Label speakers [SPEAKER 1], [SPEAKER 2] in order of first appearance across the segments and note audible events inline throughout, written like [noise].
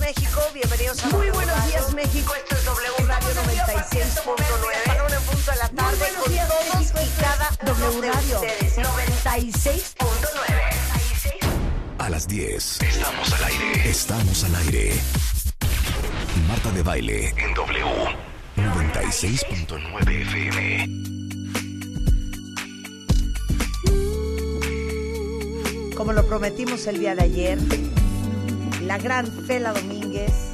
[SPEAKER 1] México, bienvenidos a
[SPEAKER 2] Muy buenos días, México.
[SPEAKER 1] Esto es W Radio 96.9. A una en punto de la tarde
[SPEAKER 2] Muy buenos
[SPEAKER 1] con
[SPEAKER 2] días,
[SPEAKER 1] todos
[SPEAKER 2] México.
[SPEAKER 1] y cada uno
[SPEAKER 2] W Radio.
[SPEAKER 1] de ustedes.
[SPEAKER 2] 96.
[SPEAKER 1] 96.9.
[SPEAKER 3] A las 10. Estamos al aire. Estamos al aire. Marta de baile en W. 96.9 FM.
[SPEAKER 1] Como lo prometimos el día de ayer, la gran Fela Domínguez,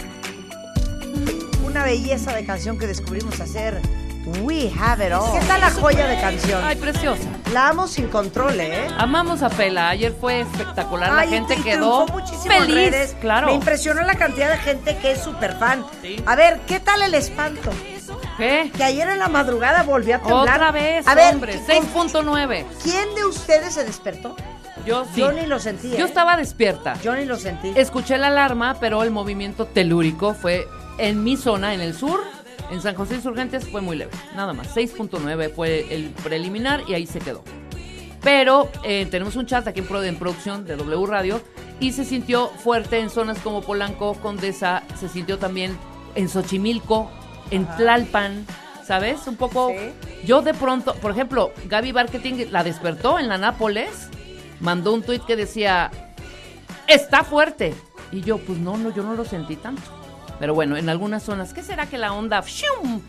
[SPEAKER 1] una belleza de canción que descubrimos hacer. We have it all. ¿Qué tal la joya de canción?
[SPEAKER 4] Ay, preciosa.
[SPEAKER 1] La amo sin control, ¿eh?
[SPEAKER 4] Amamos a Fela. Ayer fue espectacular.
[SPEAKER 1] Ay,
[SPEAKER 4] la gente
[SPEAKER 1] y
[SPEAKER 4] quedó
[SPEAKER 1] triunfó muchísimo en
[SPEAKER 4] feliz.
[SPEAKER 1] redes. Me
[SPEAKER 4] Claro.
[SPEAKER 1] impresionó la cantidad de gente que es súper fan.
[SPEAKER 4] Sí.
[SPEAKER 1] A ver, ¿qué tal el espanto?
[SPEAKER 4] ¿Qué?
[SPEAKER 1] Que ayer en la madrugada volvió a temblar.
[SPEAKER 4] Otra vez,
[SPEAKER 1] a ver,
[SPEAKER 4] hombre.
[SPEAKER 1] ¿qué-
[SPEAKER 4] 6.9.
[SPEAKER 1] ¿quién de ustedes se despertó?
[SPEAKER 4] Yo sí.
[SPEAKER 1] Yo ni lo sentí.
[SPEAKER 4] Yo
[SPEAKER 1] ¿eh?
[SPEAKER 4] estaba despierta.
[SPEAKER 1] Yo ni lo sentí.
[SPEAKER 4] Escuché la alarma, pero el movimiento telúrico fue en mi zona, en el sur. En San José Insurgentes fue muy leve, nada más. 6.9 fue el preliminar y ahí se quedó. Pero eh, tenemos un chat aquí en, pro- en producción de W Radio y se sintió fuerte en zonas como Polanco, Condesa, se sintió también en Xochimilco, en Tlalpan, ¿sabes? Un poco... Yo de pronto, por ejemplo, Gaby Barketing la despertó en la Nápoles, mandó un tuit que decía, está fuerte. Y yo, pues no, no, yo no lo sentí tanto. Pero bueno, en algunas zonas, ¿qué será que la onda ¡fium!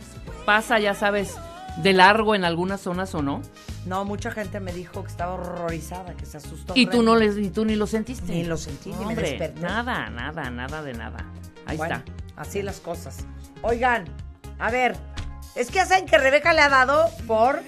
[SPEAKER 4] pasa, ya sabes, de largo en algunas zonas o no?
[SPEAKER 1] No, mucha gente me dijo que estaba horrorizada, que se asustó.
[SPEAKER 4] Y tú no
[SPEAKER 1] horrendo.
[SPEAKER 4] les, y tú ni lo sentiste.
[SPEAKER 1] Ni lo sentí, ni me
[SPEAKER 4] Hombre,
[SPEAKER 1] desperté.
[SPEAKER 4] Nada, nada, nada de nada. Ahí
[SPEAKER 1] Bueno,
[SPEAKER 4] está.
[SPEAKER 1] Así las cosas. Oigan, a ver, es que hacen que Rebeca le ha dado por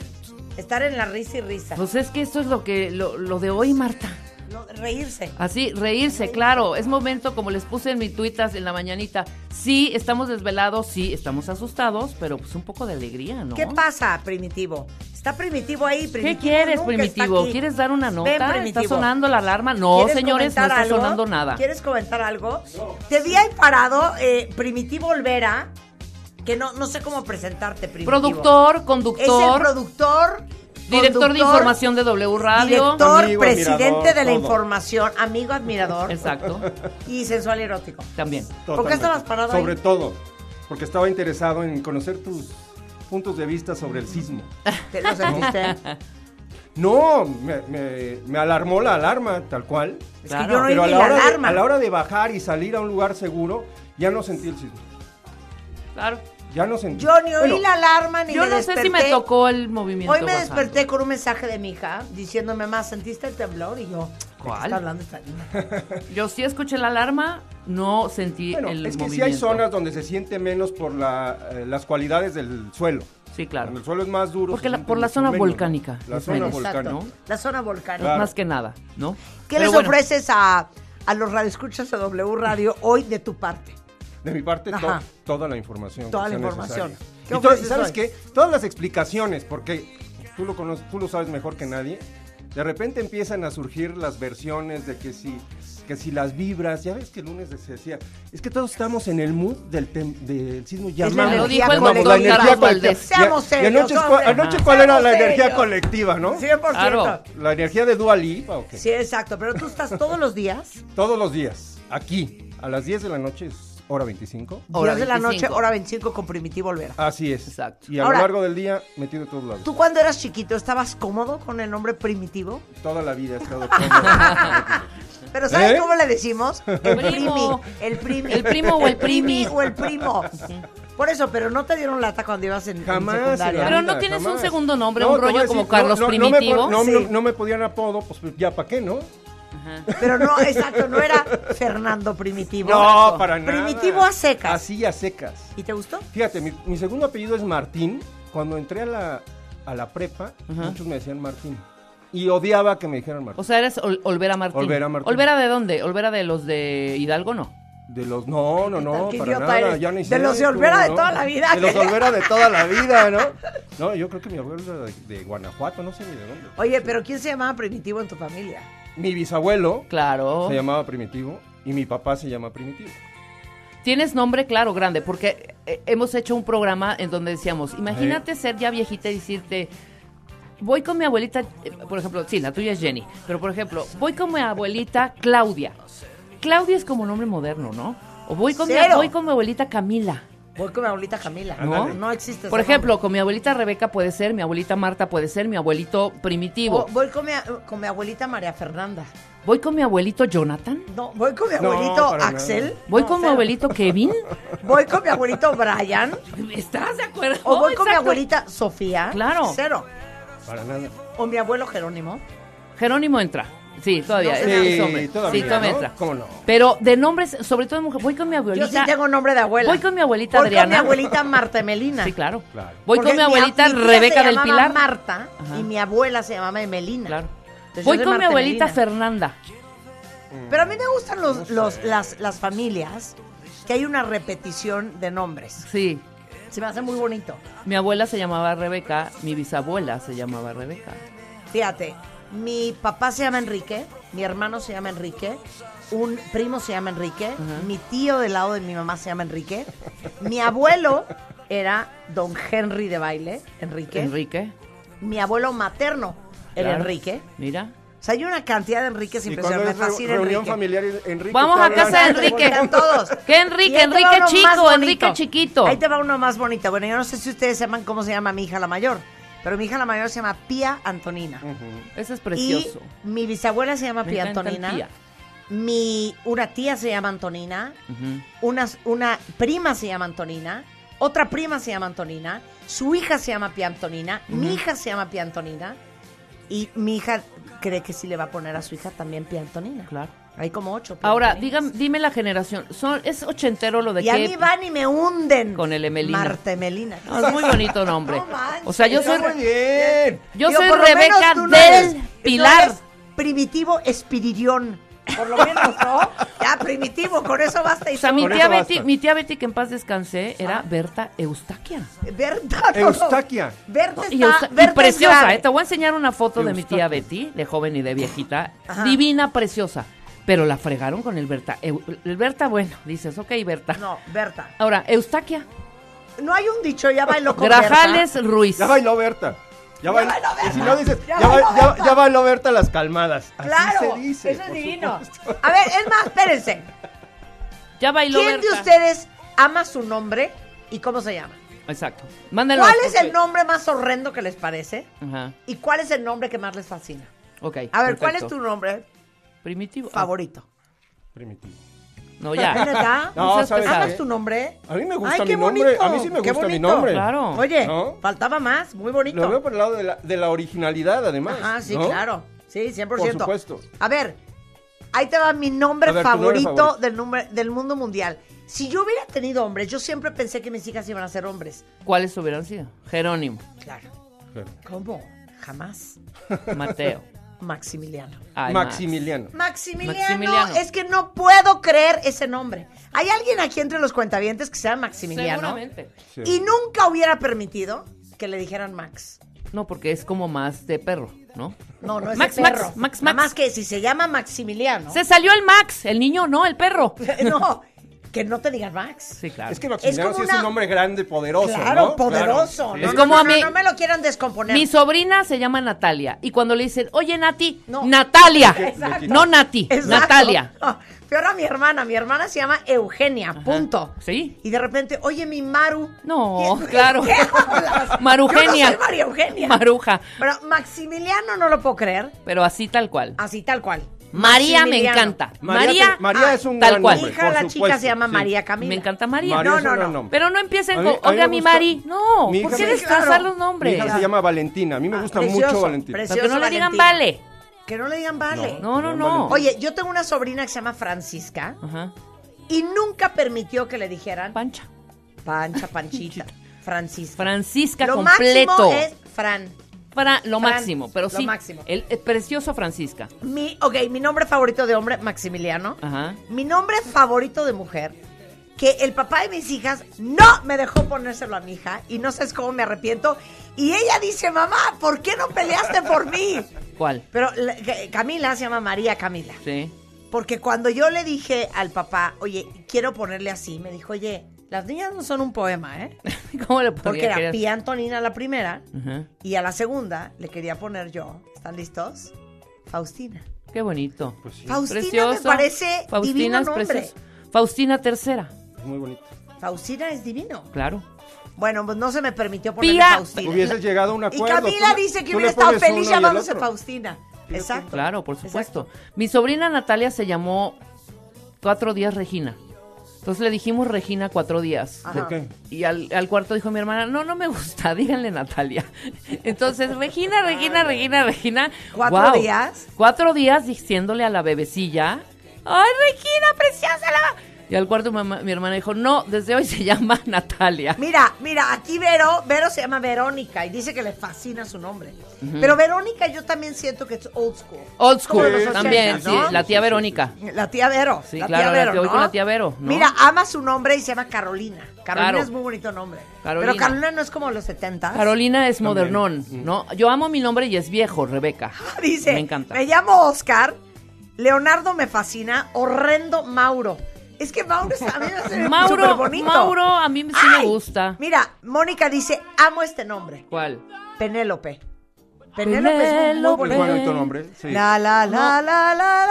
[SPEAKER 1] estar en la risa y risa.
[SPEAKER 4] Pues es que esto es lo que lo, lo de hoy, Marta.
[SPEAKER 1] No, reírse.
[SPEAKER 4] Así, reírse, claro. Es momento, como les puse en mi tuitas en la mañanita. Sí, estamos desvelados, sí, estamos asustados, pero pues un poco de alegría, ¿no?
[SPEAKER 1] ¿Qué pasa, Primitivo? Está Primitivo ahí, Primitivo.
[SPEAKER 4] ¿Qué quieres,
[SPEAKER 1] nunca está
[SPEAKER 4] Primitivo?
[SPEAKER 1] aquí.
[SPEAKER 4] ¿Quieres dar una nota? ¿Está
[SPEAKER 1] Primitivo.
[SPEAKER 4] sonando la alarma? No,
[SPEAKER 1] ¿Quieres
[SPEAKER 4] señores, no
[SPEAKER 1] comentar
[SPEAKER 4] está
[SPEAKER 1] algo?
[SPEAKER 4] sonando nada.
[SPEAKER 1] ¿Quieres comentar algo? Te vi ahí parado, eh, Primitivo Olvera, que no, no sé cómo presentarte, Primitivo.
[SPEAKER 4] Productor,
[SPEAKER 1] Es el
[SPEAKER 4] conductor,
[SPEAKER 1] productor.
[SPEAKER 4] director de
[SPEAKER 1] conductor,
[SPEAKER 4] información de W Radio.
[SPEAKER 1] Director,
[SPEAKER 5] Amigo,
[SPEAKER 1] presidente
[SPEAKER 5] admirador,
[SPEAKER 1] de la
[SPEAKER 5] todo.
[SPEAKER 1] información, amigo admirador
[SPEAKER 4] Exacto,
[SPEAKER 1] y sensual y erótico.
[SPEAKER 4] también.
[SPEAKER 1] ¿Por qué estabas parado ahí?
[SPEAKER 5] Sobre todo, porque estaba interesado en conocer tus puntos de vista sobre el sismo.
[SPEAKER 1] ¿Te lo sentiste? es
[SPEAKER 5] No, me, me- me alarmó la alarma, tal cual.
[SPEAKER 1] que
[SPEAKER 4] Claro.
[SPEAKER 1] yo no oí
[SPEAKER 5] Pero a
[SPEAKER 1] ni
[SPEAKER 5] la,
[SPEAKER 1] la
[SPEAKER 5] hora de,
[SPEAKER 1] alarma.
[SPEAKER 5] a la hora de bajar y salir a un lugar seguro, ya no sentí el sismo.
[SPEAKER 4] Claro.
[SPEAKER 5] Ya no sentí.
[SPEAKER 1] Yo ni oí
[SPEAKER 5] Bueno,
[SPEAKER 1] la alarma ni
[SPEAKER 4] Yo
[SPEAKER 1] me
[SPEAKER 4] no sé si me
[SPEAKER 1] desperté.
[SPEAKER 4] tocó el movimiento.
[SPEAKER 1] Hoy me
[SPEAKER 4] bajando.
[SPEAKER 1] desperté con un mensaje de mi hija diciéndome, más ¿sentiste el temblor? Y yo, ¿de qué
[SPEAKER 4] ¿Cuál?
[SPEAKER 1] está hablando esta niña?
[SPEAKER 4] Yo sí escuché la alarma, no sentí
[SPEAKER 5] bueno,
[SPEAKER 4] el
[SPEAKER 5] es que
[SPEAKER 4] movimiento.
[SPEAKER 5] sí hay zonas donde se siente menos por la, eh, las cualidades del suelo.
[SPEAKER 4] Sí,
[SPEAKER 5] Cuando
[SPEAKER 4] claro.
[SPEAKER 5] el suelo es más duro.
[SPEAKER 4] Porque
[SPEAKER 5] se
[SPEAKER 4] la-
[SPEAKER 5] siente
[SPEAKER 4] por la
[SPEAKER 5] mucho
[SPEAKER 4] zona
[SPEAKER 5] menos,
[SPEAKER 4] volcánica,
[SPEAKER 5] La
[SPEAKER 4] es
[SPEAKER 5] zona
[SPEAKER 4] menos.
[SPEAKER 5] volcánica.
[SPEAKER 1] Exacto. La zona volcánica.
[SPEAKER 5] Claro.
[SPEAKER 4] Más que nada, ¿no?
[SPEAKER 1] ¿Qué
[SPEAKER 4] Pero
[SPEAKER 1] les
[SPEAKER 4] bueno,
[SPEAKER 1] ofreces a, a los radioescuchas de W Radio hoy de tu parte?
[SPEAKER 5] [laughs] De mi parte, to-
[SPEAKER 1] Ajá.
[SPEAKER 5] toda la información. que
[SPEAKER 1] Toda la
[SPEAKER 5] sea
[SPEAKER 1] información.
[SPEAKER 5] necesaria.
[SPEAKER 1] ¿Qué
[SPEAKER 5] Y to-
[SPEAKER 1] ofreces
[SPEAKER 5] ¿Sabes
[SPEAKER 1] hoy?
[SPEAKER 5] qué? Todas las explicaciones, porque tú lo, conoces, tú lo sabes mejor que nadie. De repente empiezan a surgir las versiones de que si, que si las vibras, ya ves que el lunes se decía, es que todos estamos en el mood del, tem- del sismo, llamamos,
[SPEAKER 4] lo dijo el
[SPEAKER 5] llamamos
[SPEAKER 4] doctor Carlos Valdés.
[SPEAKER 1] Seamos
[SPEAKER 5] Y
[SPEAKER 1] serios,
[SPEAKER 5] anoche,
[SPEAKER 1] hombre.
[SPEAKER 5] anoche
[SPEAKER 1] Ajá.
[SPEAKER 5] ¿cuál era la
[SPEAKER 1] Seamos
[SPEAKER 5] energía
[SPEAKER 1] serios.
[SPEAKER 5] colectiva, no?
[SPEAKER 1] 100%.
[SPEAKER 4] Claro.
[SPEAKER 5] La energía de Dua Lipa, ¿o qué?
[SPEAKER 1] Sí, exacto. Pero tú estás todos los días,
[SPEAKER 5] [laughs] Todos los días, aquí, a las 10 de la noche, es hora 25.
[SPEAKER 1] 10
[SPEAKER 4] Hora
[SPEAKER 1] de la
[SPEAKER 4] 25.
[SPEAKER 1] noche, hora 25 con Primitivo Olvera.
[SPEAKER 5] Así es.
[SPEAKER 4] Exacto.
[SPEAKER 5] Y a
[SPEAKER 1] Ahora-
[SPEAKER 5] lo largo del día metido a todos lados.
[SPEAKER 1] ¿Tú cuando eras chiquito estabas cómodo con el nombre Primitivo?
[SPEAKER 5] Toda la vida he estado cómodo.
[SPEAKER 1] Pero ¿sabes
[SPEAKER 5] ¿Eh?
[SPEAKER 1] cómo le decimos? [laughs] El primi.
[SPEAKER 4] Primo.
[SPEAKER 1] El primi.
[SPEAKER 4] El primo o el primi.
[SPEAKER 1] o el primo. Por eso, pero no te dieron lata cuando ibas en, en
[SPEAKER 5] Jamás. en la
[SPEAKER 1] secundaria.
[SPEAKER 4] Pero
[SPEAKER 5] vida,
[SPEAKER 4] no tienes un
[SPEAKER 5] jamás.
[SPEAKER 4] segundo nombre, un
[SPEAKER 5] te voy
[SPEAKER 4] rollo
[SPEAKER 5] a
[SPEAKER 4] como Carlos
[SPEAKER 5] no, no me po-
[SPEAKER 4] Primitivo.
[SPEAKER 5] No, no-
[SPEAKER 1] Sí.
[SPEAKER 5] no me podían apodo, pues ya para qué, ¿no?
[SPEAKER 4] ajá.
[SPEAKER 1] Pero no, exacto, no era Fernando Primitivo.
[SPEAKER 5] No, para nada.
[SPEAKER 1] Primitivo a secas.
[SPEAKER 5] Así a secas.
[SPEAKER 1] ¿Y te gustó?
[SPEAKER 5] Fíjate, mi, mi segundo apellido es Martín. Cuando entré a la, a la prepa, muchos me decían Martín. Y odiaba que me dijeran Martín.
[SPEAKER 4] O sea, eres Ol- Olvera Martín.
[SPEAKER 5] Olvera Martín.
[SPEAKER 4] ¿Olvera de dónde? ¿Olvera de los de Hidalgo? No.
[SPEAKER 5] de los, no, no, no,
[SPEAKER 1] ¿Qué
[SPEAKER 5] para
[SPEAKER 1] idiota
[SPEAKER 5] nada,
[SPEAKER 1] eres?
[SPEAKER 5] ya ni
[SPEAKER 1] De
[SPEAKER 5] sé,
[SPEAKER 1] los de
[SPEAKER 5] tú,
[SPEAKER 1] Olvera de
[SPEAKER 5] ¿no?
[SPEAKER 1] toda la vida.
[SPEAKER 5] De los de Olvera de toda la vida, ¿no? No, yo creo que mi abuelo era de, de Guanajuato, no sé ni de dónde.
[SPEAKER 1] Oye, pero ¿quién se llamaba Primitivo en tu familia?
[SPEAKER 5] Mi bisabuelo,
[SPEAKER 4] Claro.
[SPEAKER 5] Se llamaba Primitivo y mi papá se llama Primitivo.
[SPEAKER 4] Tienes nombre, claro, grande, porque eh, hemos hecho un programa en donde decíamos, imagínate ser ya viejita y decirte, voy con mi abuelita, eh, por ejemplo, sí, la tuya es Jenny, pero por ejemplo, voy con mi abuelita Claudia. Claudia es como nombre moderno, ¿no? O voy con, mi,
[SPEAKER 1] Cero.
[SPEAKER 4] voy con mi abuelita Camila.
[SPEAKER 1] Voy con mi abuelita Camila.
[SPEAKER 5] ¿No?
[SPEAKER 1] No existe.
[SPEAKER 4] Por
[SPEAKER 1] ese
[SPEAKER 4] ejemplo, con mi abuelita Rebeca puede ser, mi abuelita Marta puede ser, mi abuelito Primitivo.
[SPEAKER 1] nombre. O- voy con mi, con mi abuelita María Fernanda.
[SPEAKER 4] Voy con mi abuelito Jonathan.
[SPEAKER 1] No, voy con mi
[SPEAKER 5] No,
[SPEAKER 1] abuelito
[SPEAKER 5] para nada.
[SPEAKER 1] Axel.
[SPEAKER 4] Voy
[SPEAKER 1] No,
[SPEAKER 4] con mi
[SPEAKER 1] cero.
[SPEAKER 4] abuelito Kevin.
[SPEAKER 1] [laughs] Voy con mi abuelito Brian.
[SPEAKER 4] ¿Estás de acuerdo?
[SPEAKER 1] O voy con mi
[SPEAKER 4] Exacto.
[SPEAKER 1] abuelita Sofía.
[SPEAKER 4] Claro.
[SPEAKER 1] Cero.
[SPEAKER 5] Para nada.
[SPEAKER 1] O mi abuelo Jerónimo.
[SPEAKER 4] Jerónimo entra. Sí, todavía.
[SPEAKER 1] No sé
[SPEAKER 4] es-
[SPEAKER 1] nada.
[SPEAKER 4] es hombre.
[SPEAKER 5] Sí,
[SPEAKER 4] Sí,
[SPEAKER 5] todavía,
[SPEAKER 4] todavía
[SPEAKER 5] ¿no?
[SPEAKER 4] entra.
[SPEAKER 5] ¿Cómo no?
[SPEAKER 4] Pero de nombres, sobre todo de mujer, voy con mi abuelita.
[SPEAKER 1] Yo sí tengo nombre de abuela.
[SPEAKER 4] Voy con mi abuelita
[SPEAKER 1] Voy
[SPEAKER 4] Adriana.
[SPEAKER 1] con mi abuelita Marta Emelina.
[SPEAKER 4] Sí, claro.
[SPEAKER 5] Claro.
[SPEAKER 4] Voy
[SPEAKER 1] Porque
[SPEAKER 4] con mi abuelita
[SPEAKER 1] mi tía
[SPEAKER 4] Rebeca
[SPEAKER 1] se
[SPEAKER 4] del
[SPEAKER 1] llamaba
[SPEAKER 4] Pilar.
[SPEAKER 1] Marta
[SPEAKER 4] Ajá.
[SPEAKER 1] y mi abuela se llamaba Emelina.
[SPEAKER 4] Claro.
[SPEAKER 1] Entonces,
[SPEAKER 4] Voy
[SPEAKER 1] yo soy
[SPEAKER 4] con mi
[SPEAKER 1] Marta
[SPEAKER 4] abuelita
[SPEAKER 1] Emelina.
[SPEAKER 4] Fernanda.
[SPEAKER 1] Pero a mí me gustan los,
[SPEAKER 5] sé.
[SPEAKER 1] los, las, las familias que hay una repetición de nombres.
[SPEAKER 4] Sí.
[SPEAKER 1] Se me hace muy bonito.
[SPEAKER 4] Mi abuela se llamaba Rebeca, mi bisabuela se llamaba Rebeca.
[SPEAKER 1] Fíjate, mi papá se llama Enrique, mi hermano se llama Enrique, un primo se llama Enrique, mi tío del lado de mi mamá se llama Enrique, mi abuelo era don Henry de baile, Enrique,
[SPEAKER 4] Enrique.
[SPEAKER 1] mi abuelo materno era
[SPEAKER 4] claro.
[SPEAKER 1] Enrique.
[SPEAKER 4] Mira.
[SPEAKER 1] O sea, hay una cantidad de Enriques
[SPEAKER 5] Y cuando
[SPEAKER 1] impresionante.
[SPEAKER 5] es
[SPEAKER 1] Me fascina
[SPEAKER 5] re- reunión
[SPEAKER 1] Enrique.
[SPEAKER 5] familiar, Enrique.
[SPEAKER 4] Vamos
[SPEAKER 5] está
[SPEAKER 4] a casa de
[SPEAKER 5] hablando.
[SPEAKER 4] Enrique.
[SPEAKER 1] Voltean todos.
[SPEAKER 4] [laughs] ¿Qué Enrique?
[SPEAKER 1] Y ahí te va
[SPEAKER 4] Enrique
[SPEAKER 1] uno
[SPEAKER 4] chico,
[SPEAKER 1] más bonito.
[SPEAKER 4] Enrique chiquito.
[SPEAKER 1] Ahí te va uno más bonito. Bueno, yo no sé si ustedes sepan cómo se llama mi hija la mayor, pero mi hija la mayor se llama Pía Antonina.
[SPEAKER 5] Ujú.
[SPEAKER 4] Ese es precioso.
[SPEAKER 1] Y mi bisabuela se llama
[SPEAKER 4] Me
[SPEAKER 1] Pía
[SPEAKER 4] encanta el
[SPEAKER 1] Antonina.
[SPEAKER 4] Pía.
[SPEAKER 1] Mi, una tía se llama Antonina.
[SPEAKER 4] Ujú.
[SPEAKER 1] Una, una prima se llama Antonina. Otra prima se llama Antonina. Su hija se llama Pía Antonina. Mi hija se llama Pía Antonina. Y mi hija cree que sí le va a poner a su hija también Pía Antonina.
[SPEAKER 4] Claro.
[SPEAKER 1] Hay como ocho. Pía
[SPEAKER 4] Ahora,
[SPEAKER 1] Antoninas.
[SPEAKER 4] dígame, dime la generación. Son, ¿Es ochentero lo de
[SPEAKER 1] Y a
[SPEAKER 4] que
[SPEAKER 1] mí van y me hunden.
[SPEAKER 4] Con el Emelina.
[SPEAKER 1] Marta Emelina.
[SPEAKER 4] No, es muy bonito nombre.
[SPEAKER 1] No manches.
[SPEAKER 4] o sea, yo soy,
[SPEAKER 5] Está muy bien.
[SPEAKER 4] yo
[SPEAKER 1] Digo,
[SPEAKER 4] soy
[SPEAKER 1] por lo
[SPEAKER 4] Rebeca
[SPEAKER 1] menos tú no eres-
[SPEAKER 4] del
[SPEAKER 1] no
[SPEAKER 4] Pilar.
[SPEAKER 1] eres primitivo Espiridión. Por lo menos, ¿no? Ya, primitivo, con eso basta. Y
[SPEAKER 4] o sea, mi
[SPEAKER 5] Con
[SPEAKER 4] tía,
[SPEAKER 5] eso basta.
[SPEAKER 4] Betty, mi tía Betty, que en paz descansé, era Berta Eustaquia.
[SPEAKER 1] Berta, no.
[SPEAKER 5] Eustaquia.
[SPEAKER 1] Berta
[SPEAKER 4] Y,
[SPEAKER 1] está,
[SPEAKER 4] Eusta- y
[SPEAKER 1] Berta es
[SPEAKER 4] preciosa.
[SPEAKER 1] grave.
[SPEAKER 4] ¿eh? Te voy a enseñar una foto de mi tía
[SPEAKER 5] Eustaquia.
[SPEAKER 4] Betty, de joven y de viejita.
[SPEAKER 1] Ajá.
[SPEAKER 4] Divina, preciosa. Pero la fregaron con el Berta. Eu- el Berta, bueno, dices, ok, Berta.
[SPEAKER 1] No, Berta.
[SPEAKER 4] Ahora, Eustaquia.
[SPEAKER 1] No hay un dicho, ya bailó con
[SPEAKER 4] Grajales Ruiz.
[SPEAKER 5] Ya bailó Berta. Ya, bailó.
[SPEAKER 1] bailó Berta.
[SPEAKER 5] Y si no dices,
[SPEAKER 1] Ya
[SPEAKER 5] ya, ba-
[SPEAKER 1] bailó
[SPEAKER 5] ya-
[SPEAKER 1] Berta.
[SPEAKER 5] ya bailó Berta las calmadas. Así
[SPEAKER 1] Berta. Claro,
[SPEAKER 5] se dice.
[SPEAKER 1] eso es
[SPEAKER 5] por
[SPEAKER 1] divino.
[SPEAKER 5] supuesto.
[SPEAKER 1] A ver, es más, espérense.
[SPEAKER 4] Ya bailó
[SPEAKER 1] ¿Quién de
[SPEAKER 4] Berta.
[SPEAKER 1] ustedes ama su nombre y cómo se llama?
[SPEAKER 4] Exacto. Mándenlo.
[SPEAKER 1] ¿Cuál es el nombre más horrendo que les parece?
[SPEAKER 4] Ajá.
[SPEAKER 1] ¿Y cuál es el nombre que más les fascina?
[SPEAKER 4] Ok.
[SPEAKER 1] A ver, ¿cuál es
[SPEAKER 4] perfecto.
[SPEAKER 1] tu nombre
[SPEAKER 4] Primitivo. Ah,
[SPEAKER 1] favorito?
[SPEAKER 5] Primitivo.
[SPEAKER 4] No, ¿eh?
[SPEAKER 1] ¿Es [laughs]
[SPEAKER 4] ya.
[SPEAKER 1] ¿Neta?
[SPEAKER 5] No,
[SPEAKER 1] ¿Amas
[SPEAKER 5] ¿sabes
[SPEAKER 4] qué?
[SPEAKER 1] tu nombre?
[SPEAKER 5] A mí me gusta
[SPEAKER 1] Ay, qué
[SPEAKER 5] mi nombre,
[SPEAKER 1] bonito,
[SPEAKER 5] a mí sí me
[SPEAKER 1] qué
[SPEAKER 5] gusta mi
[SPEAKER 1] bonito.
[SPEAKER 5] nombre.
[SPEAKER 4] Claro.
[SPEAKER 1] Oye,
[SPEAKER 5] ¿No?
[SPEAKER 1] faltaba más, muy bonito.
[SPEAKER 5] Lo veo por el lado de la, de la originalidad, además.
[SPEAKER 1] Ajá, sí,
[SPEAKER 5] ¿no?
[SPEAKER 1] claro. Sí, 100%.
[SPEAKER 5] Por supuesto.
[SPEAKER 1] A ver, ahí te va mi nombre
[SPEAKER 5] A ver, tu nombre
[SPEAKER 1] favorito,
[SPEAKER 5] favorito.
[SPEAKER 1] Del, nombre- del mundo mundial. Si yo hubiera tenido hombres, yo siempre pensé que mis hijas iban a ser hombres.
[SPEAKER 4] ¿Cuáles hubieran sido? Jerónimo,
[SPEAKER 1] Claro.
[SPEAKER 5] Claro.
[SPEAKER 1] ¿Cómo? Jamás.
[SPEAKER 4] [laughs] Mateo.
[SPEAKER 1] Maximiliano.
[SPEAKER 4] Ay, Max.
[SPEAKER 5] Maximiliano.
[SPEAKER 1] Maximiliano,
[SPEAKER 4] Maximiliano.
[SPEAKER 1] es que no puedo creer ese nombre. ¿Hay alguien aquí entre los cuentavientes que sea Maximiliano?
[SPEAKER 4] Seguramente.
[SPEAKER 5] Sí.
[SPEAKER 1] Y nunca hubiera permitido que le dijeran Max.
[SPEAKER 4] No, porque es como más de perro, ¿no?
[SPEAKER 1] No, no es
[SPEAKER 4] Max,
[SPEAKER 1] de
[SPEAKER 4] Max,
[SPEAKER 1] perro.
[SPEAKER 4] Max, Max.
[SPEAKER 1] Nada más que si se llama Maximiliano.
[SPEAKER 4] Se salió el Max, el niño, no, el perro.
[SPEAKER 1] [laughs] no, que no te digan Max.
[SPEAKER 4] Sí, claro.
[SPEAKER 5] Es que Maximiliano
[SPEAKER 1] como
[SPEAKER 5] sí es
[SPEAKER 1] una-
[SPEAKER 5] un nombre grande, poderoso.
[SPEAKER 1] Claro,
[SPEAKER 5] ¿no?
[SPEAKER 1] poderoso.
[SPEAKER 5] Sí.
[SPEAKER 1] No,
[SPEAKER 4] Es
[SPEAKER 1] no,
[SPEAKER 4] como
[SPEAKER 1] no,
[SPEAKER 4] a
[SPEAKER 1] no,
[SPEAKER 4] mí-
[SPEAKER 1] No, me lo quieran descomponer.
[SPEAKER 4] Mi sobrina se llama Natalia. Y cuando le dicen, oye, Nati,
[SPEAKER 1] No.
[SPEAKER 4] Natalia.
[SPEAKER 1] [laughs] Exacto.
[SPEAKER 4] No, Nati,
[SPEAKER 1] Exacto. [laughs]
[SPEAKER 4] Natalia.
[SPEAKER 1] No, peor a mi hermana. Mi hermana se llama Eugenia, punto.
[SPEAKER 4] Sí.
[SPEAKER 1] Y de repente, oye, mi Maru. [laughs]
[SPEAKER 4] No,
[SPEAKER 1] ¿Qué-
[SPEAKER 4] [laughs] claro.
[SPEAKER 1] ¿Qué hablas?
[SPEAKER 4] [laughs]
[SPEAKER 1] Yo no
[SPEAKER 4] Marugenia.
[SPEAKER 1] soy María Eugenia.
[SPEAKER 4] Maruja.
[SPEAKER 1] Pero Maximiliano no lo puedo creer.
[SPEAKER 4] Pero así tal cual.
[SPEAKER 1] Así tal cual.
[SPEAKER 4] María me
[SPEAKER 1] Ah, Maximiliano.
[SPEAKER 4] encanta.
[SPEAKER 5] María,
[SPEAKER 4] María,
[SPEAKER 5] te- María es un
[SPEAKER 4] tal
[SPEAKER 5] gran
[SPEAKER 4] cual.
[SPEAKER 1] Mi
[SPEAKER 5] nombre,
[SPEAKER 1] hija,
[SPEAKER 5] por
[SPEAKER 1] la chica,
[SPEAKER 5] supuesto,
[SPEAKER 1] se llama
[SPEAKER 5] sí.
[SPEAKER 1] María Camila.
[SPEAKER 4] me encanta María.
[SPEAKER 5] María
[SPEAKER 1] No,
[SPEAKER 5] es
[SPEAKER 1] no,
[SPEAKER 5] un
[SPEAKER 1] no.
[SPEAKER 5] gran nombre.
[SPEAKER 4] Pero no empiecen
[SPEAKER 5] A mí-
[SPEAKER 4] con,
[SPEAKER 5] a mí
[SPEAKER 4] oiga,
[SPEAKER 5] me
[SPEAKER 4] mi
[SPEAKER 5] gusta-
[SPEAKER 4] Mari. No,
[SPEAKER 5] Mi
[SPEAKER 4] ¿por
[SPEAKER 5] hija
[SPEAKER 4] qué
[SPEAKER 5] me-
[SPEAKER 4] destrozar
[SPEAKER 1] Claro.
[SPEAKER 4] los
[SPEAKER 5] Mi
[SPEAKER 4] nombres?
[SPEAKER 5] hija se llama Valentina. A mí me
[SPEAKER 1] Ah,
[SPEAKER 5] gusta
[SPEAKER 1] precioso,
[SPEAKER 5] mucho Valentina.
[SPEAKER 1] precioso.
[SPEAKER 4] Para que no le digan
[SPEAKER 1] Valentina.
[SPEAKER 4] vale.
[SPEAKER 1] Que no le digan vale.
[SPEAKER 4] No, no,
[SPEAKER 5] No,
[SPEAKER 4] no.
[SPEAKER 5] Valentina.
[SPEAKER 1] Oye, yo tengo una sobrina que se llama Francisca
[SPEAKER 4] Ajá.
[SPEAKER 1] y nunca permitió que le dijeran
[SPEAKER 4] Pancha. [laughs]
[SPEAKER 1] Pancha, Panchita, Francisca.
[SPEAKER 4] Francisca
[SPEAKER 1] Lo
[SPEAKER 4] completo.
[SPEAKER 1] máximo es Fran.
[SPEAKER 4] Fra- lo
[SPEAKER 1] Fran,
[SPEAKER 4] máximo, pero
[SPEAKER 1] lo
[SPEAKER 4] sí. Eh.
[SPEAKER 1] máximo.
[SPEAKER 4] El, el precioso Francisca.
[SPEAKER 1] Mi, ok, mi nombre favorito de hombre, Maximiliano.
[SPEAKER 4] Ajá.
[SPEAKER 1] Mi nombre favorito de mujer, que el papá de mis hijas no me dejó ponérselo a mi hija y no sabes cómo me arrepiento. Y ella dice, mamá, ¿por qué no peleaste por
[SPEAKER 4] [laughs]
[SPEAKER 1] mí?
[SPEAKER 4] ¿Cuál?
[SPEAKER 1] Pero la- que- Camila se llama María Camila.
[SPEAKER 4] Sí.
[SPEAKER 1] Porque cuando yo le dije al papá, oye, quiero ponerle así, me dijo, oye, las niñas no son un poema,
[SPEAKER 4] [laughs]
[SPEAKER 1] ¿eh?
[SPEAKER 4] ¿Cómo le
[SPEAKER 1] Porque
[SPEAKER 4] podría
[SPEAKER 1] era
[SPEAKER 4] querer?
[SPEAKER 1] Pía Antonina la primera
[SPEAKER 4] Ajá.
[SPEAKER 1] y a la segunda le quería poner yo, ¿están listos? Faustina.
[SPEAKER 4] Qué bonito.
[SPEAKER 5] Pues sí.
[SPEAKER 1] Faustina
[SPEAKER 4] Precioso.
[SPEAKER 1] me parece
[SPEAKER 4] Faustina
[SPEAKER 1] divino
[SPEAKER 4] es
[SPEAKER 1] nombre.
[SPEAKER 4] precioso. Faustina III,
[SPEAKER 5] Es muy bonito.
[SPEAKER 1] Faustina es divino.
[SPEAKER 4] claro.
[SPEAKER 1] Bueno, pues no se me permitió ponerle
[SPEAKER 4] Pía-
[SPEAKER 1] Faustina.
[SPEAKER 5] Hubiese llegado a un
[SPEAKER 1] Y
[SPEAKER 5] acuerdo.
[SPEAKER 1] Camila
[SPEAKER 5] tú le-
[SPEAKER 1] dice que
[SPEAKER 5] tú
[SPEAKER 1] hubiera
[SPEAKER 5] le
[SPEAKER 1] estado
[SPEAKER 5] pones
[SPEAKER 1] feliz
[SPEAKER 5] uno y el
[SPEAKER 1] llamándose
[SPEAKER 5] otro.
[SPEAKER 1] Faustina. Exacto.
[SPEAKER 4] Claro, por supuesto. Mi sobrina Natalia se llamó cuatro días Regina. Entonces le dijimos Regina cuatro días.
[SPEAKER 1] Ajá.
[SPEAKER 5] ¿Por qué?
[SPEAKER 4] Y al, al cuarto dijo mi hermana, no, no me gusta, [laughs] díganle Natalia. Entonces, Regina, Regina, Regina, Regina.
[SPEAKER 1] ¿Cuatro
[SPEAKER 4] Guau.
[SPEAKER 1] días?
[SPEAKER 4] Cuatro días diciéndole a la bebecilla, ¡ay, Regina, preciosa! la-". Y al cuarto mamá- mi hermana dijo, no, desde hoy se llama [laughs] Natalia.
[SPEAKER 1] Mira, mira, aquí Vero, Vero se llama Verónica y dice que le fascina su nombre. Pero Verónica yo también siento que es old school.
[SPEAKER 4] Old
[SPEAKER 1] Como
[SPEAKER 4] school,
[SPEAKER 1] en los ochentas,
[SPEAKER 4] también,
[SPEAKER 1] ¿no?
[SPEAKER 4] sí, la tía Verónica.
[SPEAKER 1] La tía Vero.
[SPEAKER 4] Sí,
[SPEAKER 1] la
[SPEAKER 4] claro,
[SPEAKER 1] tía
[SPEAKER 4] la
[SPEAKER 1] Vero,
[SPEAKER 4] que voy
[SPEAKER 1] ¿no?
[SPEAKER 4] con la tía Vero, ¿no?
[SPEAKER 1] Mira, ama su nombre y se llama Carolina. Carolina
[SPEAKER 4] Claro.
[SPEAKER 1] es muy bonito nombre.
[SPEAKER 4] Carolina.
[SPEAKER 1] Pero Carolina no es como los 70.
[SPEAKER 4] Carolina es
[SPEAKER 5] También. Mm.
[SPEAKER 4] modernón, ¿no? Yo amo mi nombre y es viejo, Rebeca.
[SPEAKER 1] Ah, Dice,
[SPEAKER 4] Me encanta.
[SPEAKER 1] Me llamo Oscar, Leonardo me fascina, horrendo Mauro. Es que Mauro es- a mí me hace
[SPEAKER 4] [laughs] Mauro,
[SPEAKER 1] superbonito.
[SPEAKER 4] Mauro, a mí sí me
[SPEAKER 1] Ay,
[SPEAKER 4] gusta.
[SPEAKER 1] Mira, Mónica dice, amo este nombre.
[SPEAKER 4] ¿Cuál?
[SPEAKER 1] Penélope. Penélope es muy- muy,
[SPEAKER 4] Penélope.
[SPEAKER 5] Es
[SPEAKER 1] bonito.
[SPEAKER 5] bonito nombre. Sí.
[SPEAKER 1] La, la, la, la, la, la, la,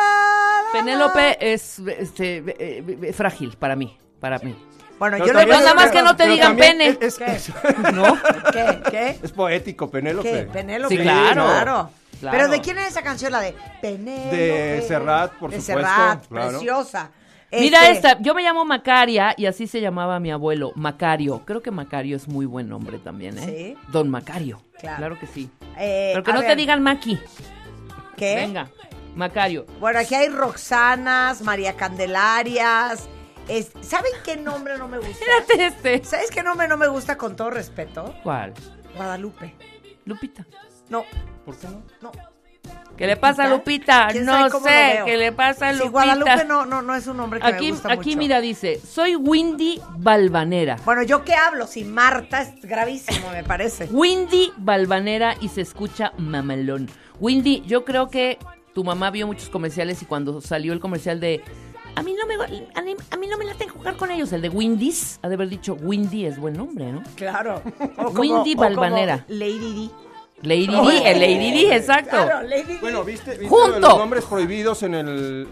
[SPEAKER 1] la.
[SPEAKER 4] Penélope es este, eh, eh, frágil para mí, para mí.
[SPEAKER 1] Bueno,
[SPEAKER 5] Pero
[SPEAKER 1] yo le
[SPEAKER 5] también
[SPEAKER 4] Nada
[SPEAKER 5] es-
[SPEAKER 4] más que no te
[SPEAKER 5] pero
[SPEAKER 4] digan
[SPEAKER 5] también
[SPEAKER 4] pene.
[SPEAKER 5] Es,
[SPEAKER 1] ¿Qué?
[SPEAKER 5] es-
[SPEAKER 4] ¿No?
[SPEAKER 1] ¿Qué? ¿Qué?
[SPEAKER 5] es poético, Penélope.
[SPEAKER 1] ¿Qué? Penélope.
[SPEAKER 4] Sí, claro. Claro.
[SPEAKER 1] Pero ¿de quién es esa canción? La de Penélope.
[SPEAKER 5] De Serrat, por
[SPEAKER 1] de
[SPEAKER 5] supuesto,
[SPEAKER 1] Serrat,
[SPEAKER 5] claro.
[SPEAKER 1] preciosa.
[SPEAKER 4] Mira
[SPEAKER 1] Este,
[SPEAKER 4] esta, yo me llamo Macaria y así se llamaba mi abuelo, Macario. Creo que Macario es muy buen nombre también, ¿eh?
[SPEAKER 1] Sí.
[SPEAKER 4] Don Macario.
[SPEAKER 1] Claro.
[SPEAKER 4] Claro, que sí.
[SPEAKER 1] eh,
[SPEAKER 4] Pero que
[SPEAKER 1] a
[SPEAKER 4] no te
[SPEAKER 1] ver,
[SPEAKER 4] digan Maki.
[SPEAKER 1] ¿Qué?
[SPEAKER 4] Venga, Macario.
[SPEAKER 1] Bueno, aquí hay Roxanas, María Candelarias. es- ¿Saben qué nombre no me gusta?
[SPEAKER 4] Espérate este.
[SPEAKER 1] ¿Sabes qué nombre no me gusta con todo respeto?
[SPEAKER 4] ¿Cuál?
[SPEAKER 1] Guadalupe.
[SPEAKER 4] Lupita.
[SPEAKER 1] No,
[SPEAKER 5] ¿Por qué no?
[SPEAKER 1] no.
[SPEAKER 4] ¿Qué le pasa a
[SPEAKER 1] ¿Lupita?
[SPEAKER 4] Lupita?
[SPEAKER 1] ¿Quién
[SPEAKER 4] No
[SPEAKER 1] sabe cómo lo
[SPEAKER 4] sé,
[SPEAKER 1] veo?
[SPEAKER 4] ¿qué le pasa a
[SPEAKER 1] Sí,
[SPEAKER 4] Lupita?
[SPEAKER 1] Guadalupe no, no, no es un nombre que me
[SPEAKER 4] Aquí,
[SPEAKER 1] gusta
[SPEAKER 4] aquí
[SPEAKER 1] mucho.
[SPEAKER 4] mira, dice, soy Windy Balvanera.
[SPEAKER 1] Bueno, ¿yo qué hablo? Si Marta es gravísimo, me parece.
[SPEAKER 4] Windy Balvanera y se escucha mamalón. Windy, yo creo que tu mamá vio muchos comerciales y cuando salió el comercial de a mí no me a mí, a mí no me laten jugar con ellos, el de Windy's, ha de haber dicho Windy es buen nombre, ¿no?
[SPEAKER 1] Claro.
[SPEAKER 4] Windy
[SPEAKER 1] o como
[SPEAKER 4] Balvanera.
[SPEAKER 1] Lady D.
[SPEAKER 4] Lady D, el Lady D, exacto.
[SPEAKER 1] Claro, Lady D.
[SPEAKER 5] Bueno, viste, viste
[SPEAKER 4] ¡Junto!
[SPEAKER 5] lo de los nombres prohibidos en el.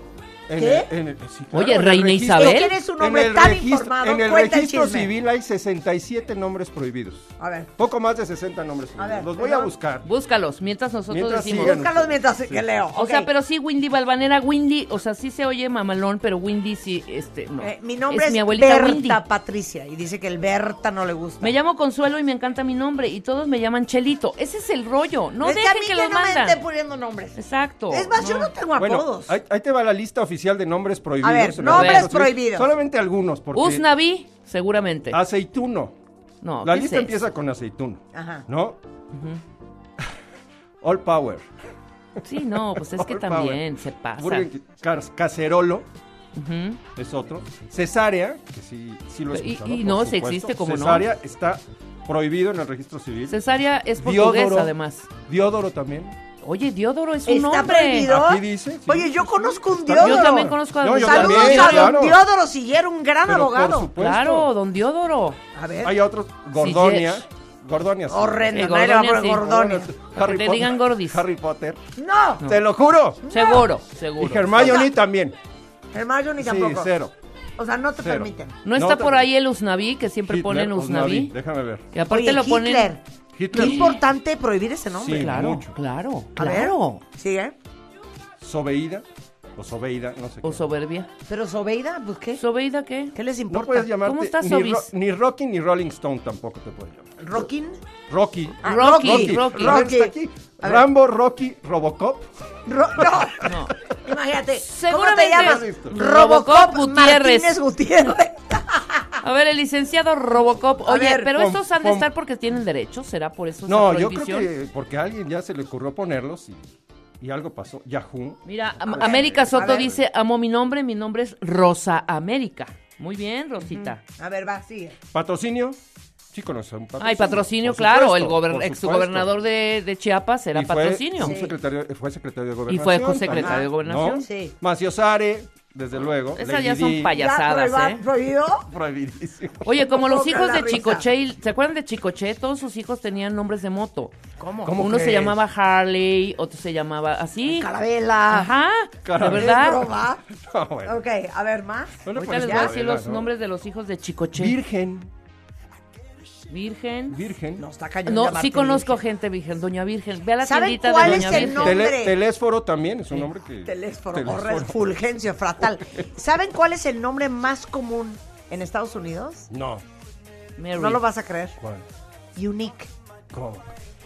[SPEAKER 5] en
[SPEAKER 1] ¿Qué?
[SPEAKER 5] el- en el- sí, claro,
[SPEAKER 4] Oye,
[SPEAKER 5] en el
[SPEAKER 4] Reina
[SPEAKER 5] registro.
[SPEAKER 4] Isabel.
[SPEAKER 1] Es que eres un hombre tan informado.
[SPEAKER 5] En el
[SPEAKER 1] Cuenta el
[SPEAKER 5] registro
[SPEAKER 1] chisme.
[SPEAKER 5] civil hay 67 nombres prohibidos.
[SPEAKER 1] A ver.
[SPEAKER 5] Poco más de 60 nombres prohibidos.
[SPEAKER 1] ver,
[SPEAKER 5] Los voy a
[SPEAKER 1] perdón.
[SPEAKER 5] buscar.
[SPEAKER 4] Búscalos, mientras nosotros
[SPEAKER 5] Mientras
[SPEAKER 4] decimos.
[SPEAKER 5] sigan.
[SPEAKER 1] Búscalos mientras que leo.
[SPEAKER 4] O sea,
[SPEAKER 1] Ok.
[SPEAKER 4] pero sí, Windy Balvanera, Windy, o sea, sí se oye mamalón, pero Windy sí, este, no.
[SPEAKER 1] Eh, mi nombre es,
[SPEAKER 4] mi abuelita
[SPEAKER 1] Berta
[SPEAKER 4] Windy.
[SPEAKER 1] Patricia y dice que el Berta no le gusta.
[SPEAKER 4] Me llamo Consuelo y me encanta mi nombre y todos me llaman Chelito. Ese es el rollo. No
[SPEAKER 1] es que a
[SPEAKER 4] dejen
[SPEAKER 1] mí
[SPEAKER 4] que,
[SPEAKER 1] que
[SPEAKER 4] los
[SPEAKER 1] no me
[SPEAKER 4] mandan.
[SPEAKER 1] estén poniendo nombres.
[SPEAKER 4] Exacto.
[SPEAKER 1] Es más, yo no tengo
[SPEAKER 5] Bueno,
[SPEAKER 1] apodos.
[SPEAKER 5] ahí, ahí te va la lista oficial de nombres prohibidos.
[SPEAKER 1] A ver,
[SPEAKER 5] en el
[SPEAKER 1] nombres
[SPEAKER 5] registro civil.
[SPEAKER 1] prohibidos.
[SPEAKER 5] Solamente algunos, porque
[SPEAKER 4] Usnavi, seguramente.
[SPEAKER 5] aceituno.
[SPEAKER 4] no,
[SPEAKER 5] la
[SPEAKER 4] ¿qué
[SPEAKER 5] lista
[SPEAKER 4] es eso?
[SPEAKER 5] empieza con aceituno.
[SPEAKER 1] Ajá.
[SPEAKER 5] ¿No? [laughs] All Power.
[SPEAKER 4] Sí, no, pues
[SPEAKER 5] [laughs]
[SPEAKER 4] es que
[SPEAKER 5] All Power.
[SPEAKER 4] también se pasa.
[SPEAKER 5] Burger King. Cas- Cacerolo
[SPEAKER 4] Ujú.
[SPEAKER 5] es otro. Cesárea, que sí, sí lo he
[SPEAKER 4] Y-
[SPEAKER 5] escuchado,
[SPEAKER 4] y
[SPEAKER 5] por
[SPEAKER 4] no, se
[SPEAKER 5] supuesto.
[SPEAKER 4] existe, ¿cómo no?
[SPEAKER 5] Cesárea está prohibido en el registro civil.
[SPEAKER 4] Cesárea es
[SPEAKER 5] Diodoro.
[SPEAKER 4] portuguesa, además.
[SPEAKER 5] Diodoro también.
[SPEAKER 4] Oye, Diodoro es un
[SPEAKER 1] ¿Está
[SPEAKER 4] nombre.
[SPEAKER 1] prohibido?
[SPEAKER 5] Aquí dice, sí.
[SPEAKER 1] Oye, yo conozco un
[SPEAKER 5] Está-
[SPEAKER 1] Diodoro.
[SPEAKER 4] Yo también conozco a
[SPEAKER 5] No,
[SPEAKER 4] don
[SPEAKER 5] yo
[SPEAKER 1] Saludos
[SPEAKER 5] también,
[SPEAKER 1] a
[SPEAKER 5] claro.
[SPEAKER 1] don Diodoro Siguero, un gran
[SPEAKER 5] Pero por
[SPEAKER 1] abogado.
[SPEAKER 5] supuesto.
[SPEAKER 4] Claro, don Diodoro.
[SPEAKER 1] A ver.
[SPEAKER 5] Hay otros. Gordonia.
[SPEAKER 4] Sí,
[SPEAKER 5] Gordonia. sí.
[SPEAKER 1] Horrendo.
[SPEAKER 4] Sí,
[SPEAKER 1] nadie le va a poner
[SPEAKER 4] Gordonia,
[SPEAKER 1] Gordonia.
[SPEAKER 4] Que te digan gordis.
[SPEAKER 5] Harry Potter.
[SPEAKER 1] No,
[SPEAKER 5] Te lo juro.
[SPEAKER 4] Seguro,
[SPEAKER 5] Y
[SPEAKER 4] seguro.
[SPEAKER 5] Hermione también.
[SPEAKER 1] hermano, yo ni
[SPEAKER 5] Sí,
[SPEAKER 1] tampoco.
[SPEAKER 5] cero.
[SPEAKER 1] O sea, no te
[SPEAKER 5] Cero.
[SPEAKER 1] permiten.
[SPEAKER 4] ¿No está
[SPEAKER 5] No,
[SPEAKER 4] por
[SPEAKER 5] también.
[SPEAKER 4] ahí el Usnavi, que siempre
[SPEAKER 5] Hitler,
[SPEAKER 4] ponen Usnavi?
[SPEAKER 5] Déjame ver.
[SPEAKER 4] Que aparte
[SPEAKER 1] Oye,
[SPEAKER 4] lo ponen...
[SPEAKER 1] Hitler. Qué
[SPEAKER 5] Hitler.
[SPEAKER 1] importante prohibir ese nombre.
[SPEAKER 5] Sí.
[SPEAKER 4] Claro,
[SPEAKER 5] Mucho.
[SPEAKER 4] claro,
[SPEAKER 1] A ver.
[SPEAKER 4] claro.
[SPEAKER 1] Sigue.
[SPEAKER 5] Sobeida. O Sobeida, no sé.
[SPEAKER 4] O
[SPEAKER 5] qué.
[SPEAKER 4] soberbia.
[SPEAKER 1] Pero Sobeida, pues qué.
[SPEAKER 4] ¿Sobeida qué?
[SPEAKER 1] ¿Qué les
[SPEAKER 5] No
[SPEAKER 1] importa?
[SPEAKER 5] puedes llamarte
[SPEAKER 4] ¿Cómo estás,
[SPEAKER 5] ni,
[SPEAKER 4] Sobis?
[SPEAKER 5] ro- ni Rocky ni Rolling Stone tampoco te puedes llamar.
[SPEAKER 1] ¿Rockin?
[SPEAKER 5] Rocky.
[SPEAKER 1] Ah,
[SPEAKER 4] Rocky,
[SPEAKER 1] Rocky.
[SPEAKER 4] Rocky.
[SPEAKER 5] Rocky.
[SPEAKER 1] Rocky.
[SPEAKER 5] está aquí.
[SPEAKER 1] A ver.
[SPEAKER 5] Rambo, Rocky, Robocop.
[SPEAKER 1] Ro- no.
[SPEAKER 4] No.
[SPEAKER 1] [laughs] Imagínate.
[SPEAKER 4] Seguramente-
[SPEAKER 1] ¿Cómo te
[SPEAKER 5] Listo.
[SPEAKER 1] llamas? Robocop
[SPEAKER 4] Robocop Gutiérrez.
[SPEAKER 1] Martínez Gutiérrez.
[SPEAKER 4] A ver, el licenciado Robocop.
[SPEAKER 1] A
[SPEAKER 4] Oye,
[SPEAKER 1] ver,
[SPEAKER 4] pero
[SPEAKER 5] pom-
[SPEAKER 4] estos han de
[SPEAKER 5] pom-
[SPEAKER 4] estar porque tienen derechos, ¿será por eso? esa
[SPEAKER 5] No, yo creo
[SPEAKER 4] prohibición?
[SPEAKER 5] que porque a alguien ya se le ocurrió ponerlos y, y algo pasó. Yahoo.
[SPEAKER 4] Mira, Am- América Soto
[SPEAKER 1] ver.
[SPEAKER 4] dice, amo mi nombre, mi nombre es Rosa América. Muy bien, Rosita.
[SPEAKER 1] A ver, va, sigue.
[SPEAKER 5] Patrocinio. Sí, conoces un patrocinio.
[SPEAKER 4] Ay, patrocinio,
[SPEAKER 5] por
[SPEAKER 4] claro.
[SPEAKER 5] supuesto,
[SPEAKER 4] el
[SPEAKER 5] por
[SPEAKER 4] gober-
[SPEAKER 5] supuesto.
[SPEAKER 4] exgobernador de, de Chiapas era
[SPEAKER 5] Y fue
[SPEAKER 4] patrocinio.
[SPEAKER 5] un secretario- fue secretario de gobernación.
[SPEAKER 4] Y fue secretario de
[SPEAKER 5] también,
[SPEAKER 4] gobernación.
[SPEAKER 5] ¿no?
[SPEAKER 1] Sí.
[SPEAKER 5] Maciosare, desde luego.
[SPEAKER 4] Esas
[SPEAKER 5] Lady
[SPEAKER 4] ya son
[SPEAKER 5] Di,
[SPEAKER 4] payasadas,
[SPEAKER 1] ¿Ya,
[SPEAKER 4] ¿eh?
[SPEAKER 1] prohibido?
[SPEAKER 5] Prohibidísimo.
[SPEAKER 4] Oye, como los
[SPEAKER 1] Provoca
[SPEAKER 4] hijos
[SPEAKER 1] la
[SPEAKER 4] de
[SPEAKER 1] risa.
[SPEAKER 4] Chicoche, y- ¿se acuerdan de Chicoche? Todos sus hijos tenían nombres de moto.
[SPEAKER 1] ¿Cómo?
[SPEAKER 5] ¿Cómo?
[SPEAKER 4] Uno se
[SPEAKER 5] crees?
[SPEAKER 4] llamaba Harley, otro se llamaba así.
[SPEAKER 1] Carabela.
[SPEAKER 4] Ajá, de
[SPEAKER 5] Carabela.
[SPEAKER 1] ¿Es
[SPEAKER 4] verdad.
[SPEAKER 1] broma?
[SPEAKER 5] No, bueno. pues,
[SPEAKER 1] Ok, a ver, más.
[SPEAKER 5] No le
[SPEAKER 4] Ahorita
[SPEAKER 5] pones
[SPEAKER 4] les voy a
[SPEAKER 5] la
[SPEAKER 4] decir
[SPEAKER 5] vela,
[SPEAKER 4] Ah, los
[SPEAKER 5] ¿no?
[SPEAKER 4] nombres de los hijos de Chicoche.
[SPEAKER 5] Virgen,
[SPEAKER 4] Virgen.
[SPEAKER 5] virgen.
[SPEAKER 1] No, está cañón.
[SPEAKER 4] No,
[SPEAKER 1] llamarte
[SPEAKER 4] sí conozco
[SPEAKER 1] virgen.
[SPEAKER 4] gente virgen, Doña Virgen. Ve a la
[SPEAKER 1] ¿Saben
[SPEAKER 4] tiendita
[SPEAKER 1] cuál
[SPEAKER 4] de
[SPEAKER 1] es
[SPEAKER 4] Doña
[SPEAKER 1] el
[SPEAKER 4] Virgen.
[SPEAKER 1] nombre?
[SPEAKER 5] Tele- telésforo también es un nombre que...
[SPEAKER 1] Telésforo,
[SPEAKER 5] Telésforo.
[SPEAKER 1] o refulgencio fratal. ¿Saben cuál es el nombre más común en Estados Unidos?
[SPEAKER 5] No.
[SPEAKER 4] Mary.
[SPEAKER 1] No lo vas a creer.
[SPEAKER 5] ¿Cuál?
[SPEAKER 1] Unique.
[SPEAKER 5] ¿Cómo?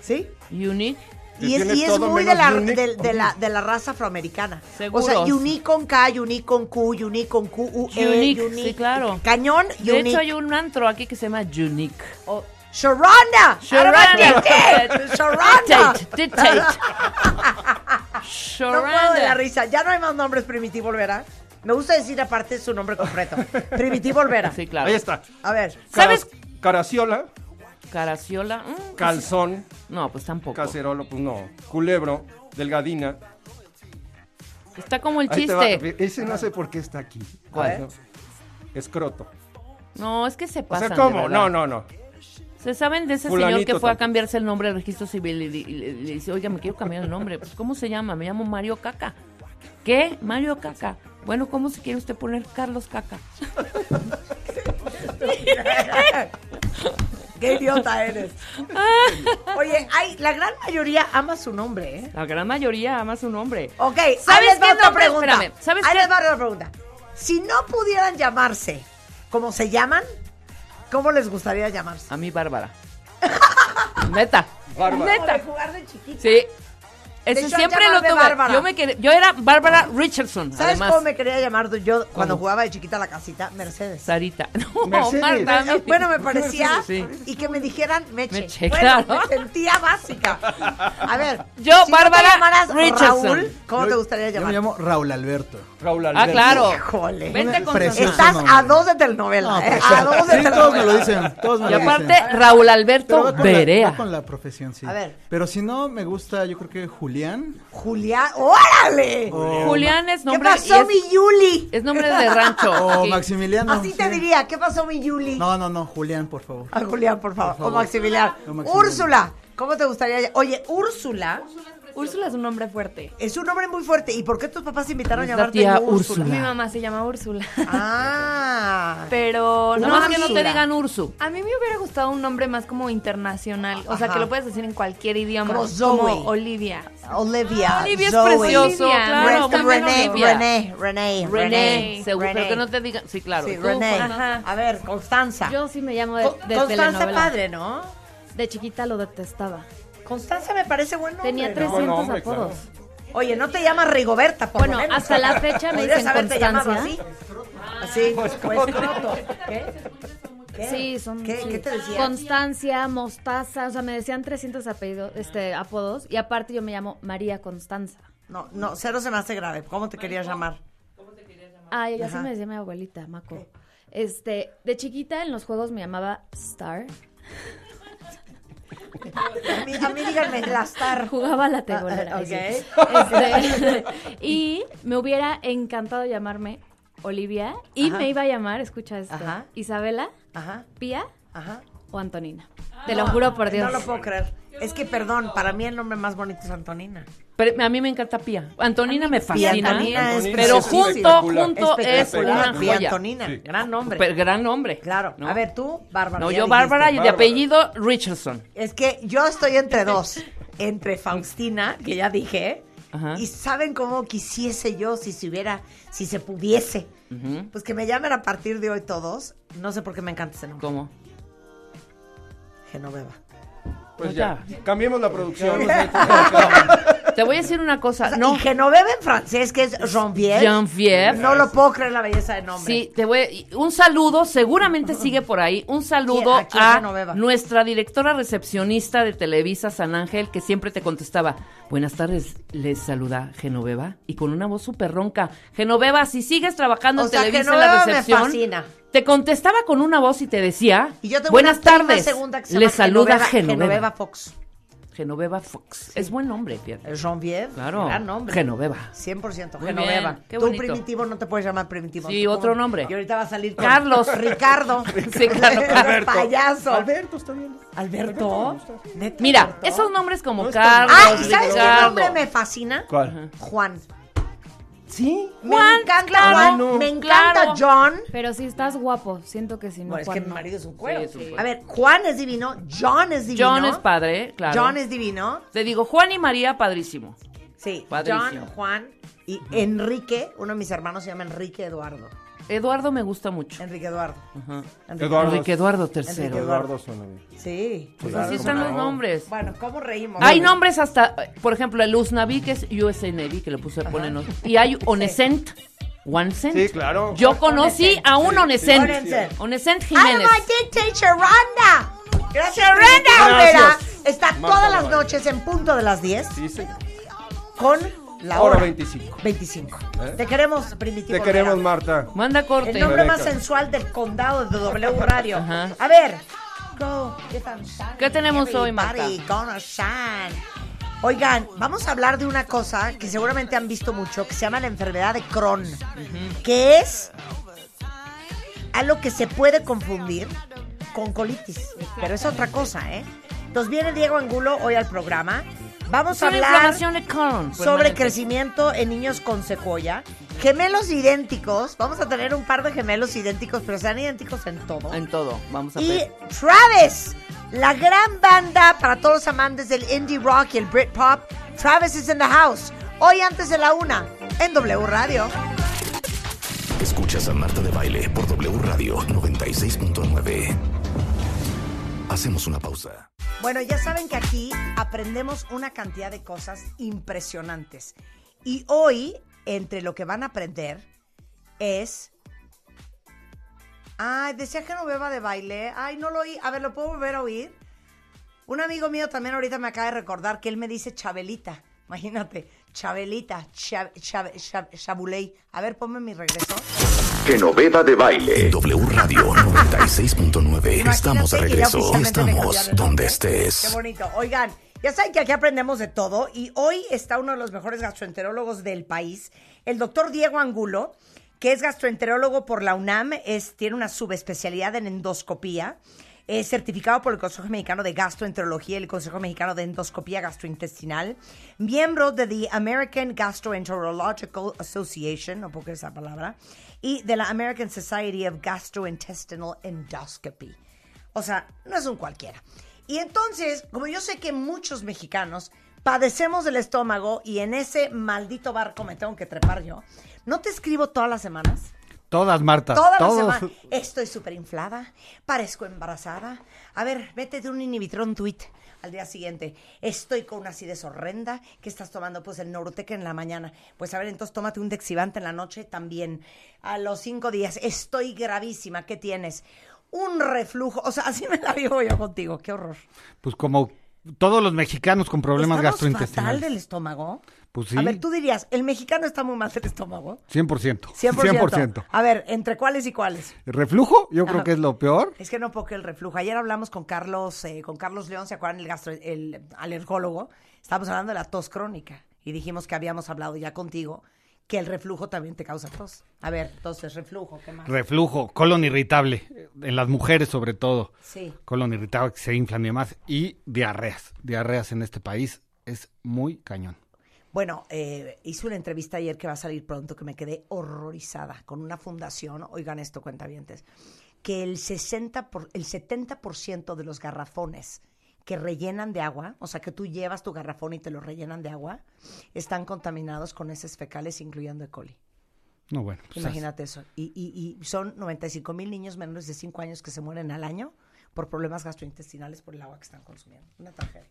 [SPEAKER 1] ¿Sí?
[SPEAKER 4] Unique.
[SPEAKER 5] Que
[SPEAKER 1] Y es,
[SPEAKER 5] tiene
[SPEAKER 1] y es
[SPEAKER 5] todo
[SPEAKER 1] muy de
[SPEAKER 5] menos
[SPEAKER 1] la,
[SPEAKER 5] unique.
[SPEAKER 1] del- de, la, de la raza afroamericana.
[SPEAKER 4] Seguros.
[SPEAKER 1] O sea, unique con K, unique con Q, unique con Q, U, E,
[SPEAKER 4] Unique, sí, claro.
[SPEAKER 1] Cañón,
[SPEAKER 4] De hecho, hay
[SPEAKER 1] unique. Oh,
[SPEAKER 4] un antro aquí que se llama Unique.
[SPEAKER 1] O- Sharonda.
[SPEAKER 4] Sharonda. [laughs]
[SPEAKER 1] Arrepiéntete. Sharonda.
[SPEAKER 4] Dictate, dictate.
[SPEAKER 1] No puedo de la
[SPEAKER 4] Sharonda.
[SPEAKER 1] risa. Ya no hay más nombres Primitivo Olvera. Me gusta decir aparte su nombre completo. Primitivo Olvera.
[SPEAKER 4] [laughs] Sí, claro.
[SPEAKER 5] Ahí está.
[SPEAKER 1] A ver.
[SPEAKER 4] ¿Sabes?
[SPEAKER 5] Caras- Caraciola,
[SPEAKER 4] Caraciola. mm,
[SPEAKER 5] calzón,
[SPEAKER 4] No, pues tampoco.
[SPEAKER 5] cacerolo, pues no. Culebro, delgadina.
[SPEAKER 4] Está como el
[SPEAKER 5] Ahí te va.
[SPEAKER 4] chiste.
[SPEAKER 5] Ese no sé por qué está aquí.
[SPEAKER 4] ¿Cuál?
[SPEAKER 5] Escroto.
[SPEAKER 4] No, es que se
[SPEAKER 5] O
[SPEAKER 4] pasan.
[SPEAKER 5] sea,
[SPEAKER 4] de
[SPEAKER 5] ¿cómo?
[SPEAKER 4] verdad.
[SPEAKER 5] No, no, no.
[SPEAKER 4] ¿Se saben de ese señor
[SPEAKER 5] Fulanito
[SPEAKER 4] que fue a
[SPEAKER 5] tampoco.
[SPEAKER 4] cambiarse el nombre al registro civil y, di- y le, le dice, oiga, me quiero cambiar el nombre? Pues, ¿cómo se llama? Me llamo Mario Caca. ¿Qué? Mario Caca. Bueno, ¿cómo se quiere usted poner Carlos Caca?
[SPEAKER 1] [laughs] Qué idiota eres. Oye, ay, la gran mayoría ama su nombre, ¿eh?
[SPEAKER 4] La gran mayoría ama su nombre.
[SPEAKER 1] Ok, ahí
[SPEAKER 4] ¿Sabes
[SPEAKER 1] les va
[SPEAKER 4] qué
[SPEAKER 1] otra
[SPEAKER 4] nombre?
[SPEAKER 1] pregunta.
[SPEAKER 4] Espérame, ¿sabes
[SPEAKER 1] ahí
[SPEAKER 4] qué?
[SPEAKER 1] les va otra pregunta. Si no pudieran llamarse como se llaman, ¿cómo les gustaría llamarse?
[SPEAKER 4] A
[SPEAKER 1] [laughs]
[SPEAKER 4] mí, Bárbara. Neta.
[SPEAKER 5] Bárbara.
[SPEAKER 1] Como de
[SPEAKER 4] Neta.
[SPEAKER 1] jugar de chiquita.
[SPEAKER 4] Sí. Ese
[SPEAKER 1] pues, hecho,
[SPEAKER 4] siempre lo
[SPEAKER 1] llámame
[SPEAKER 4] tuve.
[SPEAKER 1] Bárbara.
[SPEAKER 4] Yo, me quería- yo era Bárbara Richardson.
[SPEAKER 1] ¿Sabes
[SPEAKER 4] además.
[SPEAKER 1] cómo me quería llamar yo cuando
[SPEAKER 4] ¿Cómo?
[SPEAKER 1] jugaba de chiquita a la casita? Mercedes.
[SPEAKER 4] Sarita. [laughs] No,
[SPEAKER 5] Mercedes.
[SPEAKER 4] Marta,
[SPEAKER 1] Eh,
[SPEAKER 4] mi-
[SPEAKER 1] Bueno, me parecía
[SPEAKER 4] Sí.
[SPEAKER 1] y que me dijeran Meche.
[SPEAKER 4] Meche,
[SPEAKER 1] bueno,
[SPEAKER 4] claro.
[SPEAKER 1] me sentía básica. A ver,
[SPEAKER 4] Yo,
[SPEAKER 1] si no te
[SPEAKER 4] Bárbara
[SPEAKER 1] llamaras
[SPEAKER 4] Richardson.
[SPEAKER 1] Raúl, ¿cómo te gustaría
[SPEAKER 6] Yo me
[SPEAKER 1] llamar?
[SPEAKER 6] llamo Raúl
[SPEAKER 7] [laughs]
[SPEAKER 6] Alberto.
[SPEAKER 5] Raúl
[SPEAKER 4] Ah,
[SPEAKER 5] Alberto.
[SPEAKER 4] claro.
[SPEAKER 1] Híjole.
[SPEAKER 4] Vente con
[SPEAKER 6] Precioso.
[SPEAKER 4] Susana.
[SPEAKER 1] Estás a dos de telenovela,
[SPEAKER 6] No,
[SPEAKER 1] ¿eh?
[SPEAKER 6] pues,
[SPEAKER 1] A dos de
[SPEAKER 6] sí, todos me lo
[SPEAKER 1] telenovela.
[SPEAKER 6] dicen. Todos me
[SPEAKER 4] Y
[SPEAKER 6] lo
[SPEAKER 4] aparte,
[SPEAKER 6] dicen.
[SPEAKER 4] Raúl
[SPEAKER 6] Pero
[SPEAKER 4] Alberto
[SPEAKER 6] va con, la,
[SPEAKER 4] Berea.
[SPEAKER 6] va con la profesión, sí.
[SPEAKER 1] A ver.
[SPEAKER 6] Pero si no, me gusta, yo creo que Julián.
[SPEAKER 1] Julián, ¡órale!
[SPEAKER 6] o-
[SPEAKER 4] Julián es
[SPEAKER 1] ¿Qué
[SPEAKER 4] nombre, y
[SPEAKER 1] pasó,
[SPEAKER 4] es,
[SPEAKER 1] mi Yuli?
[SPEAKER 4] es nombre
[SPEAKER 1] [laughs]
[SPEAKER 4] de rancho.
[SPEAKER 6] O Oh,
[SPEAKER 4] Sí.
[SPEAKER 6] Maximiliano.
[SPEAKER 1] Así te
[SPEAKER 6] sí.
[SPEAKER 1] diría, ¿qué pasó, mi Yuli?
[SPEAKER 6] No, no, no, Julián, por favor.
[SPEAKER 1] A Julián, por favor.
[SPEAKER 6] Por favor.
[SPEAKER 1] O Maximiliano.
[SPEAKER 6] O Maximiliano.
[SPEAKER 1] Úrsula, ¿cómo te gustaría? ll- Oye, Úrsula
[SPEAKER 8] Úrsula es un nombre fuerte.
[SPEAKER 1] es un nombre muy fuerte. ¿Y por qué tus papás te invitaron a
[SPEAKER 4] Es la
[SPEAKER 1] llamarte
[SPEAKER 4] tía
[SPEAKER 1] Úrsula?
[SPEAKER 4] Úrsula.
[SPEAKER 8] Mi mamá se llama Úrsula.
[SPEAKER 1] Ah.
[SPEAKER 8] Pero
[SPEAKER 1] Una
[SPEAKER 8] no,
[SPEAKER 4] No, más que no te
[SPEAKER 1] Úrsula.
[SPEAKER 4] digan Ursu.
[SPEAKER 8] a mí me hubiera gustado un nombre más como internacional. O sea,
[SPEAKER 1] Ajá.
[SPEAKER 8] que lo puedes decir en cualquier idioma.
[SPEAKER 1] Como Zoe.
[SPEAKER 8] Olivia.
[SPEAKER 1] Olivia.
[SPEAKER 4] Ah, Olivia es
[SPEAKER 1] Zoe.
[SPEAKER 4] precioso,
[SPEAKER 8] Olivia,
[SPEAKER 4] claro.
[SPEAKER 1] René,
[SPEAKER 4] también
[SPEAKER 1] René,
[SPEAKER 4] Olivia.
[SPEAKER 1] René, René,
[SPEAKER 4] René,
[SPEAKER 8] René,
[SPEAKER 4] seguro.
[SPEAKER 1] René.
[SPEAKER 4] Pero que no te digan. Sí, claro.
[SPEAKER 1] Sí,
[SPEAKER 4] ¿Y tú,
[SPEAKER 1] René.
[SPEAKER 4] Juana?
[SPEAKER 8] Ajá.
[SPEAKER 1] A ver, Constanza.
[SPEAKER 9] Yo sí me llamo de,
[SPEAKER 1] Co-
[SPEAKER 9] de
[SPEAKER 1] Constanza
[SPEAKER 9] telenovela.
[SPEAKER 1] padre, ¿no?
[SPEAKER 9] De chiquita lo detestaba.
[SPEAKER 1] Constanza me parece buen nombre.
[SPEAKER 9] Tenía
[SPEAKER 1] ¿no?
[SPEAKER 9] 300
[SPEAKER 5] Buen hombre,
[SPEAKER 9] apodos.
[SPEAKER 1] Oye, no te llamas Rigoberta, por
[SPEAKER 9] Bueno,
[SPEAKER 1] lo menos.
[SPEAKER 9] hasta la fecha me
[SPEAKER 1] ¿Podrías
[SPEAKER 9] dicen
[SPEAKER 1] haberte llamado Pues,
[SPEAKER 9] Constancia.
[SPEAKER 5] Pues,
[SPEAKER 1] así? Así, o escroto. ¿Qué? ¿Qué?
[SPEAKER 9] Sí, son
[SPEAKER 1] ¿Qué,
[SPEAKER 9] sí.
[SPEAKER 1] ¿Qué te decía?
[SPEAKER 9] Constancia, Mostaza, o sea, me decían 300 apellidos, este, apodos y aparte yo me llamo María Constanza.
[SPEAKER 1] No, no, cero se me hace grave. ¿Cómo te querías llamar?
[SPEAKER 9] Ay, ella sí
[SPEAKER 1] Ajá.
[SPEAKER 9] me decía mi abuelita, Maco. Este, de chiquita en los juegos me llamaba Star.
[SPEAKER 1] A mí, a mí díganme, la star.
[SPEAKER 9] Jugaba a la tegolera.
[SPEAKER 1] Ah, ah,
[SPEAKER 9] eso.
[SPEAKER 1] [laughs] ok.
[SPEAKER 9] Este, [laughs] y me hubiera encantado llamarme Olivia y
[SPEAKER 1] Ajá.
[SPEAKER 9] me iba a llamar, escucha esto,
[SPEAKER 1] Ajá.
[SPEAKER 9] Isabela,
[SPEAKER 1] Ajá,
[SPEAKER 9] Pía
[SPEAKER 1] ajá.
[SPEAKER 9] o Antonina. Te lo juro por Dios.
[SPEAKER 1] Ah, No lo puedo creer. Es que, perdón, para mí el nombre más bonito es Antonina.
[SPEAKER 4] Pero a mí me encanta Pía. Antonina me
[SPEAKER 1] Pía
[SPEAKER 4] fascina.
[SPEAKER 1] Antonina es
[SPEAKER 5] Antonina
[SPEAKER 4] pero
[SPEAKER 5] es
[SPEAKER 4] junto,
[SPEAKER 5] espectacular.
[SPEAKER 4] junto es una
[SPEAKER 1] Espectacular. Pía
[SPEAKER 4] joya.
[SPEAKER 1] Antonina,
[SPEAKER 5] Sí.
[SPEAKER 1] gran nombre.
[SPEAKER 4] Pero gran nombre.
[SPEAKER 1] Claro.
[SPEAKER 4] ¿no?
[SPEAKER 1] A ver, tú, Bárbara.
[SPEAKER 4] No,
[SPEAKER 1] ya
[SPEAKER 4] yo
[SPEAKER 1] dijiste.
[SPEAKER 4] Bárbara y de
[SPEAKER 5] Bárbara.
[SPEAKER 4] apellido Richardson.
[SPEAKER 1] Es que yo estoy entre dos. Entre Faustina, que ya dije,
[SPEAKER 4] Ajá.
[SPEAKER 1] y saben cómo quisiese yo si se hubiera, si se pudiese.
[SPEAKER 4] Ujú.
[SPEAKER 1] Pues que me llamen a partir de hoy todos. No sé por qué me encanta ese nombre.
[SPEAKER 4] ¿Cómo?
[SPEAKER 1] Genoveva.
[SPEAKER 5] Pues
[SPEAKER 4] No,
[SPEAKER 5] ya. Cambiemos la producción.
[SPEAKER 4] [laughs]
[SPEAKER 1] [laughs]
[SPEAKER 4] Te voy a decir una cosa.
[SPEAKER 1] O sea,
[SPEAKER 4] no,
[SPEAKER 1] Y Genoveva en francés, que es Jean-Pierre.
[SPEAKER 4] Jean-Pierre.
[SPEAKER 1] No lo puedo creer la belleza de nombre.
[SPEAKER 4] Sí, te voy. y Un
[SPEAKER 1] [laughs]
[SPEAKER 4] saludo, seguramente sigue por ahí. Un saludo
[SPEAKER 1] ¿A quién? ¿A quién no
[SPEAKER 4] a
[SPEAKER 1] beba?
[SPEAKER 4] nuestra directora recepcionista de Televisa San Ángel, que siempre te contestaba: Buenas tardes, les saluda Genoveva. Y con una voz súper ronca: Genoveva, si sigues trabajando
[SPEAKER 1] O
[SPEAKER 4] en
[SPEAKER 1] sea,
[SPEAKER 4] Televisa en la
[SPEAKER 1] Genoveva me
[SPEAKER 4] recepción.
[SPEAKER 1] fascina.
[SPEAKER 4] Te contestaba con una voz y te decía:
[SPEAKER 1] Y yo tengo
[SPEAKER 4] Buenas
[SPEAKER 1] una prima
[SPEAKER 4] tardes,
[SPEAKER 1] segunda que se
[SPEAKER 4] les
[SPEAKER 1] llama
[SPEAKER 4] saluda
[SPEAKER 1] Genoveva,
[SPEAKER 4] Genoveva.
[SPEAKER 1] Genoveva Fox.
[SPEAKER 4] Genoveva Fox. Es buen nombre, fíjate.
[SPEAKER 1] El Genevieve.
[SPEAKER 4] Claro.
[SPEAKER 1] Gran nombre.
[SPEAKER 4] Genoveva.
[SPEAKER 1] 100%
[SPEAKER 4] Muy
[SPEAKER 1] Genoveva.
[SPEAKER 4] bien, qué
[SPEAKER 1] Tú,
[SPEAKER 4] bonito.
[SPEAKER 1] primitivo, no te puedes llamar primitivo.
[SPEAKER 4] Sí,
[SPEAKER 1] Tú como-
[SPEAKER 4] otro nombre.
[SPEAKER 1] Y ahorita va a salir con
[SPEAKER 4] Carlos.
[SPEAKER 1] Ricardo.
[SPEAKER 4] [laughs]
[SPEAKER 1] [laughs]
[SPEAKER 4] Sí, Carlos.
[SPEAKER 5] Alberto.
[SPEAKER 1] Payaso.
[SPEAKER 5] Alberto está bien.
[SPEAKER 1] Alberto. ¿Neta,
[SPEAKER 4] Mira,
[SPEAKER 1] Alberto?
[SPEAKER 4] esos nombres como
[SPEAKER 5] No está mal.
[SPEAKER 4] Carlos,
[SPEAKER 1] Ay, Ah, ¿sabes qué
[SPEAKER 4] Ricardo.
[SPEAKER 1] nombre me fascina?
[SPEAKER 5] ¿Cuál?
[SPEAKER 1] Juan.
[SPEAKER 5] Sí.
[SPEAKER 1] me encanta
[SPEAKER 4] claro,
[SPEAKER 1] Juan. me encanta
[SPEAKER 4] claro.
[SPEAKER 1] John.
[SPEAKER 9] Pero si estás guapo, siento que si no.
[SPEAKER 1] Bueno, es
[SPEAKER 9] Juan,
[SPEAKER 1] que mi
[SPEAKER 9] no.
[SPEAKER 1] marido es un cuero.
[SPEAKER 4] Sí, es un cuero.
[SPEAKER 1] A ver, Juan es divino, John es divino.
[SPEAKER 4] John es padre, claro.
[SPEAKER 1] John es divino.
[SPEAKER 4] Te digo, Juan y María, padrísimo.
[SPEAKER 1] Sí,
[SPEAKER 4] Padrísimo.
[SPEAKER 1] John, Juan y Enrique. Uno de mis hermanos se llama Enrique Eduardo.
[SPEAKER 4] Eduardo me gusta mucho.
[SPEAKER 1] Enrique Eduardo.
[SPEAKER 4] Ajá.
[SPEAKER 1] Enrique
[SPEAKER 5] Eduardo.
[SPEAKER 4] Enrique Eduardo III.
[SPEAKER 1] Enrique
[SPEAKER 5] Eduardo suena bien.
[SPEAKER 1] Sí.
[SPEAKER 4] Pues
[SPEAKER 5] Claro,
[SPEAKER 4] así están
[SPEAKER 5] ¿cómo
[SPEAKER 4] los
[SPEAKER 5] no?
[SPEAKER 4] nombres.
[SPEAKER 1] Bueno, ¿cómo reímos?
[SPEAKER 4] Hay nombres hasta, eh, por ejemplo, el Usnavi, que es USA Navy, que le puse ponen. Y hay Onescent. Onescent.
[SPEAKER 5] Sí, claro.
[SPEAKER 4] Yo conocí a un Onescent.
[SPEAKER 1] Onescent.
[SPEAKER 4] Onescent
[SPEAKER 1] ¡Alma,
[SPEAKER 4] Jiménez.
[SPEAKER 1] Cheranda! ¡Gracias, Brenda! Olvera. Está todas las noches en punto de las 10
[SPEAKER 5] Sí, señor.
[SPEAKER 1] con la
[SPEAKER 5] Hora
[SPEAKER 1] hora
[SPEAKER 5] 25.
[SPEAKER 1] 25.
[SPEAKER 5] ¿Eh?
[SPEAKER 1] Te queremos, Primitivo.
[SPEAKER 5] Te queremos,
[SPEAKER 1] Olvera.
[SPEAKER 5] Marta.
[SPEAKER 4] Manda
[SPEAKER 1] El
[SPEAKER 4] corte.
[SPEAKER 1] nombre más
[SPEAKER 5] Correcto.
[SPEAKER 1] sensual del condado de W Radio.
[SPEAKER 4] Ajá.
[SPEAKER 1] A ver. Go, get on shine,
[SPEAKER 4] ¿Qué tenemos hoy, Marta?
[SPEAKER 1] everybody gonna shine. Oigan, vamos a hablar de una cosa que seguramente han visto mucho, que se llama la enfermedad de Crohn, que es algo que se puede confundir con colitis, pero es otra cosa, ¿eh? Entonces viene Diego Angulo hoy al programa. Vamos
[SPEAKER 4] Es
[SPEAKER 1] a
[SPEAKER 4] una
[SPEAKER 1] hablar
[SPEAKER 4] inflamación de Pues, Crohn.
[SPEAKER 1] sobre
[SPEAKER 4] permanente.
[SPEAKER 1] crecimiento en niños con secuoya. Gemelos idénticos. Vamos a tener un par de gemelos idénticos, pero sean idénticos en todo.
[SPEAKER 4] En todo. Vamos a
[SPEAKER 1] Y
[SPEAKER 4] ver.
[SPEAKER 1] Travis, la gran banda para todos los amantes del indie rock y el Britpop. Travis is in the house. Hoy antes de la una, en W Radio.
[SPEAKER 3] Escuchas a Marta de Baile por W Radio 96.9. Hacemos una pausa.
[SPEAKER 1] Bueno, ya saben que aquí aprendemos una cantidad de cosas impresionantes. Y hoy, entre lo que van a aprender, es. Ay, decía que no beba de baile. Ay, no lo oí. A ver, ¿lo puedo volver a oír? Un amigo mío también ahorita me acaba de recordar que él me dice Chabelita. Imagínate, Chabelita, Chab- Chab- Chab- Chabuley. A ver, ponme mi regreso.
[SPEAKER 10] Genoveva de
[SPEAKER 3] En
[SPEAKER 10] baile.
[SPEAKER 3] W Radio 96.9. Estamos de
[SPEAKER 1] Imagínate que ya
[SPEAKER 3] regreso.
[SPEAKER 1] oficialmente le
[SPEAKER 3] Estamos
[SPEAKER 1] cambiaron el
[SPEAKER 3] donde
[SPEAKER 1] nombre. Qué
[SPEAKER 3] estés.
[SPEAKER 1] bonito. Oigan, ya saben que aquí aprendemos de todo y hoy está uno de los mejores gastroenterólogos del país, el doctor Diego Angulo, que es gastroenterólogo por la UNAM, es, tiene una subespecialidad en endoscopía. Es certificado por el Consejo Mexicano de Gastroenterología y el Consejo Mexicano de Endoscopía Gastrointestinal. Miembro de The American Gastroenterological Association, no puedo creer esa palabra, y de la American Society of Gastrointestinal Endoscopy. O sea, no es un cualquiera. Y entonces, como yo sé que muchos mexicanos padecemos del estómago y en ese maldito barco me tengo que trepar yo, ¿no te escribo todas las semanas?
[SPEAKER 6] Todas, Marta.
[SPEAKER 1] Todas las
[SPEAKER 6] todos.
[SPEAKER 7] [laughs]
[SPEAKER 1] semanas. Estoy súper inflada, parezco embarazada. A ver, vete de un inhibitrón tweet al día siguiente. Estoy con una acidez horrenda. ¿Qué estás tomando? Pues el Norutec en la mañana. Pues a ver, entonces tómate un Dexivante en la noche también. A los cinco días. Estoy gravísima. ¿Qué tienes? Un reflujo. O sea, así me la vivo yo contigo. Qué horror.
[SPEAKER 7] Pues como todos los mexicanos con problemas
[SPEAKER 1] ¿Estamos fatal
[SPEAKER 7] gastrointestinales.
[SPEAKER 1] del estómago?
[SPEAKER 7] Pues sí.
[SPEAKER 1] A ver, tú dirías, el mexicano está muy mal del estómago.
[SPEAKER 7] [laughs] 100%.
[SPEAKER 1] 100%.
[SPEAKER 7] 100%.
[SPEAKER 1] A ver, ¿entre cuáles y cuáles?
[SPEAKER 7] Reflujo, yo
[SPEAKER 1] Ajá.
[SPEAKER 7] creo que es lo peor.
[SPEAKER 1] Es que no porque el reflujo. Ayer hablamos con Carlos, eh, con Carlos León, ¿se acuerdan? El, gastro, el alergólogo. Estábamos hablando de la tos crónica y dijimos que habíamos hablado ya contigo que el reflujo también te causa tos. A ver, entonces, reflujo, ¿qué más?
[SPEAKER 7] Reflujo, colon irritable, en las mujeres sobre todo.
[SPEAKER 1] Sí.
[SPEAKER 7] Colon irritable que se inflan y demás. Y diarreas. Diarreas en este país es muy cañón.
[SPEAKER 1] Bueno, eh, hice una entrevista ayer que va a salir pronto que me quedé horrorizada con una fundación, oigan esto, cuentavientes, que el 60 por, el 70% de los garrafones que rellenan de agua, o sea, que tú llevas tu garrafón y te lo rellenan de agua, están contaminados con heces fecales, incluyendo E. coli.
[SPEAKER 7] No, bueno. pues,
[SPEAKER 1] Imagínate eso. Y, y- y son 95 mil niños menores de 5 años que se mueren al año por problemas gastrointestinales por el agua que están consumiendo. Una tragedia.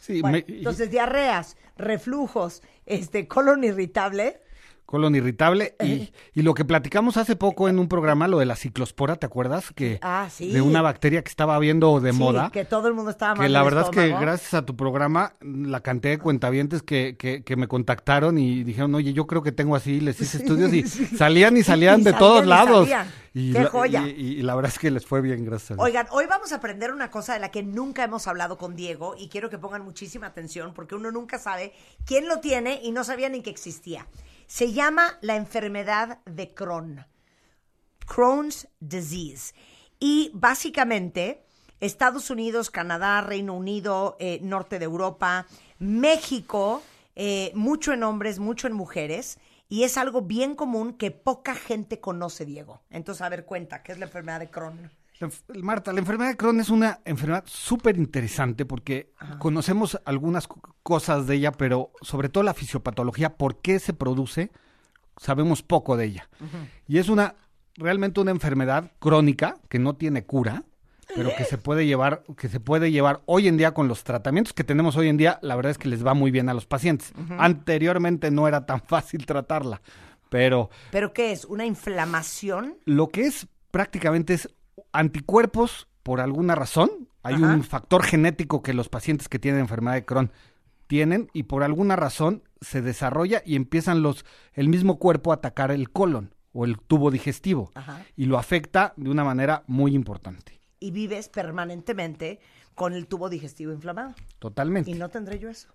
[SPEAKER 7] sí,
[SPEAKER 1] Bueno,
[SPEAKER 7] me- y-
[SPEAKER 1] entonces, diarreas, reflujos, este, colon irritable.
[SPEAKER 7] colon irritable y, y lo que platicamos hace poco en un programa, lo de la ciclospora, ¿te acuerdas? Que
[SPEAKER 1] Ah, sí.
[SPEAKER 7] de una bacteria que estaba viendo de
[SPEAKER 1] Sí,
[SPEAKER 7] moda.
[SPEAKER 1] Que todo el mundo estaba mal
[SPEAKER 7] Que la
[SPEAKER 1] del
[SPEAKER 7] verdad es que
[SPEAKER 1] estómago.
[SPEAKER 7] gracias a tu programa, la cantidad de cuentavientes que, que, que me contactaron y dijeron, oye, yo creo que tengo así, les hice estudios
[SPEAKER 1] [laughs]
[SPEAKER 7] y salían y salían
[SPEAKER 1] Y
[SPEAKER 7] de
[SPEAKER 1] salían
[SPEAKER 7] todos
[SPEAKER 1] y
[SPEAKER 7] lados.
[SPEAKER 1] salían.
[SPEAKER 7] Y,
[SPEAKER 1] ¡Qué
[SPEAKER 7] la,
[SPEAKER 1] joya!
[SPEAKER 7] Y, y- y la verdad es que les fue bien, gracias. a Dios.
[SPEAKER 1] Oigan, hoy vamos a aprender una cosa de la que nunca hemos hablado con Diego y quiero que pongan muchísima atención porque uno nunca sabe quién lo tiene y no sabía ni que existía. Se llama la enfermedad de Crohn. Crohn's disease. Y básicamente, Estados Unidos, Canadá, Reino Unido, eh, norte de Europa, México, eh, mucho en hombres, mucho en mujeres. Y es algo bien común que poca gente conoce, Diego. Entonces, a ver, cuenta, ¿qué es la enfermedad de Crohn?
[SPEAKER 7] La enf- Marta, la enfermedad de Crohn es una enfermedad súper interesante porque conocemos algunas co- cosas de ella, pero sobre todo la fisiopatología, por qué se produce, sabemos poco de ella.
[SPEAKER 1] Mm-hmm.
[SPEAKER 7] Y es una realmente una enfermedad crónica que no tiene cura, pero que se puede llevar que se puede llevar hoy en día con los tratamientos que tenemos hoy en día, la verdad es que les va muy bien a los pacientes. Anteriormente no era tan fácil tratarla, pero
[SPEAKER 1] ¿Pero qué es? ¿Una inflamación?
[SPEAKER 7] lo que es prácticamente es anticuerpos por alguna razón. Hay
[SPEAKER 1] Ajá.
[SPEAKER 7] un factor genético que los pacientes que tienen enfermedad de Crohn tienen y por alguna razón se desarrolla y empiezan los el mismo cuerpo a atacar el colon o el tubo digestivo
[SPEAKER 1] Ajá.
[SPEAKER 7] y lo afecta de una manera muy importante.
[SPEAKER 1] Y vives permanentemente con el tubo digestivo inflamado.
[SPEAKER 7] Totalmente.
[SPEAKER 1] Y
[SPEAKER 7] no...
[SPEAKER 1] no tendré yo eso.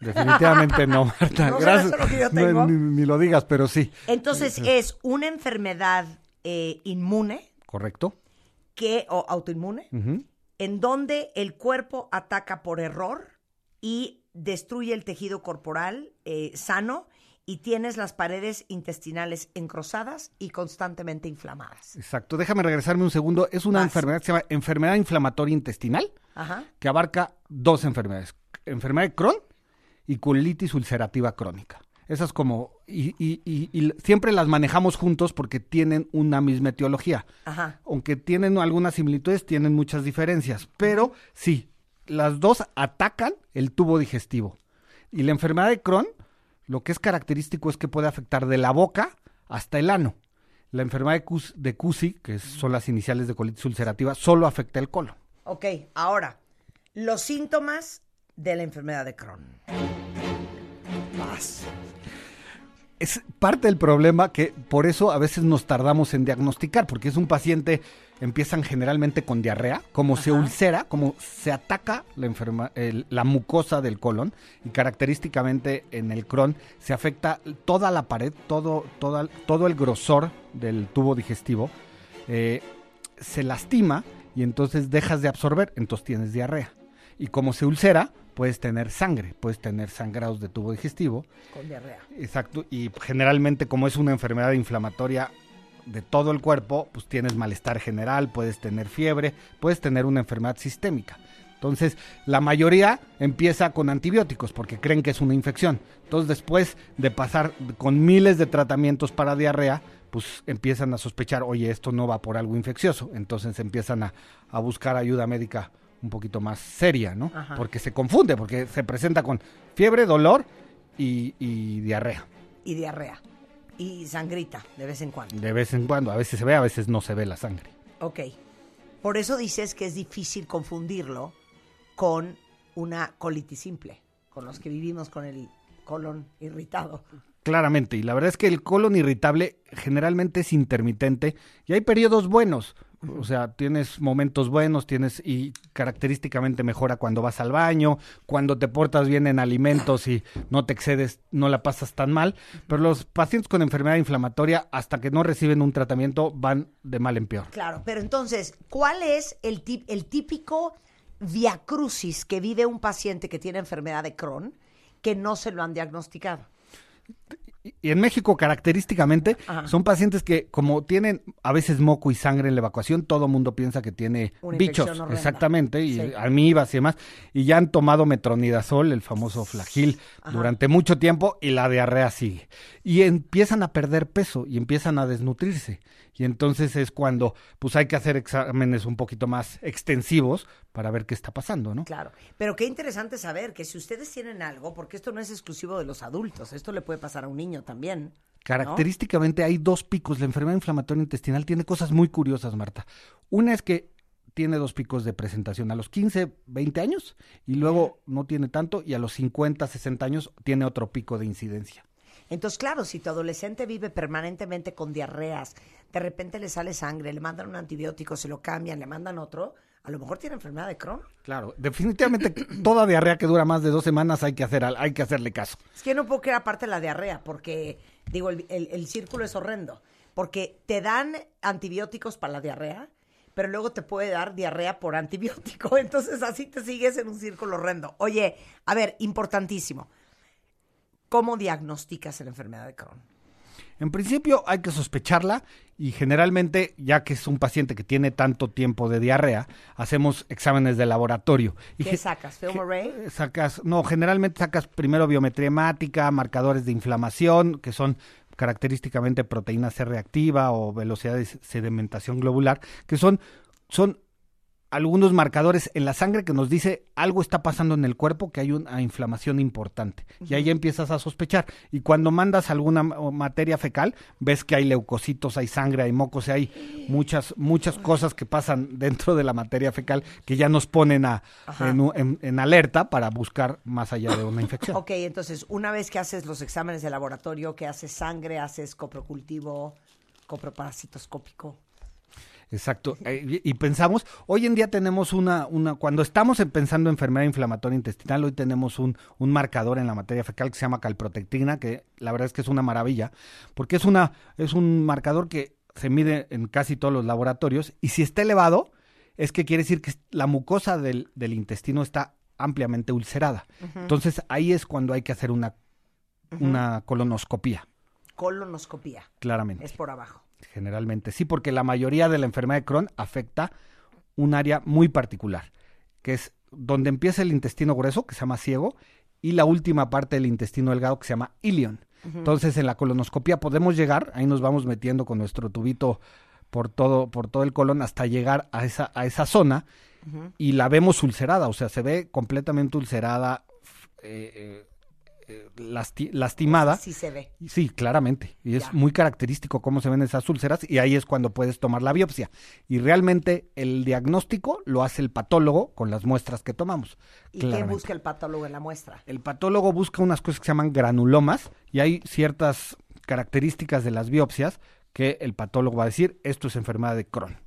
[SPEAKER 7] definitivamente
[SPEAKER 1] [laughs]
[SPEAKER 7] no, Marta.
[SPEAKER 1] No será
[SPEAKER 7] Gracias.
[SPEAKER 1] eso lo que yo
[SPEAKER 7] No,
[SPEAKER 1] tengo.
[SPEAKER 7] ni, ni lo digas, pero sí.
[SPEAKER 1] Entonces, eh, es una enfermedad eh, inmune
[SPEAKER 7] Correcto.
[SPEAKER 1] que, o autoinmune,
[SPEAKER 7] Ujú.
[SPEAKER 1] en donde el cuerpo ataca por error y destruye el tejido corporal eh, sano y tienes las paredes intestinales encrozadas y constantemente inflamadas.
[SPEAKER 7] Exacto. Déjame regresarme un segundo. Es una
[SPEAKER 1] Vas.
[SPEAKER 7] enfermedad que se llama enfermedad inflamatoria intestinal.
[SPEAKER 1] Ajá.
[SPEAKER 7] que abarca dos enfermedades, enfermedad de Crohn y colitis ulcerativa crónica. Esas como, y, y- y- y siempre las manejamos juntos porque tienen una misma etiología.
[SPEAKER 1] Ajá.
[SPEAKER 7] Aunque tienen algunas similitudes, tienen muchas diferencias. Pero sí, las dos atacan el tubo digestivo. Y la enfermedad de Crohn, lo que es característico es que puede afectar de la boca hasta el ano. La enfermedad de, Cus- de Cusi, que son las iniciales de colitis ulcerativa, solo afecta el colon.
[SPEAKER 1] Ok, ahora, los síntomas de la enfermedad de Crohn. Vas.
[SPEAKER 7] Es parte del problema que por eso a veces nos tardamos en diagnosticar, porque es un paciente, empiezan generalmente con diarrea, como se ulcera, como se ataca la, enferma- el- la mucosa del colon y característicamente en el Crohn se afecta toda la pared, todo, toda- todo el grosor del tubo digestivo, eh, se lastima y entonces dejas de absorber, entonces tienes diarrea. Y como se ulcera, puedes tener sangre, puedes tener sangrados de tubo digestivo.
[SPEAKER 1] Con diarrea.
[SPEAKER 7] Exacto, y generalmente como es una enfermedad inflamatoria de todo el cuerpo, pues tienes malestar general, puedes tener fiebre, puedes tener una enfermedad sistémica. Entonces, la mayoría empieza con antibióticos porque creen que es una infección. Entonces, después de pasar con miles de tratamientos para diarrea, pues empiezan a sospechar, oye, esto no va por algo infeccioso. Entonces empiezan a, a buscar ayuda médica un poquito más seria, ¿no?
[SPEAKER 1] Ajá.
[SPEAKER 7] Porque se confunde, porque se presenta con fiebre, dolor y, y diarrea.
[SPEAKER 1] Y diarrea. Y sangrita de vez en cuando.
[SPEAKER 7] De vez en cuando, a veces se ve, a veces no se ve la sangre.
[SPEAKER 1] Ok. Por eso dices que es difícil confundirlo con una colitis simple, con los que vivimos con el colon irritado.
[SPEAKER 7] Claramente, y la verdad es que el colon irritable generalmente es intermitente y hay periodos buenos. O sea, tienes momentos buenos, tienes y característicamente mejora cuando vas al baño, cuando te portas bien en alimentos y no te excedes, no la pasas tan mal. Pero los pacientes con enfermedad inflamatoria, hasta que no reciben un tratamiento, van de mal en peor.
[SPEAKER 1] Claro, pero entonces, ¿cuál es el, tip- el típico viacrucis que vive un paciente que tiene enfermedad de Crohn que no se lo han diagnosticado?
[SPEAKER 7] y en México característicamente
[SPEAKER 1] Ajá.
[SPEAKER 7] son pacientes que como tienen a veces moco y sangre en la evacuación, todo mundo piensa que tiene
[SPEAKER 1] Una infección
[SPEAKER 7] bichos,
[SPEAKER 1] horrenda.
[SPEAKER 7] exactamente, y
[SPEAKER 1] Sí.
[SPEAKER 7] amibas y demás, y ya han tomado metronidazol, el famoso flagil, durante mucho tiempo y la diarrea sigue. Y empiezan a perder peso y empiezan a desnutrirse. Y entonces es cuando pues hay que hacer exámenes un poquito más extensivos para ver qué está pasando, ¿no?
[SPEAKER 1] Claro, pero qué interesante saber que si ustedes tienen algo, porque esto no es exclusivo de los adultos, esto le puede pasar a un niño también.
[SPEAKER 7] Característicamente hay dos picos. La enfermedad inflamatoria intestinal tiene cosas muy curiosas, Marta. Una es que tiene dos picos de presentación a los 15, 20 años y luego no tiene tanto y a los 50, 60 años tiene otro pico de incidencia.
[SPEAKER 1] Entonces, claro, si tu adolescente vive permanentemente con diarreas, de repente le sale sangre, le mandan un antibiótico, se lo cambian, le mandan otro, a lo mejor tiene enfermedad de Crohn.
[SPEAKER 7] Claro, definitivamente toda diarrea que dura más de dos semanas hay que, hacer, al- hay que hacerle caso.
[SPEAKER 1] Es que yo no puedo creer aparte la diarrea, porque, digo, el, el- el círculo es horrendo. Porque te dan antibióticos para la diarrea, pero luego te puede dar diarrea por antibiótico. [laughs] Entonces así te sigues en un círculo horrendo. Oye, a ver, importantísimo. ¿Cómo diagnosticas la enfermedad de Crohn?
[SPEAKER 7] En principio hay que sospecharla y generalmente, ya que es un paciente que tiene tanto tiempo de diarrea, hacemos exámenes de laboratorio. Y
[SPEAKER 1] ¿Qué
[SPEAKER 7] ge-
[SPEAKER 1] sacas? ¿Film array?
[SPEAKER 7] Eh, sacas, no, generalmente sacas primero biometría hemática, marcadores de inflamación, que son característicamente proteína C reactiva o velocidad de sedimentación globular, que son, son algunos marcadores en la sangre que nos dice algo está pasando en el cuerpo, que hay una inflamación importante. Y ahí empiezas a sospechar. Y cuando mandas alguna ma- o materia fecal, ves que hay leucocitos, hay sangre, hay mocos, y hay muchas, muchas cosas que pasan dentro de la materia fecal que ya nos ponen a, en, u- en- en alerta para buscar más allá de una infección.
[SPEAKER 1] Ok, entonces, una vez que haces los exámenes de laboratorio, que haces sangre, haces coprocultivo, coproparasitoscópico.
[SPEAKER 7] Exacto. Eh, Y y pensamos, hoy en día tenemos una, una cuando estamos en- pensando en enfermedad inflamatoria intestinal, hoy tenemos un, un marcador en la materia fecal que se llama calprotectina, que la verdad es que es una maravilla, porque es, una, es un marcador que se mide en casi todos los laboratorios y si está elevado, es que quiere decir que la mucosa del, del intestino está ampliamente ulcerada. Entonces ahí es cuando hay que hacer una, una colonoscopía,
[SPEAKER 1] Colonoscopía.
[SPEAKER 7] claramente.
[SPEAKER 1] Es por abajo.
[SPEAKER 7] Generalmente sí, porque la mayoría de la enfermedad de Crohn afecta un área muy particular, que es donde empieza el intestino grueso, que se llama ciego, y la última parte del intestino delgado, que se llama ilion. Entonces, en la colonoscopia podemos llegar, ahí nos vamos metiendo con nuestro tubito por todo, por todo el colon hasta llegar a esa, a esa zona y la vemos ulcerada, o sea, se ve completamente ulcerada, f- eh, eh, eh, lasti- lastimada.
[SPEAKER 1] Sí se ve.
[SPEAKER 7] Y Sí, claramente. Y es
[SPEAKER 1] Ya.
[SPEAKER 7] muy característico cómo se ven esas úlceras y ahí es cuando puedes tomar la biopsia. Y realmente el diagnóstico lo hace el patólogo con las muestras que tomamos.
[SPEAKER 1] ¿Y qué
[SPEAKER 7] claramente.
[SPEAKER 1] busca el patólogo en la muestra?
[SPEAKER 7] El patólogo busca unas cosas que se llaman granulomas y hay ciertas características de las biopsias que el patólogo va a decir, esto es enfermedad de Crohn.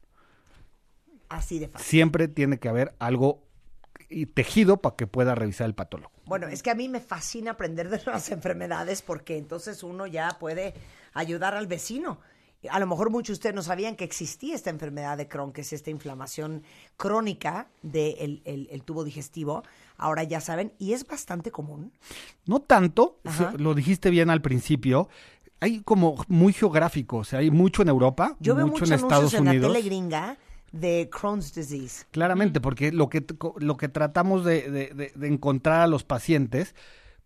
[SPEAKER 1] Así de fácil.
[SPEAKER 7] Siempre tiene que haber algo y tejido para que pueda revisar el patólogo.
[SPEAKER 1] Bueno, es que a mí me fascina aprender de las [laughs] enfermedades porque entonces uno ya puede ayudar al vecino. A lo mejor muchos de ustedes no sabían que existía esta enfermedad de Crohn, que es esta inflamación crónica del tubo digestivo. Ahora ya saben, y es bastante común.
[SPEAKER 7] No tanto,
[SPEAKER 1] Ajá.
[SPEAKER 7] se- lo dijiste bien al principio. Hay como muy geográfico, o sea, hay mucho en Europa,
[SPEAKER 1] Yo veo
[SPEAKER 7] mucho
[SPEAKER 1] muchos
[SPEAKER 7] en
[SPEAKER 1] anuncios
[SPEAKER 7] Estados
[SPEAKER 1] en la
[SPEAKER 7] Unidos.
[SPEAKER 1] tele gringa de Crohn's disease.
[SPEAKER 7] Claramente, porque lo que, t- co- lo que tratamos de, de- de- de encontrar a los pacientes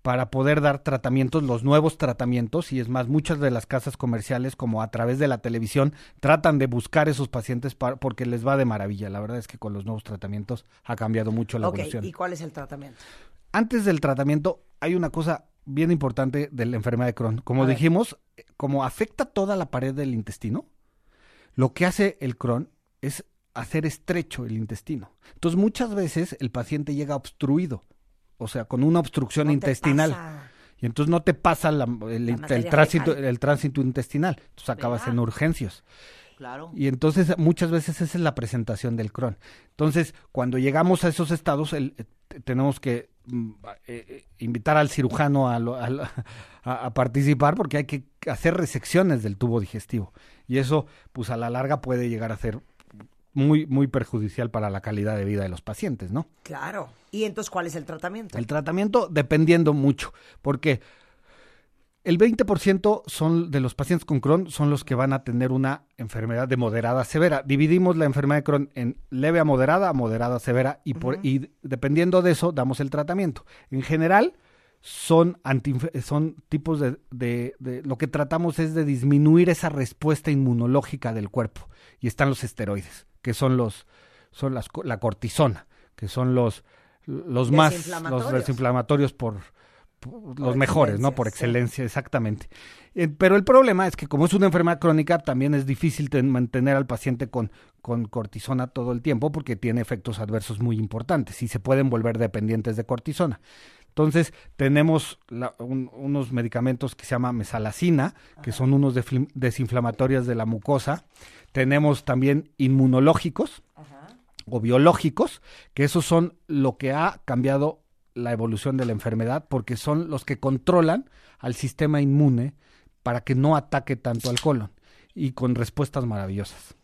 [SPEAKER 7] para poder dar tratamientos, los nuevos tratamientos, y es más, muchas de las casas comerciales, como a través de la televisión, tratan de buscar esos pacientes pa- porque les va de maravilla. La verdad es que con los nuevos tratamientos ha cambiado mucho la
[SPEAKER 1] Ok,
[SPEAKER 7] evolución.
[SPEAKER 1] ¿y cuál es el tratamiento?
[SPEAKER 7] Antes del tratamiento hay una cosa bien importante de la enfermedad de Crohn. Como
[SPEAKER 1] A ver.
[SPEAKER 7] dijimos, eh, como afecta toda la pared del intestino, lo que hace el Crohn es hacer estrecho el intestino. Entonces muchas veces el paciente llega obstruido, o sea, con una obstrucción
[SPEAKER 1] No te
[SPEAKER 7] intestinal.
[SPEAKER 1] pasa.
[SPEAKER 7] Y entonces no te pasa la- el,
[SPEAKER 1] La
[SPEAKER 7] el
[SPEAKER 1] materia
[SPEAKER 7] tránsito,
[SPEAKER 1] fecal.
[SPEAKER 7] el tránsito intestinal. Entonces acabas
[SPEAKER 4] ¿Verdad?
[SPEAKER 7] en urgencias.
[SPEAKER 4] Claro.
[SPEAKER 7] Y entonces muchas veces esa es la presentación del Crohn. Entonces, cuando llegamos a esos estados, el- eh, te- tenemos que mm, a- eh, eh, invitar al [laughs] cirujano a, lo- a lo- a- a participar porque hay que hacer resecciones del tubo digestivo. Y eso, pues a la larga puede llegar a ser muy, muy perjudicial para la calidad de vida de los pacientes, ¿no?
[SPEAKER 1] Claro. ¿Y entonces cuál es el tratamiento?
[SPEAKER 7] El tratamiento dependiendo mucho, porque el 20% son de los pacientes con Crohn son los que van a tener una enfermedad de moderada a severa. Dividimos la enfermedad de Crohn en leve a moderada, a moderada a severa y por y dependiendo de eso damos el tratamiento. En general son, antiinf- son tipos de, de- de- Lo que tratamos es de disminuir esa respuesta inmunológica del cuerpo. Y están los esteroides, que son los... Son las, co- la cortisona, que son los, los más... Los
[SPEAKER 1] Desinflamatorios.
[SPEAKER 7] desinflamatorios por... por- los
[SPEAKER 1] Por
[SPEAKER 7] mejores, ¿no?
[SPEAKER 1] excelencia,
[SPEAKER 7] Por
[SPEAKER 1] sí.
[SPEAKER 7] excelencia, exactamente. Eh, Pero el problema es que como es una enfermedad crónica, también es difícil ten- mantener al paciente con, con cortisona todo el tiempo porque tiene efectos adversos muy importantes y se pueden volver dependientes de cortisona. Entonces, tenemos la- un- unos medicamentos que se llama mesalacina, que son unos deflim- desinflamatorios de la mucosa. Tenemos también inmunológicos o biológicos, que esos son lo que ha cambiado la evolución de la enfermedad, porque son los que controlan al sistema inmune para que no ataque tanto al colon y con respuestas maravillosas.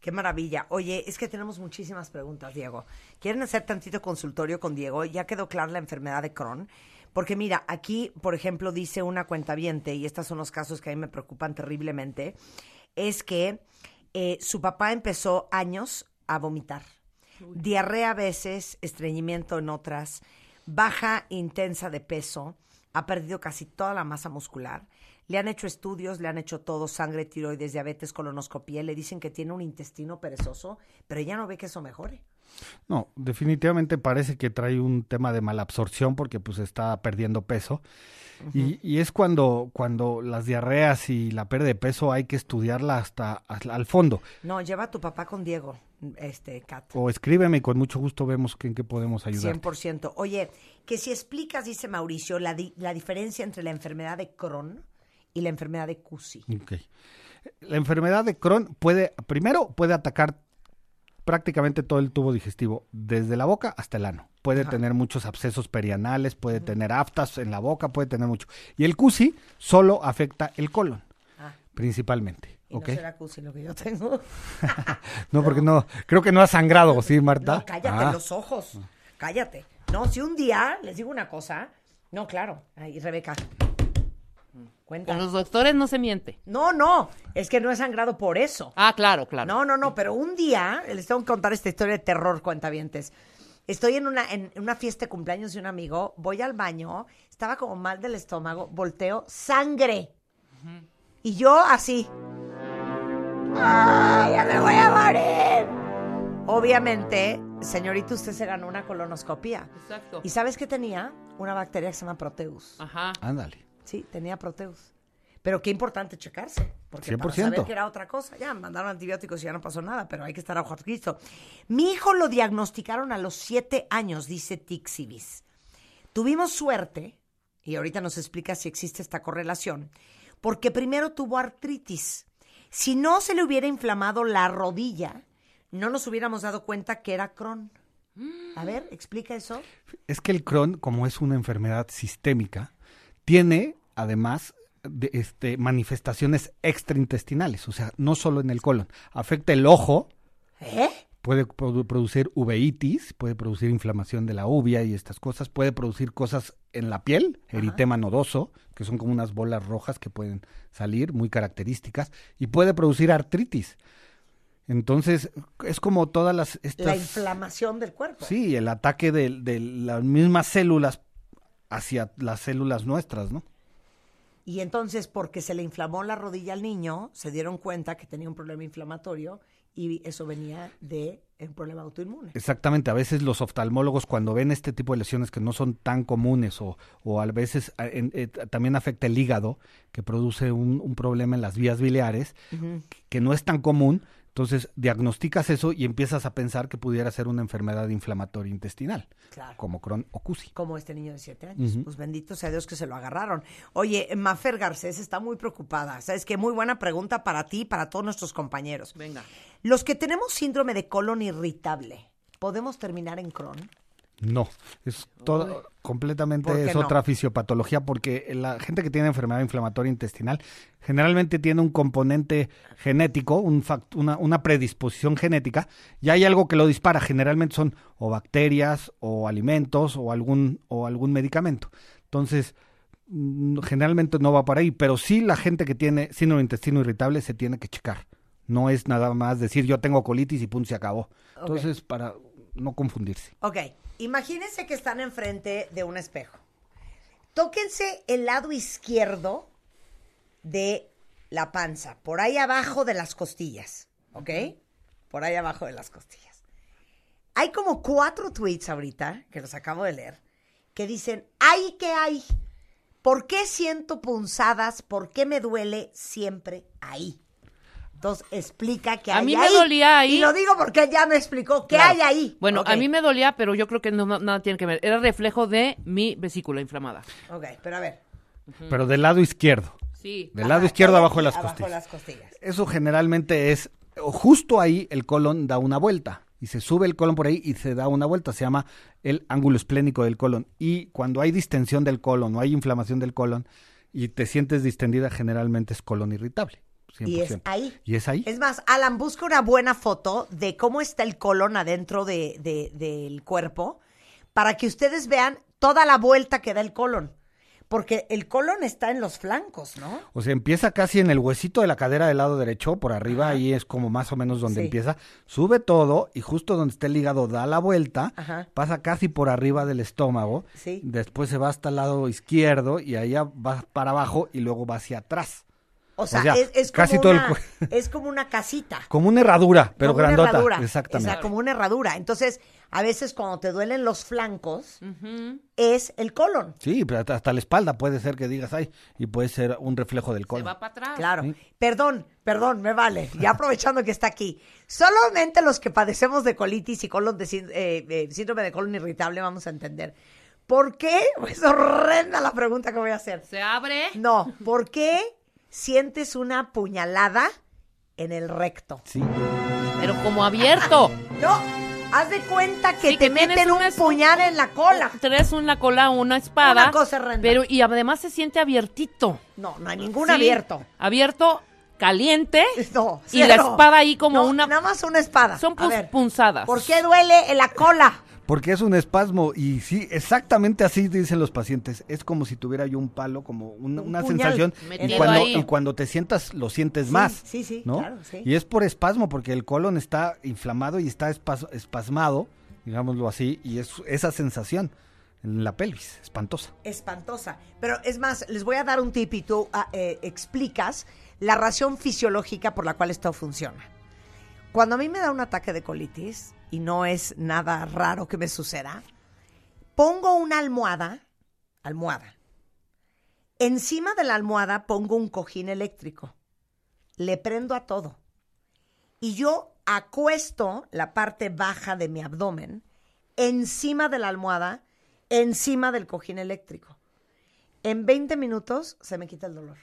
[SPEAKER 1] Qué maravilla. Oye, es que tenemos muchísimas preguntas, Diego. ¿Quieren hacer tantito consultorio con Diego? Ya quedó clara la enfermedad de Crohn. Porque mira, aquí, por ejemplo, dice una cuentaviente, y estos son los casos que a mí me preocupan terriblemente, es que eh, su papá empezó años a vomitar. Diarrea a veces, estreñimiento en otras, baja intensa de peso, ha perdido casi toda la masa muscular. Le han hecho estudios, le han hecho todo, sangre, tiroides, diabetes, colonoscopía, y le dicen que tiene un intestino perezoso, pero ella no ve que eso mejore.
[SPEAKER 7] No, definitivamente parece que trae un tema de malabsorción porque pues está perdiendo peso. y, y es cuando, cuando las diarreas y la pérdida de peso hay que estudiarla hasta, hasta al fondo.
[SPEAKER 1] No, lleva a tu papá con Diego, este, Kat.
[SPEAKER 7] O escríbeme y con mucho gusto vemos que- en qué podemos ayudar.
[SPEAKER 1] 100%. Oye, que si explicas, dice Mauricio, la, di- la diferencia entre la enfermedad de Crohn y la enfermedad de Cusi.
[SPEAKER 7] Ok. La enfermedad de Crohn puede, primero, puede atacar prácticamente todo el tubo digestivo, desde la boca hasta el ano. Puede tener muchos abscesos perianales, puede tener aftas en la boca, puede tener mucho. Y el CUSI solo afecta el colon,
[SPEAKER 1] Ah.
[SPEAKER 7] principalmente.
[SPEAKER 1] Y
[SPEAKER 7] ¿Ok?
[SPEAKER 1] no será Cusi lo que
[SPEAKER 7] [laughs]
[SPEAKER 1] yo tengo.
[SPEAKER 7] No, porque no, creo que no ha sangrado, ¿sí, Marta?
[SPEAKER 1] No, cállate
[SPEAKER 7] Ah.
[SPEAKER 1] los ojos. Cállate. No, si un día les digo una cosa. No, claro. Ahí, Rebeca. Mm,
[SPEAKER 4] Con
[SPEAKER 1] Cuenta.
[SPEAKER 4] los doctores no se miente.
[SPEAKER 1] No, no. Es que no he sangrado por eso.
[SPEAKER 4] Ah, claro, claro.
[SPEAKER 1] No, no, no, pero un día, les tengo que contar esta historia de terror, cuentavientes. Estoy en una, en una fiesta de cumpleaños de un amigo, voy al baño, estaba como mal del estómago, volteo, sangre. Y yo así. ¡Ay, ya me voy a morir! Obviamente, señorita, usted se ganó una colonoscopía.
[SPEAKER 4] Exacto.
[SPEAKER 1] ¿Y sabes qué tenía? Una bacteria que se llama Proteus.
[SPEAKER 4] Ajá.
[SPEAKER 7] Ándale.
[SPEAKER 1] Sí, tenía Proteus. Pero qué importante checarse, porque para
[SPEAKER 7] 100%.
[SPEAKER 1] saber que era otra cosa, ya mandaron antibióticos y ya no pasó nada, pero hay que estar a ojo Cristo. Mi hijo lo diagnosticaron a los siete años, dice Tixibis. Tuvimos suerte, y ahorita nos explica si existe esta correlación, porque primero tuvo artritis. Si no se le hubiera inflamado la rodilla, no nos hubiéramos dado cuenta que era Crohn. A ver, explica eso.
[SPEAKER 7] Es que el Crohn, como es una enfermedad sistémica, tiene además de, este, manifestaciones extraintestinales, o sea, no solo en el colon. Afecta el ojo,
[SPEAKER 1] ¿Eh?
[SPEAKER 7] puede produ- producir uveitis, puede producir inflamación de la uvea y estas cosas, puede producir cosas en la piel, eritema nodoso, que son como unas bolas rojas que pueden salir, muy características, y puede producir artritis. Entonces, es como todas las... Estas...
[SPEAKER 1] La inflamación del cuerpo.
[SPEAKER 7] Sí, el ataque de, de las mismas células hacia las células nuestras, ¿no?
[SPEAKER 1] Y entonces, porque se le inflamó la rodilla al niño, se dieron cuenta que tenía un problema inflamatorio y eso venía de un problema autoinmune.
[SPEAKER 7] Exactamente, a veces los oftalmólogos cuando ven este tipo de lesiones que no son tan comunes o, o a veces a- en- eh, t- también afecta el hígado, que produce un, un problema en las vías biliares, que- que no es tan común, entonces diagnosticas eso y empiezas a pensar que pudiera ser una enfermedad inflamatoria intestinal,
[SPEAKER 1] Claro.
[SPEAKER 7] como Crohn o CUSI.
[SPEAKER 1] Como este niño de siete años.
[SPEAKER 7] Ujú.
[SPEAKER 1] Pues bendito sea Dios que se lo agarraron. Oye, Mafer Garcés está muy preocupada. ¿Sabes qué? Muy buena pregunta para ti y para todos nuestros compañeros.
[SPEAKER 4] Venga.
[SPEAKER 1] Los que tenemos síndrome de colon irritable, ¿podemos terminar en Crohn?
[SPEAKER 7] No, es todo
[SPEAKER 1] ¿Por
[SPEAKER 7] completamente
[SPEAKER 1] qué
[SPEAKER 7] es
[SPEAKER 1] no?
[SPEAKER 7] otra fisiopatología porque la gente que tiene enfermedad inflamatoria intestinal generalmente tiene un componente genético, un fact- una, una predisposición genética y hay algo que lo dispara. Generalmente son o bacterias o alimentos o algún o algún medicamento. Entonces mm, generalmente no va para ahí, pero sí la gente que tiene síndrome de intestino irritable se tiene que checar. No es nada más decir yo tengo colitis y punto se acabó. Entonces para no confundirse.
[SPEAKER 1] Ok, imagínense que están enfrente de un espejo. Tóquense el lado izquierdo de la panza, por ahí abajo de las costillas, ¿ok? Por ahí abajo de las costillas. Hay como cuatro tweets ahorita, que los acabo de leer, que dicen, ¡ay, que hay! ¿Por qué siento punzadas? ¿Por qué me duele siempre ahí? Entonces explica que
[SPEAKER 4] A
[SPEAKER 1] hay
[SPEAKER 4] mí me
[SPEAKER 1] ahí.
[SPEAKER 4] dolía ahí.
[SPEAKER 1] Y lo digo porque ya me explicó qué
[SPEAKER 4] Claro.
[SPEAKER 1] hay ahí.
[SPEAKER 4] Bueno,
[SPEAKER 1] Ok,
[SPEAKER 4] a mí me dolía, pero yo creo que no, no- nada tiene que ver. Era reflejo de mi vesícula inflamada.
[SPEAKER 1] Ok, pero a ver.
[SPEAKER 7] Pero del lado izquierdo.
[SPEAKER 4] Sí.
[SPEAKER 7] Del
[SPEAKER 1] Ajá,
[SPEAKER 7] lado izquierdo
[SPEAKER 1] todo
[SPEAKER 7] abajo de las
[SPEAKER 1] aquí, abajo
[SPEAKER 7] costillas.
[SPEAKER 1] las costillas.
[SPEAKER 7] Eso generalmente es o justo ahí el colon da una vuelta y se sube el colon por ahí y se da una vuelta. Se llama el ángulo esplénico del colon. Y cuando hay distensión del colon o hay inflamación del colon y te sientes distendida, generalmente es colon irritable.
[SPEAKER 1] Y es
[SPEAKER 7] 100%.
[SPEAKER 1] ahí.
[SPEAKER 7] Y es ahí.
[SPEAKER 1] Es más, Alan, busca una buena foto de cómo está el colon adentro de- de- del cuerpo para que ustedes vean toda la vuelta que da el colon. Porque el colon está en los flancos, ¿no?
[SPEAKER 7] O sea, empieza casi en el huesito de la cadera del lado derecho, por arriba, ahí es como más o menos donde
[SPEAKER 1] Sí.
[SPEAKER 7] empieza. Sube todo y justo donde está el hígado da la vuelta,
[SPEAKER 1] Ajá.
[SPEAKER 7] pasa casi por arriba del estómago,
[SPEAKER 1] Sí.
[SPEAKER 7] después se va hasta el lado izquierdo y allá va para abajo y luego va hacia atrás.
[SPEAKER 1] O sea,
[SPEAKER 7] sea,
[SPEAKER 1] es, es como
[SPEAKER 7] casi todo el
[SPEAKER 1] una,
[SPEAKER 7] [laughs] cue-
[SPEAKER 1] es como una casita.
[SPEAKER 7] Como una herradura, pero
[SPEAKER 1] como una
[SPEAKER 7] grandota.
[SPEAKER 1] herradura.
[SPEAKER 7] Exactamente.
[SPEAKER 1] O sea, como una herradura. Entonces, a veces cuando te duelen los flancos, es el colon.
[SPEAKER 7] Sí, pero hasta- hasta la espalda puede ser que digas, ay, y puede ser un reflejo del
[SPEAKER 4] Se
[SPEAKER 7] colon.
[SPEAKER 4] va para atrás.
[SPEAKER 1] Claro. Perdón, perdón, me vale. Ya aprovechando que está aquí. Solamente los que padecemos de colitis y colon de sín- eh, eh, síndrome de colon irritable vamos a entender. ¿Por qué? [laughs] Es horrenda la pregunta que voy a hacer.
[SPEAKER 4] Se abre.
[SPEAKER 1] No, ¿por qué sientes una puñalada en el recto?
[SPEAKER 7] Sí.
[SPEAKER 4] Pero como abierto.
[SPEAKER 1] No, haz de cuenta que
[SPEAKER 4] Sí,
[SPEAKER 1] te
[SPEAKER 4] que tienes
[SPEAKER 1] meten un
[SPEAKER 4] una-
[SPEAKER 1] puñal en la cola.
[SPEAKER 4] Tres, una cola, una espada.
[SPEAKER 1] Una cosa horrenda.
[SPEAKER 4] Pero, y además se siente abiertito.
[SPEAKER 1] No, no hay ningún
[SPEAKER 4] Sí,
[SPEAKER 1] abierto.
[SPEAKER 4] Abierto, caliente.
[SPEAKER 1] [laughs] No,
[SPEAKER 4] Y la
[SPEAKER 1] cero.
[SPEAKER 4] espada ahí como
[SPEAKER 1] No,
[SPEAKER 4] una.
[SPEAKER 1] Nada más una espada.
[SPEAKER 4] Son
[SPEAKER 1] A
[SPEAKER 4] pun-
[SPEAKER 1] ver,
[SPEAKER 4] punzadas.
[SPEAKER 1] ¿Por qué duele en la cola?
[SPEAKER 7] Porque es un espasmo y sí, exactamente así dicen los pacientes. Es como si tuviera yo un palo, como una,
[SPEAKER 1] Un
[SPEAKER 7] una
[SPEAKER 1] puñal
[SPEAKER 7] sensación.
[SPEAKER 4] metido
[SPEAKER 7] Y cuando,
[SPEAKER 4] ahí.
[SPEAKER 7] y cuando te sientas, lo sientes
[SPEAKER 1] Sí,
[SPEAKER 7] más.
[SPEAKER 1] sí, sí,
[SPEAKER 7] ¿no?
[SPEAKER 1] claro, sí.
[SPEAKER 7] Y es por espasmo, porque el colon está inflamado y está espas- espasmado, digámoslo así, y es esa sensación en la pelvis, espantosa.
[SPEAKER 1] espantosa. Pero es más, les voy a dar un tip y tú ah, eh, explicas la razón fisiológica por la cual esto funciona. Cuando a mí me da un ataque de colitis, y no es nada raro que me suceda, pongo una almohada, almohada. Encima de la almohada pongo un cojín eléctrico. Le prendo a todo. Y yo acuesto la parte baja de mi abdomen encima de la almohada, encima del cojín eléctrico. En 20 minutos se me quita el dolor.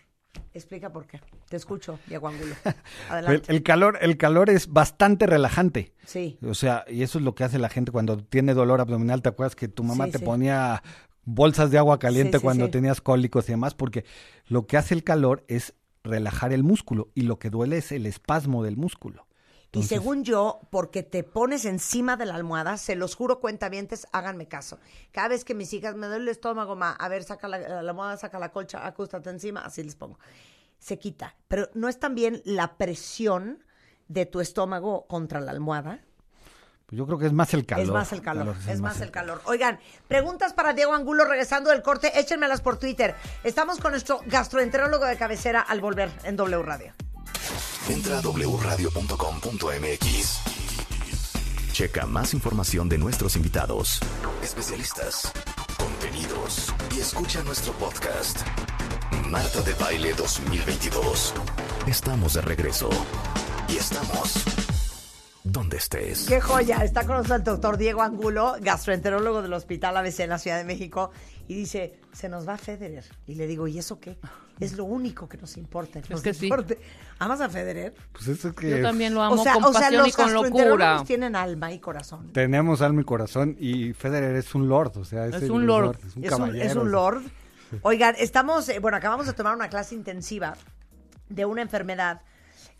[SPEAKER 1] Explica por qué. Te escucho, Diego Angulo.
[SPEAKER 7] El,
[SPEAKER 1] Adelante.
[SPEAKER 7] el calor, el calor es bastante relajante.
[SPEAKER 1] Sí.
[SPEAKER 7] O sea, y eso es lo que hace la gente cuando tiene dolor abdominal. ¿Te acuerdas que tu mamá
[SPEAKER 1] Sí,
[SPEAKER 7] te
[SPEAKER 1] sí.
[SPEAKER 7] ponía bolsas de agua caliente
[SPEAKER 1] Sí, sí,
[SPEAKER 7] cuando
[SPEAKER 1] sí.
[SPEAKER 7] tenías cólicos y demás? Porque lo que hace el calor es relajar el músculo y lo que duele es el espasmo del músculo.
[SPEAKER 1] Y
[SPEAKER 7] Entonces-
[SPEAKER 1] según yo, porque te pones encima de la almohada, se los juro, cuentavientes, háganme caso. Cada vez que mis hijas me duele el estómago, ma, a ver, saca la, la almohada, saca la colcha, acústate encima, así les pongo. Se quita. Pero ¿no es también la presión de tu estómago contra la almohada?
[SPEAKER 7] Pues yo creo que es más el calor.
[SPEAKER 1] es más el calor,
[SPEAKER 7] Calor,
[SPEAKER 1] es más el calor. Oigan, preguntas para Diego Angulo regresando del corte, échenmelas por Twitter. Estamos con nuestro gastroenterólogo de cabecera al volver en W Radio.
[SPEAKER 3] Entra a wradio.com.mx. Checa más información de nuestros invitados, especialistas, contenidos y escucha nuestro podcast. Marta de Baile 2022. Estamos de regreso. Y estamos donde estés.
[SPEAKER 1] Qué joya, está con nosotros el doctor Diego Angulo, gastroenterólogo del Hospital ABC en la Ciudad de México, y dice, se nos va Federer. Y le digo, ¿y eso qué? Es lo único que nos importa. nos
[SPEAKER 4] que sí.
[SPEAKER 1] importa. ¿Amas a Federer?
[SPEAKER 7] Pues eso es que
[SPEAKER 4] Yo también lo amo
[SPEAKER 1] o sea,
[SPEAKER 4] con
[SPEAKER 1] o sea,
[SPEAKER 4] pasión
[SPEAKER 1] los
[SPEAKER 4] y con locura.
[SPEAKER 1] gastroenterólogos tienen alma y corazón.
[SPEAKER 7] tenemos alma y corazón y Federer es un lord, o sea, es,
[SPEAKER 4] Es
[SPEAKER 7] el
[SPEAKER 4] un lord.
[SPEAKER 7] es un
[SPEAKER 1] es, un,
[SPEAKER 7] caballero.
[SPEAKER 1] es un lord. Oigan, estamos, eh, bueno, acabamos de tomar una clase intensiva de una enfermedad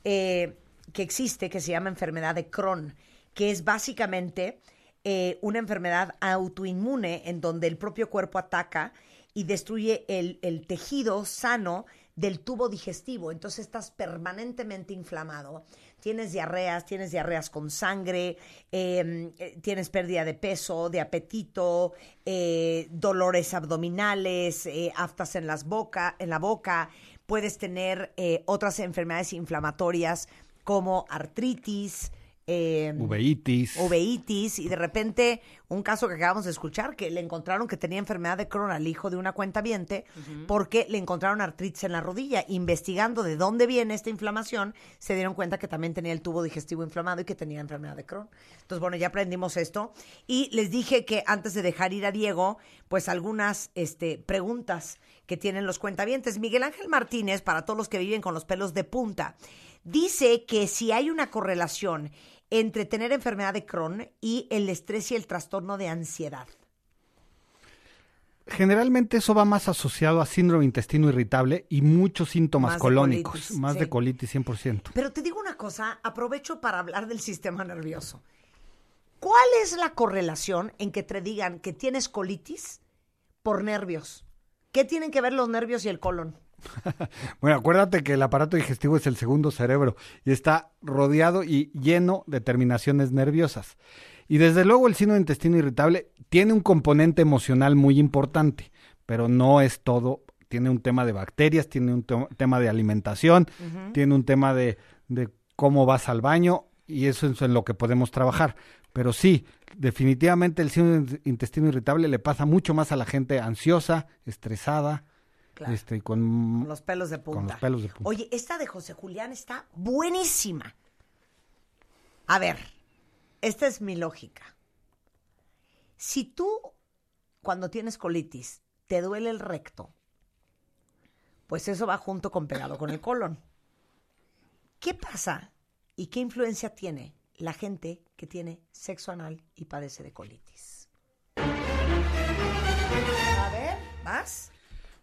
[SPEAKER 1] eh, que existe, que se llama enfermedad de Crohn, que es básicamente eh, una enfermedad autoinmune en donde el propio cuerpo ataca y destruye el, el tejido sano del tubo digestivo. Entonces estás permanentemente inflamado. Tienes diarreas, tienes diarreas con sangre, eh, eh, tienes pérdida de peso, de apetito, eh, dolores abdominales, eh, aftas en, las boca, en la boca. Puedes tener eh, otras enfermedades inflamatorias como artritis. eh,
[SPEAKER 7] Uveitis.
[SPEAKER 1] oveitis y de repente un caso que acabamos de escuchar que le encontraron que tenía enfermedad de Crohn al hijo de una cuenta viente porque le encontraron artritis en la rodilla. Investigando de dónde viene esta inflamación, se dieron cuenta que también tenía el tubo digestivo inflamado y que tenía enfermedad de Crohn. Entonces, bueno, ya aprendimos esto y les dije que antes de dejar ir a Diego, pues algunas este, preguntas que tienen los cuentavientes. Miguel Ángel Martínez, para todos los que viven con los pelos de punta, dice que si hay una correlación entre tener enfermedad de Crohn y el estrés y el trastorno de ansiedad.
[SPEAKER 7] Generalmente eso va más asociado a síndrome de intestino irritable y muchos síntomas
[SPEAKER 1] Más de
[SPEAKER 7] colónicos,
[SPEAKER 1] colitis,
[SPEAKER 7] más
[SPEAKER 1] sí.
[SPEAKER 7] de colitis 100%.
[SPEAKER 1] Pero te digo una cosa, aprovecho para hablar del sistema nervioso. ¿Cuál es la correlación en que te digan que tienes colitis por nervios? ¿Qué tienen que ver los nervios y el colon?
[SPEAKER 7] Bueno, acuérdate que el aparato digestivo es el segundo cerebro y está rodeado y lleno de terminaciones nerviosas. Y desde luego el síndrome de intestino irritable tiene un componente emocional muy importante, pero no es todo. Tiene un tema de bacterias, tiene un to- tema de alimentación, tiene un tema de, de cómo vas al baño y eso es en lo que podemos trabajar. Pero sí, definitivamente el síndrome de intestino irritable le pasa mucho más a la gente ansiosa, estresada,
[SPEAKER 1] Claro.
[SPEAKER 7] este, y con
[SPEAKER 1] Con los pelos de punta.
[SPEAKER 7] Con los pelos de punta.
[SPEAKER 1] Oye, esta de José Julián está buenísima. A ver, esta es mi lógica. Si tú, cuando tienes colitis, te duele el recto, pues eso va junto con pegado con el colon. ¿Qué pasa y qué influencia tiene la gente que tiene sexo anal y padece de colitis? A ver, ¿vas?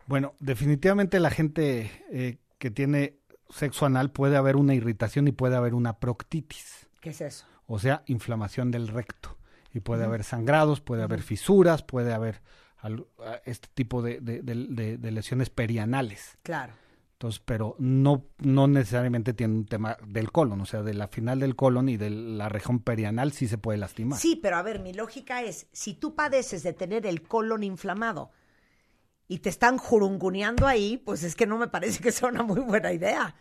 [SPEAKER 7] Bueno, definitivamente la gente eh, que tiene sexo anal puede haber una irritación y puede haber una proctitis,
[SPEAKER 1] ¿Qué es eso?
[SPEAKER 7] o sea, inflamación del recto. Y puede haber sangrados, puede haber fisuras, puede haber al- a- este tipo de, de- de- de- de lesiones perianales.
[SPEAKER 1] Claro.
[SPEAKER 7] Entonces, pero no, no necesariamente tiene un tema del colon, o sea, de la final del colon y de la región perianal sí se puede lastimar.
[SPEAKER 1] Sí, pero a ver, mi lógica es, si tú padeces de tener el colon inflamado y te están jurunguneando ahí, pues es que no me parece que sea una muy buena idea.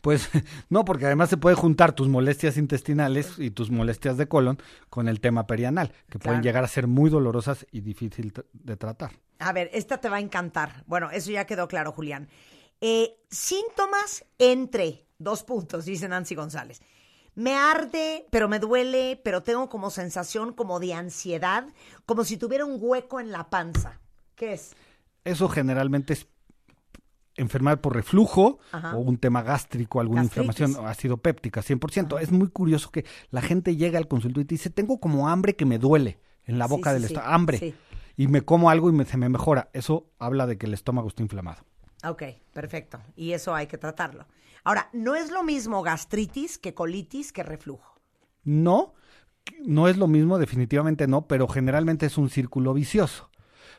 [SPEAKER 7] Pues [laughs] no, porque además se puede juntar tus molestias intestinales y tus molestias de colon con el tema perianal, que
[SPEAKER 1] Claro.
[SPEAKER 7] pueden llegar a ser muy dolorosas y difícil tr- de tratar.
[SPEAKER 1] A ver, esta te va a encantar. Bueno, eso ya quedó claro, Julián. Eh, síntomas entre dos puntos, dice Nancy González. Me arde, pero me duele, pero tengo como sensación como de ansiedad, como si tuviera un hueco en la panza. ¿Qué es?
[SPEAKER 7] Eso generalmente es enfermar por reflujo
[SPEAKER 1] Ajá.
[SPEAKER 7] o un tema gástrico, alguna
[SPEAKER 1] Gastritis.
[SPEAKER 7] inflamación, ácido péptica, 100%. Es muy curioso que la gente llega al consultorio y te dice, tengo como hambre que me duele en la
[SPEAKER 1] Sí,
[SPEAKER 7] boca
[SPEAKER 1] sí,
[SPEAKER 7] del
[SPEAKER 1] sí,
[SPEAKER 7] estómago, hambre.
[SPEAKER 1] sí.
[SPEAKER 7] Y me como algo y me- se me mejora. Eso habla de que el estómago está inflamado.
[SPEAKER 1] Ok, perfecto. Y eso hay que tratarlo. Ahora, no es lo mismo gastritis que colitis que reflujo.
[SPEAKER 7] No, no es lo mismo, definitivamente no, pero generalmente es un círculo vicioso.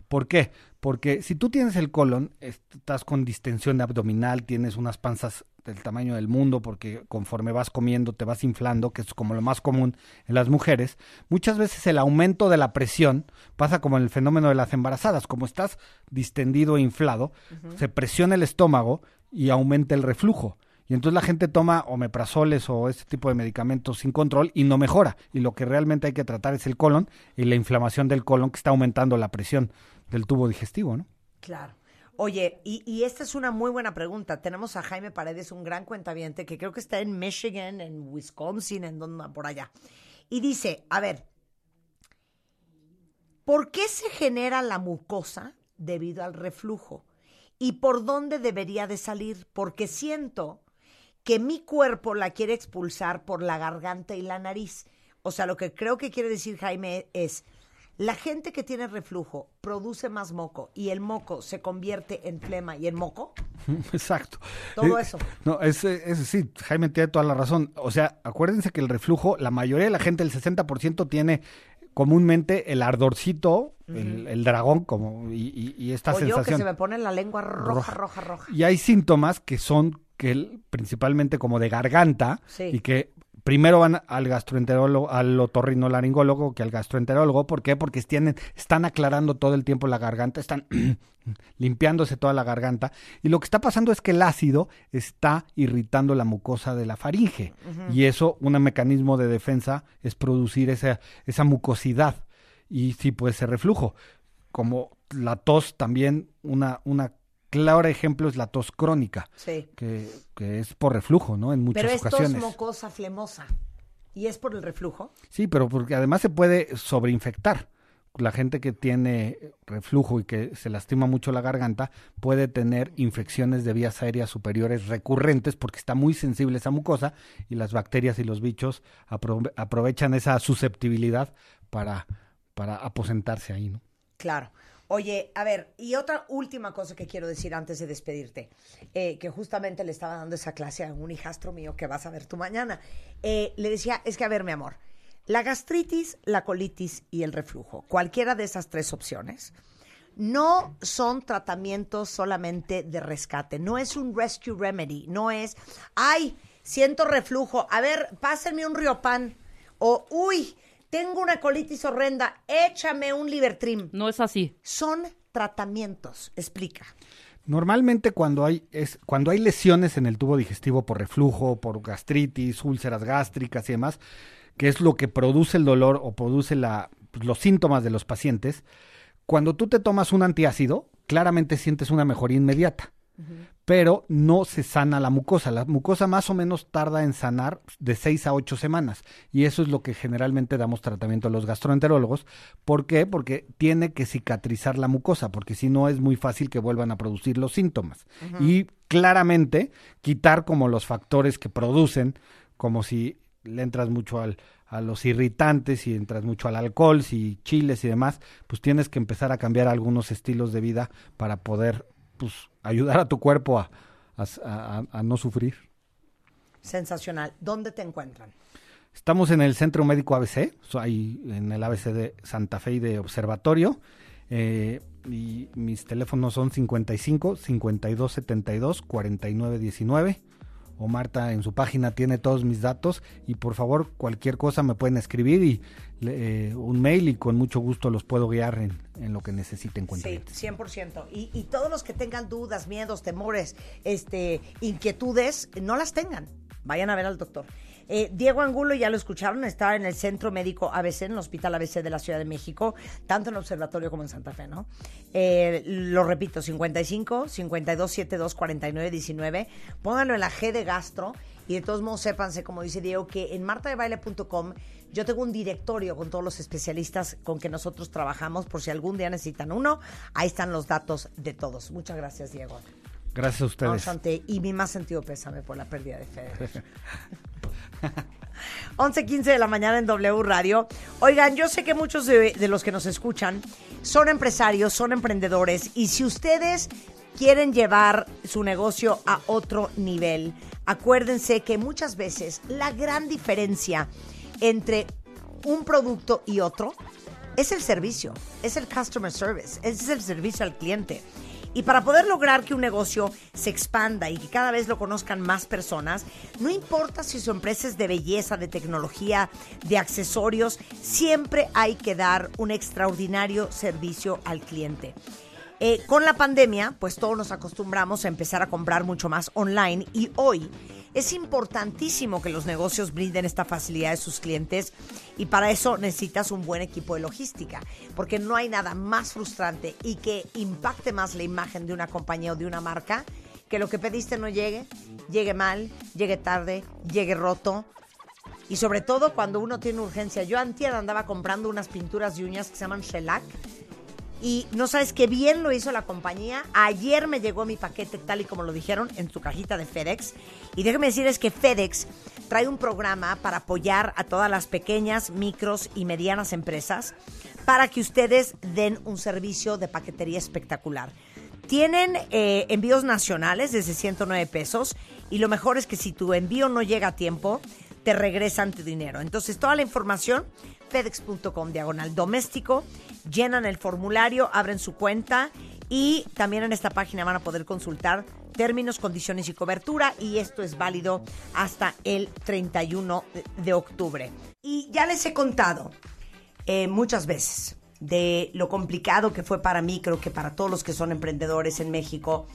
[SPEAKER 7] ¿Por qué? Porque si tú tienes el colon, estás con distensión abdominal, tienes unas panzas del tamaño del mundo, porque conforme vas comiendo te vas inflando, que es como lo más común en las mujeres, muchas veces el aumento de la presión pasa como en el fenómeno de las embarazadas, como estás distendido e inflado, se presiona el estómago y aumenta el reflujo. Y entonces la gente toma omeprazoles o este tipo de medicamentos sin control y no mejora. Y lo que realmente hay que tratar es el colon y la inflamación del colon que está aumentando la presión del tubo digestivo, ¿no? [laughs]
[SPEAKER 1] Claro. Oye, y, y esta es una muy buena pregunta. Tenemos a Jaime Paredes, un gran cuentaviente que creo que está en Michigan, en Wisconsin, en donde, por allá. Y dice, a ver, ¿por qué se genera la mucosa debido al reflujo? ¿Y por dónde debería de salir? Porque siento que mi cuerpo la quiere expulsar por la garganta y la nariz. O sea, lo que creo que quiere decir Jaime es, la gente que tiene reflujo produce más moco y el moco se convierte en flema y en moco.
[SPEAKER 7] Exacto.
[SPEAKER 1] Todo
[SPEAKER 7] Eh,
[SPEAKER 1] eso.
[SPEAKER 7] No, es, eh, es- sí, Jaime tiene toda la razón. O sea, acuérdense que el reflujo, la mayoría de la gente, el 60%, tiene comúnmente el ardorcito, el, el dragón, como y, y- y esta
[SPEAKER 1] o yo que
[SPEAKER 7] sensación.
[SPEAKER 1] se me pone la lengua roja,
[SPEAKER 7] Roja.
[SPEAKER 1] roja, roja.
[SPEAKER 7] Y hay síntomas que son que el- principalmente como de garganta
[SPEAKER 1] Sí.
[SPEAKER 7] y que primero van al gastroenterólogo, al otorrinolaringólogo que al gastroenterólogo. ¿Por qué? Porque tienen, están aclarando todo el tiempo la garganta, están [clears throat] limpiándose toda la garganta. Y lo que está pasando es que el ácido está irritando la mucosa de la faringe. Y eso, un mecanismo de defensa es producir esa, esa mucosidad. Y sí puede ser reflujo. Como la tos también, una, una clara ejemplo es la tos crónica,
[SPEAKER 1] Sí.
[SPEAKER 7] que, que es por reflujo, ¿no? En muchas
[SPEAKER 1] Pero esto es
[SPEAKER 7] ocasiones.
[SPEAKER 1] mocosa flemosa. ¿Y es por el reflujo?
[SPEAKER 7] Sí, pero porque además se puede sobreinfectar. La gente que tiene reflujo y que se lastima mucho la garganta puede tener infecciones de vías aéreas superiores recurrentes porque está muy sensible esa mucosa y las bacterias y los bichos aprove- aprovechan esa susceptibilidad para, para aposentarse ahí, ¿no?
[SPEAKER 1] Claro. Oye, a ver, y otra última cosa que quiero decir antes de despedirte, eh, que justamente le estaba dando esa clase a un hijastro mío que vas a ver tú mañana. Eh, le decía, es que a ver, mi amor, la gastritis, la colitis y el reflujo, cualquiera de esas tres opciones, no son tratamientos solamente de rescate, no es un rescue remedy, no es, ay, siento reflujo, a ver, pásenme un riopan, o uy, tengo una colitis horrenda, échame un libertrim.
[SPEAKER 4] No es así.
[SPEAKER 1] Son tratamientos, explica.
[SPEAKER 7] Normalmente cuando hay es cuando hay lesiones en el tubo digestivo por reflujo, por gastritis, úlceras gástricas y demás, que es lo que produce el dolor o produce la- pues, los síntomas de los pacientes, cuando tú te tomas un antiácido, claramente sientes una mejoría inmediata. Pero no se sana la mucosa. La mucosa más o menos tarda en sanar de 6 a 8 semanas. Y eso es lo que generalmente damos tratamiento a los gastroenterólogos. ¿Por qué? Porque tiene que cicatrizar la mucosa, porque si no es muy fácil que vuelvan a producir los síntomas. Y claramente quitar como los factores que producen, como si le entras mucho al, a los irritantes, si entras mucho al alcohol, si chiles y demás, pues tienes que empezar a cambiar algunos estilos de vida para poder pues, ayudar a tu cuerpo a, a- a- a no sufrir.
[SPEAKER 1] Sensacional. ¿Dónde te encuentran?
[SPEAKER 7] Estamos en el Centro Médico ABC, so- ahí en el ABC de Santa Fe y de Observatorio. eh, y mis teléfonos son 55 52 72 49 19. O Marta en su página tiene todos mis datos. Y por favor, cualquier cosa me pueden escribir y le- eh, un mail y con mucho gusto los puedo guiar en, en lo que necesiten.
[SPEAKER 1] Sí,
[SPEAKER 7] cuentavientes.
[SPEAKER 1] 100%. Y, y todos los que tengan dudas, miedos, temores, este, inquietudes, no las tengan. Vayan a ver al doctor. Eh, Diego Angulo, ya lo escucharon, está en el Centro Médico ABC, en el Hospital ABC de la Ciudad de México, tanto en Observatorio como en Santa Fe, ¿no? Eh, lo repito, 55 52 72 49 19. Pónganlo en la G de Gastro y de todos modos sépanse, como dice Diego, que en martadebaile.com yo tengo un directorio con todos los especialistas con que nosotros trabajamos, por si algún día necesitan uno, ahí están los datos de todos. Muchas gracias, Diego.
[SPEAKER 7] Gracias a
[SPEAKER 1] No
[SPEAKER 7] ustedes.
[SPEAKER 1] obstante, y mi más sentido pésame por la pérdida
[SPEAKER 7] [laughs]
[SPEAKER 1] de Federer. 11.15 de la mañana en W Radio. Oigan, yo sé que muchos de, de los que nos escuchan son empresarios, son emprendedores, y si ustedes quieren llevar su negocio a otro nivel, acuérdense que muchas veces la gran diferencia entre un producto y otro es el servicio, es el customer service, es el servicio al cliente. Y para poder lograr que un negocio se expanda y que cada vez lo conozcan más personas, no importa si su empresa es de belleza, de tecnología, de accesorios, siempre hay que dar un extraordinario servicio al cliente. Eh, con la pandemia, pues todos nos acostumbramos a empezar a comprar mucho más online y hoy es importantísimo que los negocios brinden esta facilidad a sus clientes y para eso necesitas un buen equipo de logística, porque no hay nada más frustrante y que impacte más la imagen de una compañía o de una marca que lo que pediste no llegue, llegue mal, llegue tarde, llegue roto. Y sobre todo cuando uno tiene urgencia. Yo antier andaba comprando unas pinturas de uñas que se llaman shellac. Y no sabes qué bien lo hizo la compañía. Ayer me llegó mi paquete tal y como lo dijeron en su cajita de FedEx. Y déjenme decirles que FedEx trae un programa para apoyar a todas las pequeñas, micros y medianas empresas para que ustedes den un servicio de paquetería espectacular. Tienen eh, envíos nacionales desde 109 pesos y lo mejor es que si tu envío no llega a tiempo, te regresan tu dinero. Entonces, toda la información, fedex.com diagonal doméstico, llenan el formulario, abren su cuenta y también en esta página van a poder consultar términos, condiciones y cobertura y esto es válido hasta el 31 de- de octubre. Y ya les he contado eh, muchas veces de lo complicado que fue para mí, creo que para todos los que son emprendedores en México,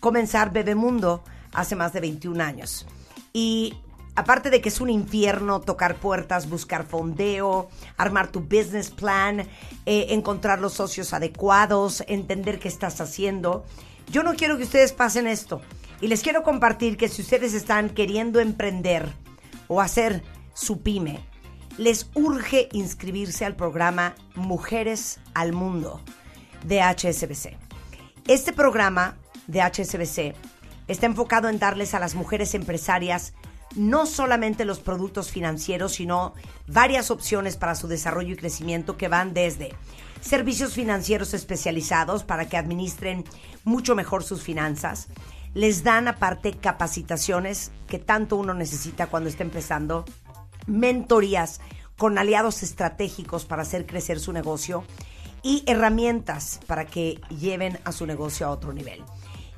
[SPEAKER 1] comenzar Bebemundo hace más de 21 años. Y aparte de que es un infierno tocar puertas, buscar fondeo, armar tu business plan, eh, encontrar los socios adecuados, entender qué estás haciendo, yo no quiero que ustedes pasen esto. Y les quiero compartir que si ustedes están queriendo emprender o hacer su pyme, les urge inscribirse al programa Mujeres al Mundo de HSBC. Este programa de HSBC está enfocado en darles a las mujeres empresarias no solamente los productos financieros, sino varias opciones para su desarrollo y crecimiento que van desde servicios financieros especializados para que administren mucho mejor sus finanzas. Les dan aparte capacitaciones que tanto uno necesita cuando está empezando mentorías con aliados estratégicos para hacer crecer su negocio y herramientas para que lleven a su negocio a otro nivel.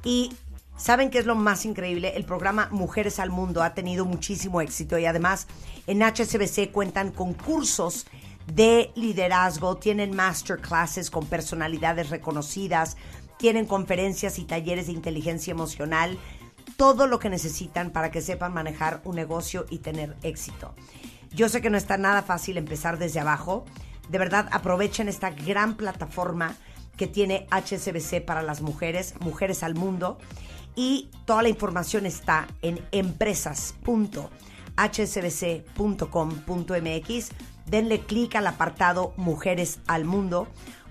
[SPEAKER 1] Y saben qué es lo más increíble, el programa Mujeres al Mundo ha tenido muchísimo éxito y además en HSBC cuentan con cursos de liderazgo, tienen masterclasses con personalidades reconocidas, tienen conferencias y talleres de inteligencia emocional, todo lo que necesitan para que sepan manejar un negocio y tener éxito. Yo sé que no está nada fácil empezar desde abajo. De verdad, aprovechen esta gran plataforma que tiene HSBC para las mujeres, Mujeres al Mundo. Y toda la información está en empresas.hsbc.com.mx. Denle clic al apartado Mujeres al Mundo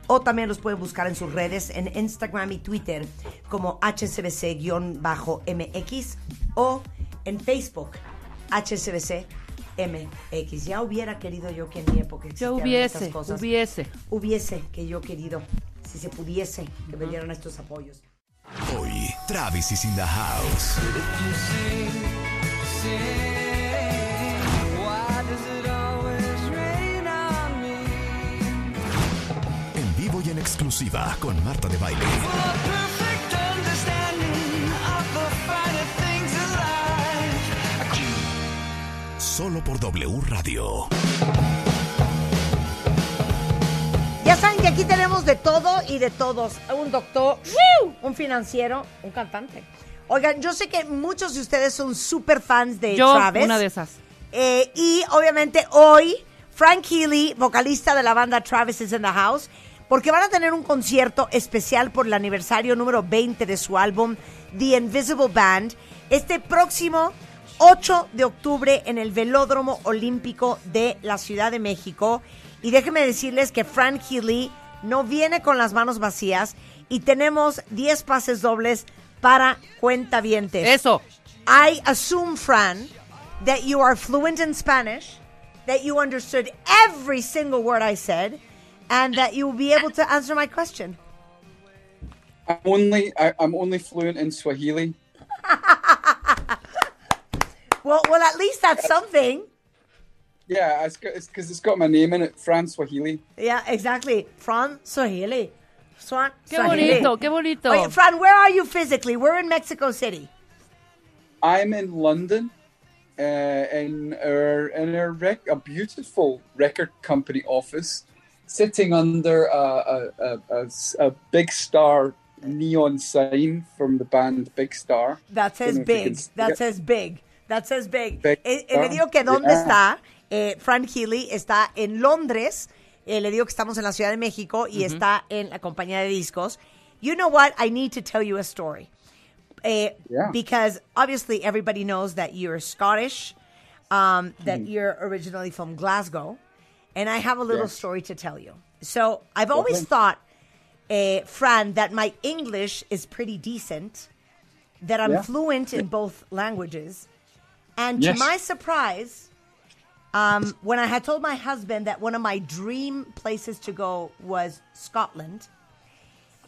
[SPEAKER 1] o también los pueden buscar en sus redes en Instagram y Twitter como hsbc-mx o en Facebook hsbc-mx. Ya hubiera querido yo que en mi época
[SPEAKER 4] Yo
[SPEAKER 1] existieran estas
[SPEAKER 4] hubiese,
[SPEAKER 1] cosas.
[SPEAKER 4] hubiese.
[SPEAKER 1] Hubiese que yo querido, si se pudiese, que me dieran estos apoyos.
[SPEAKER 3] Hoy, Travis is in the house. En vivo y en exclusiva con Marta de Baile. Solo por W Radio.
[SPEAKER 1] Ya saben que aquí tenemos de todo y de todos. Un doctor, un financiero, un cantante. Oigan, yo sé que muchos de ustedes son súper fans de
[SPEAKER 4] Yo,
[SPEAKER 1] Travis.
[SPEAKER 4] una de esas.
[SPEAKER 1] Eh, y obviamente hoy, Frank Healy, vocalista de la banda Travis is in the house, porque van a tener un concierto especial por el aniversario número 20 de su álbum The Invisible Band, este próximo 8 de octubre en el Velódromo Olímpico de la Ciudad de México. Y déjenme decirles que Frank Healy no viene con las manos vacías y tenemos 10 pases dobles para cuentavientes.
[SPEAKER 4] Eso.
[SPEAKER 1] I assume, Fran, that you are fluent in Spanish, that you understood every single word I said, and that you will be able to answer my question.
[SPEAKER 11] [laughs] I'm only I, I'm only fluent in Swahili.
[SPEAKER 1] Well, well, at least that's something.
[SPEAKER 11] Yeah, it's because it's, 'cause it's got my name in it, Fran Swahili.
[SPEAKER 1] Yeah, exactly. Fran Swahili. Swan,
[SPEAKER 11] Qué
[SPEAKER 1] Swahili.
[SPEAKER 11] bonito, qué bonito.
[SPEAKER 1] Oye, Fran, where are you physically? We're in Mexico City.
[SPEAKER 11] I'm in London, uh, in our in our rec- a beautiful record company office, sitting under a a, a, a s- a big star neon sign from the band Big Star.
[SPEAKER 1] That
[SPEAKER 11] Don't
[SPEAKER 1] says
[SPEAKER 11] know if you can
[SPEAKER 1] big.
[SPEAKER 11] see
[SPEAKER 1] That
[SPEAKER 11] it.
[SPEAKER 1] says big. That says big.
[SPEAKER 11] Big
[SPEAKER 1] Eh, eh, le
[SPEAKER 11] Star.
[SPEAKER 1] digo que dónde
[SPEAKER 11] Yeah.
[SPEAKER 1] está. eh, Frank Healy está en Londres. Eh, le digo que estamos en la Ciudad de México y
[SPEAKER 2] Ujú.
[SPEAKER 1] está en la compañía de discos. You know what? I need to tell you a story. Eh,
[SPEAKER 2] Yeah.
[SPEAKER 1] Because obviously everybody knows that you're Scottish, um, that
[SPEAKER 2] Mhm.
[SPEAKER 1] you're originally from Glasgow. And I have a little
[SPEAKER 2] Yes.
[SPEAKER 1] story to tell you. So I've always
[SPEAKER 2] Lovely.
[SPEAKER 1] thought, eh, Fran, that my English is pretty decent that I'm
[SPEAKER 2] Yeah.
[SPEAKER 1] fluent in both languages. And
[SPEAKER 2] Yes.
[SPEAKER 1] to my surprise, um, when I had told my husband that one of my dream places to go was Scotland,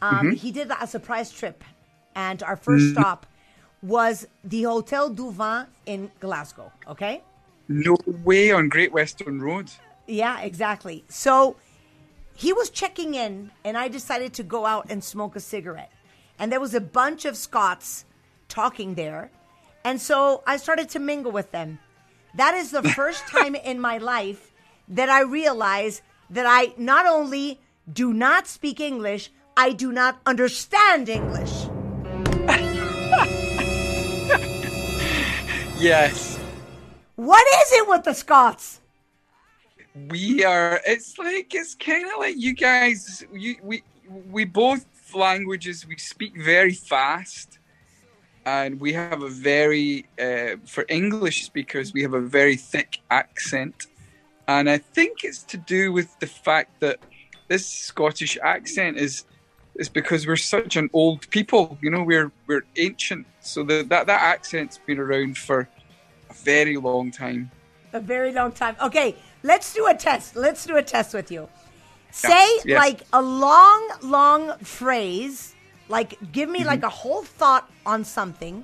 [SPEAKER 1] um,
[SPEAKER 2] Mhm.
[SPEAKER 1] he did a surprise trip. And our 1st
[SPEAKER 2] Mhm.
[SPEAKER 1] stop was the Hotel du Vin in Glasgow, okay?
[SPEAKER 11] No way on Great Western Road.
[SPEAKER 1] Yeah, exactly. So he was checking in, and I decided to go out and smoke a cigarette. And there was a bunch of Scots talking there. And so I started to mingle with them. That is the first time in my life that I realized that I not only do not speak English, I do not understand English.
[SPEAKER 11] Yes.
[SPEAKER 1] What is it with the Scots?
[SPEAKER 11] we are it's like it's kind of like you guys you we we both languages we speak very fast and we have a very uh, for english speakers we have a very thick accent and i think it's to do with the fact that this scottish accent is is because we're such an old people you know we're we're ancient so the, that that accent's been around for a very long time
[SPEAKER 1] A very long time. Okay, let's do a test. Let's do a test with you. Say
[SPEAKER 11] yes.
[SPEAKER 1] like a long, long phrase, like give me like a whole thought on something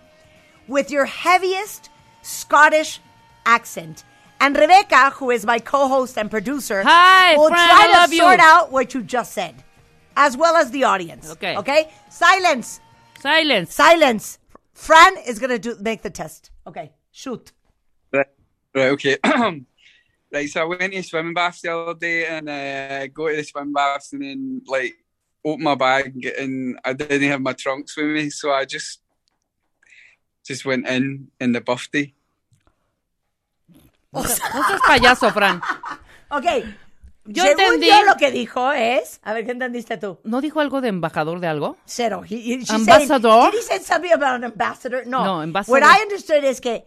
[SPEAKER 1] with your heaviest Scottish accent. And Rebecca, who is my co host and producer,
[SPEAKER 4] Hi,
[SPEAKER 1] will
[SPEAKER 4] Fran,
[SPEAKER 1] try
[SPEAKER 4] I love
[SPEAKER 1] to
[SPEAKER 4] you.
[SPEAKER 1] sort out what you just said, as well as the audience.
[SPEAKER 4] Okay.
[SPEAKER 1] Okay? Silence.
[SPEAKER 4] Silence.
[SPEAKER 1] Silence. Fran is going to do make the test. Okay, shoot.
[SPEAKER 11] Right, right okay. [clears throat] right, so I went to swimming baths the other day and uh, go to the swimming baths and then like open my bag and I didn't have my trunks with me, so I just just went in in the buffety.
[SPEAKER 4] No seas payaso,
[SPEAKER 1] [laughs]
[SPEAKER 4] Fran.
[SPEAKER 1] Ok.
[SPEAKER 4] Yo
[SPEAKER 1] Según
[SPEAKER 4] entendí.
[SPEAKER 1] yo lo que dijo es. A ver, ¿qué entendiste tú?
[SPEAKER 4] ¿No dijo algo de embajador de algo?
[SPEAKER 1] Cero. He- he- she
[SPEAKER 4] ¿Ambassador?
[SPEAKER 1] said- did he say something about an ambassador? No.
[SPEAKER 4] No, ambassador.
[SPEAKER 1] What I understood is que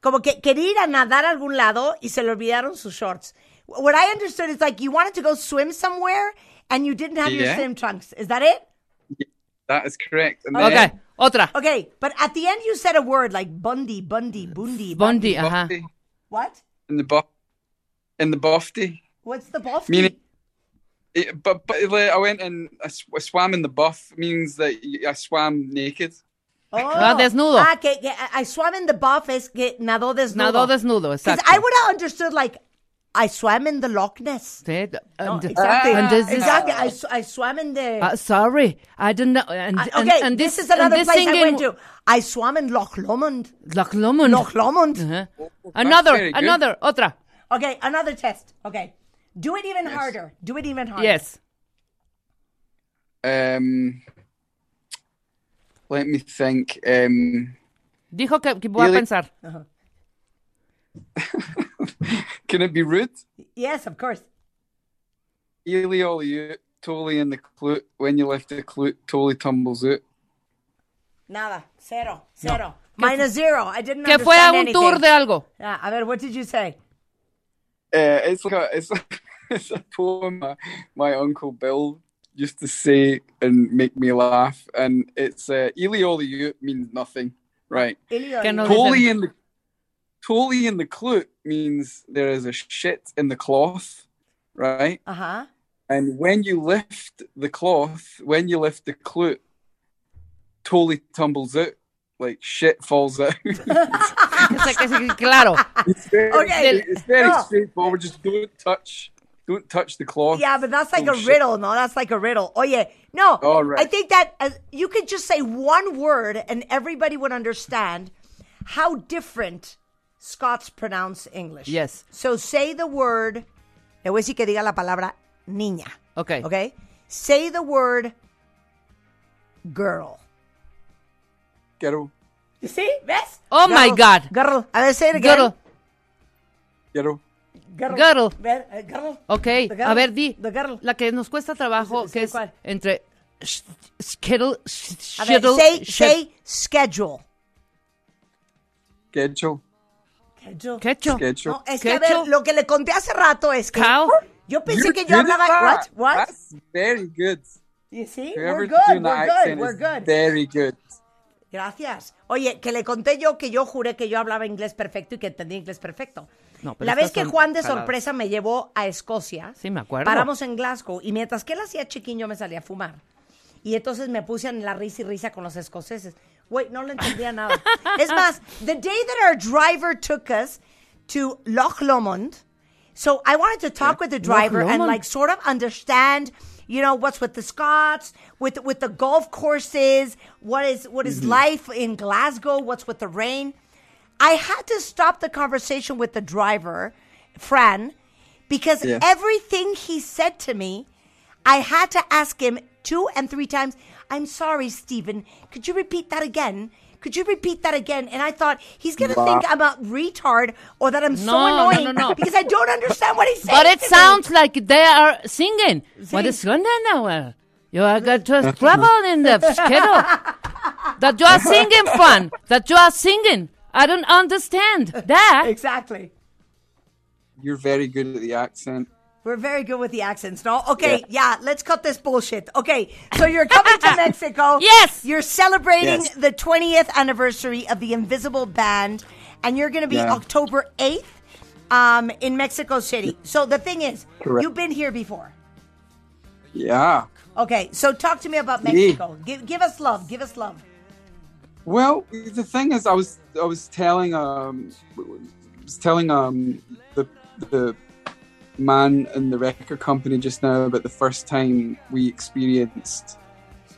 [SPEAKER 1] como que quería ir a nadar a algún lado y se le olvidaron sus shorts. What I understood is like you wanted to go swim somewhere and you didn't have your
[SPEAKER 11] Yeah.
[SPEAKER 1] swim trunks. Is that it?
[SPEAKER 11] That is correct. And
[SPEAKER 4] Okay,
[SPEAKER 11] then-
[SPEAKER 4] otra.
[SPEAKER 1] Okay, but at the end you said a word like Bundy, Bundy, Bundy.
[SPEAKER 4] Bondi, ajá.
[SPEAKER 11] Buffety,
[SPEAKER 1] What?
[SPEAKER 11] in the buff in the buffety.
[SPEAKER 1] What's the buff?
[SPEAKER 11] Meaning it, but, but like, I went and I, sw- I swam in the buff means that y- I swam naked.
[SPEAKER 1] Oh.
[SPEAKER 4] Ah, desnudo.
[SPEAKER 1] Ah, que, que I swam in the buff es que nadó desnudo.
[SPEAKER 4] Nadó desnudo,
[SPEAKER 1] Because
[SPEAKER 4] exacto.
[SPEAKER 1] I would have understood, like, I swam in the Loch Ness.
[SPEAKER 4] Sí, d-
[SPEAKER 1] No,
[SPEAKER 4] and-
[SPEAKER 1] exactly.
[SPEAKER 4] and this is-
[SPEAKER 1] exactly. I, sw- I swam in the.
[SPEAKER 4] Uh, sorry, I didn't know. And,
[SPEAKER 1] I-
[SPEAKER 4] and-
[SPEAKER 1] okay,
[SPEAKER 4] and
[SPEAKER 1] this, is
[SPEAKER 4] and
[SPEAKER 1] another
[SPEAKER 4] this
[SPEAKER 1] place I
[SPEAKER 4] singing-
[SPEAKER 1] went to. I swam in Loch Lomond.
[SPEAKER 4] Loch Lomond. Uh-huh.
[SPEAKER 1] Loch Lomond.
[SPEAKER 4] Ajá.
[SPEAKER 11] that's
[SPEAKER 4] Another,
[SPEAKER 11] very good.
[SPEAKER 4] another, otra.
[SPEAKER 1] Okay, another test. Okay. Do it even harder. Do it even harder.
[SPEAKER 4] Yes.
[SPEAKER 11] Um, let me think. Um,
[SPEAKER 4] Dijo que, que voy a
[SPEAKER 11] Really?
[SPEAKER 4] pensar.
[SPEAKER 1] Uh-huh.
[SPEAKER 11] can it be rude?
[SPEAKER 1] Yes, of course.
[SPEAKER 11] Eely all you, totally in the clute. When you left the clute, totally tumbles out.
[SPEAKER 1] Nada. Cero. Cero. Minus zero. I didn't
[SPEAKER 4] Que fue a
[SPEAKER 1] understand
[SPEAKER 4] un
[SPEAKER 1] anything.
[SPEAKER 4] tour de algo.
[SPEAKER 1] Yeah, I mean, what did you
[SPEAKER 4] [laughs]
[SPEAKER 1] say?
[SPEAKER 11] Uh, it's like a, it's [laughs] like, it's a poem my, my uncle Bill used to say and make me laugh. And it's uh, Eely all you means nothing, right?
[SPEAKER 1] Ilio,
[SPEAKER 4] Que no
[SPEAKER 11] Totally
[SPEAKER 4] dicen.
[SPEAKER 11] in the totally in the clute means there is a shit in the cloth, right?
[SPEAKER 1] Uh huh.
[SPEAKER 11] And when you lift the cloth, when you lift the clute, totally tumbles out. Like shit falls out.
[SPEAKER 1] [laughs]
[SPEAKER 4] O sea, que sí, claro.
[SPEAKER 11] it's very,
[SPEAKER 1] Okay.
[SPEAKER 11] it's very
[SPEAKER 1] No.
[SPEAKER 11] straightforward. Just don't touch, don't touch the cloth.
[SPEAKER 1] Yeah, but that's like
[SPEAKER 11] Oh,
[SPEAKER 1] a
[SPEAKER 11] shit.
[SPEAKER 1] riddle. No, that's like a riddle. Oh yeah, no.
[SPEAKER 11] All right.
[SPEAKER 1] I think that uh, you could just say one word and everybody would understand how different Scots pronounce English.
[SPEAKER 4] Yes.
[SPEAKER 1] So say the word. Le voy a decir que diga la palabra niña.
[SPEAKER 4] Okay.
[SPEAKER 1] Okay. Say the word girl.
[SPEAKER 11] Girl,
[SPEAKER 1] You see? Yes.
[SPEAKER 4] Oh, my God.
[SPEAKER 1] Girl. I ver, say it again.
[SPEAKER 4] Girl,
[SPEAKER 11] girl.
[SPEAKER 1] Girl.
[SPEAKER 4] Girl.
[SPEAKER 1] Ver- uh, girl.
[SPEAKER 4] ok.
[SPEAKER 1] The girl.
[SPEAKER 4] A ver, di.
[SPEAKER 1] The girl.
[SPEAKER 4] La que nos cuesta trabajo,
[SPEAKER 1] Sí,
[SPEAKER 4] que
[SPEAKER 1] sí,
[SPEAKER 4] es
[SPEAKER 1] ¿cuál?
[SPEAKER 4] entre sh- skittle, sh-
[SPEAKER 1] A ver,
[SPEAKER 4] shittle,
[SPEAKER 1] say,
[SPEAKER 4] shit-
[SPEAKER 1] say schedule.
[SPEAKER 11] Schedule,
[SPEAKER 1] Schedule. Oh,
[SPEAKER 4] quecho.
[SPEAKER 11] schedule.
[SPEAKER 1] No, es
[SPEAKER 4] ¿Qué
[SPEAKER 1] que a
[SPEAKER 4] hecho?
[SPEAKER 1] ver, lo que le conté hace rato es que
[SPEAKER 4] Cow.
[SPEAKER 1] yo pensé
[SPEAKER 11] You
[SPEAKER 1] que
[SPEAKER 11] did
[SPEAKER 1] yo hablaba
[SPEAKER 11] that.
[SPEAKER 1] what what
[SPEAKER 11] That's very good.
[SPEAKER 1] you see
[SPEAKER 11] Whoever's
[SPEAKER 1] we're good
[SPEAKER 11] doing the
[SPEAKER 1] we're good
[SPEAKER 11] accent
[SPEAKER 1] we're
[SPEAKER 11] is
[SPEAKER 1] good
[SPEAKER 11] Very good.
[SPEAKER 1] gracias oye que le conté yo que yo juré que yo hablaba inglés perfecto y que entendía inglés perfecto
[SPEAKER 4] No, pero
[SPEAKER 1] la
[SPEAKER 4] estas
[SPEAKER 1] vez que
[SPEAKER 4] son
[SPEAKER 1] Juan de
[SPEAKER 4] jaladas.
[SPEAKER 1] sorpresa me llevó a Escocia
[SPEAKER 4] Sí, me acuerdo.
[SPEAKER 1] paramos en Glasgow y mientras que él hacía chiquín yo me salía a fumar y entonces me puse en la risa y risa con los
[SPEAKER 4] [laughs]
[SPEAKER 1] escoceses güey no le entendía nada es más the day that our driver took us to Loch Lomond. So I wanted to talk with the driver and
[SPEAKER 2] Lomond.
[SPEAKER 1] like sort of understand, you know, what's with the Scots, with with the golf courses, what is what is
[SPEAKER 4] Mm-hmm.
[SPEAKER 2] Mhm.
[SPEAKER 1] life in Glasgow, what's with the rain. I had to stop the conversation with the driver, Fran, because
[SPEAKER 2] Yes.
[SPEAKER 1] everything he said to me, I had to ask him two and three times. I'm sorry, Stephen. Could you repeat that again? Could you repeat that again? And I thought he's gonna
[SPEAKER 4] Wow.
[SPEAKER 1] think I'm a retard or that I'm so
[SPEAKER 4] No, no,
[SPEAKER 1] annoying
[SPEAKER 4] no, no.
[SPEAKER 1] because I don't understand what he's saying.
[SPEAKER 4] But it
[SPEAKER 1] to me.
[SPEAKER 4] sounds like they are singing. What is going on now? You are got to trouble in the kettle. That you are singing, fun. That you are singing. I don't understand that.
[SPEAKER 1] Exactly.
[SPEAKER 11] You're very good at the accent.
[SPEAKER 1] We're very good with the accents, no? Okay, yeah, let's cut this bullshit. Okay, so you're coming
[SPEAKER 11] [laughs]
[SPEAKER 1] to Mexico. Yes. You're celebrating
[SPEAKER 2] Yes.
[SPEAKER 1] the 20th anniversary of the Invisible Band, and you're going to be
[SPEAKER 2] Yeah.
[SPEAKER 1] October 8th um, in Mexico City. So the thing is,
[SPEAKER 11] Correct.
[SPEAKER 1] you've been here before.
[SPEAKER 11] Yeah.
[SPEAKER 1] Okay, so talk to me about
[SPEAKER 11] Sí.
[SPEAKER 1] Mexico. Give, give us love. Give us love.
[SPEAKER 11] Well, the thing is, I was I was telling um was telling um the the man in the record company just now about the first time we experienced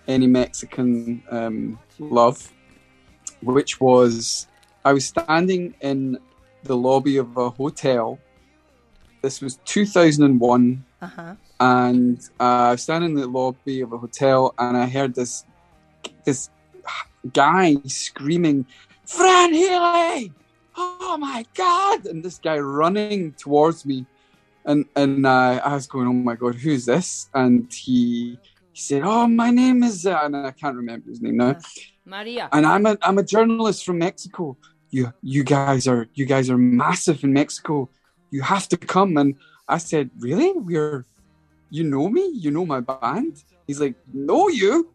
[SPEAKER 11] any Mexican um, love, which was I was standing in the lobby of a hotel. This was 2001
[SPEAKER 1] Uh huh.
[SPEAKER 11] and uh, I was standing in the lobby of a hotel, and I heard this this guy screaming, "Fran Healy! Oh my God!" And this guy running towards me, and and uh, I was going, "Oh my God, who's this?" And he he said, "Oh, my name is," uh, and I can't remember his name now.
[SPEAKER 4] Maria.
[SPEAKER 11] And I'm a I'm a journalist from Mexico. You you guys are you guys are massive in Mexico. You have to come. And I said, really? We're you know me? You know my band? He's like, no, you,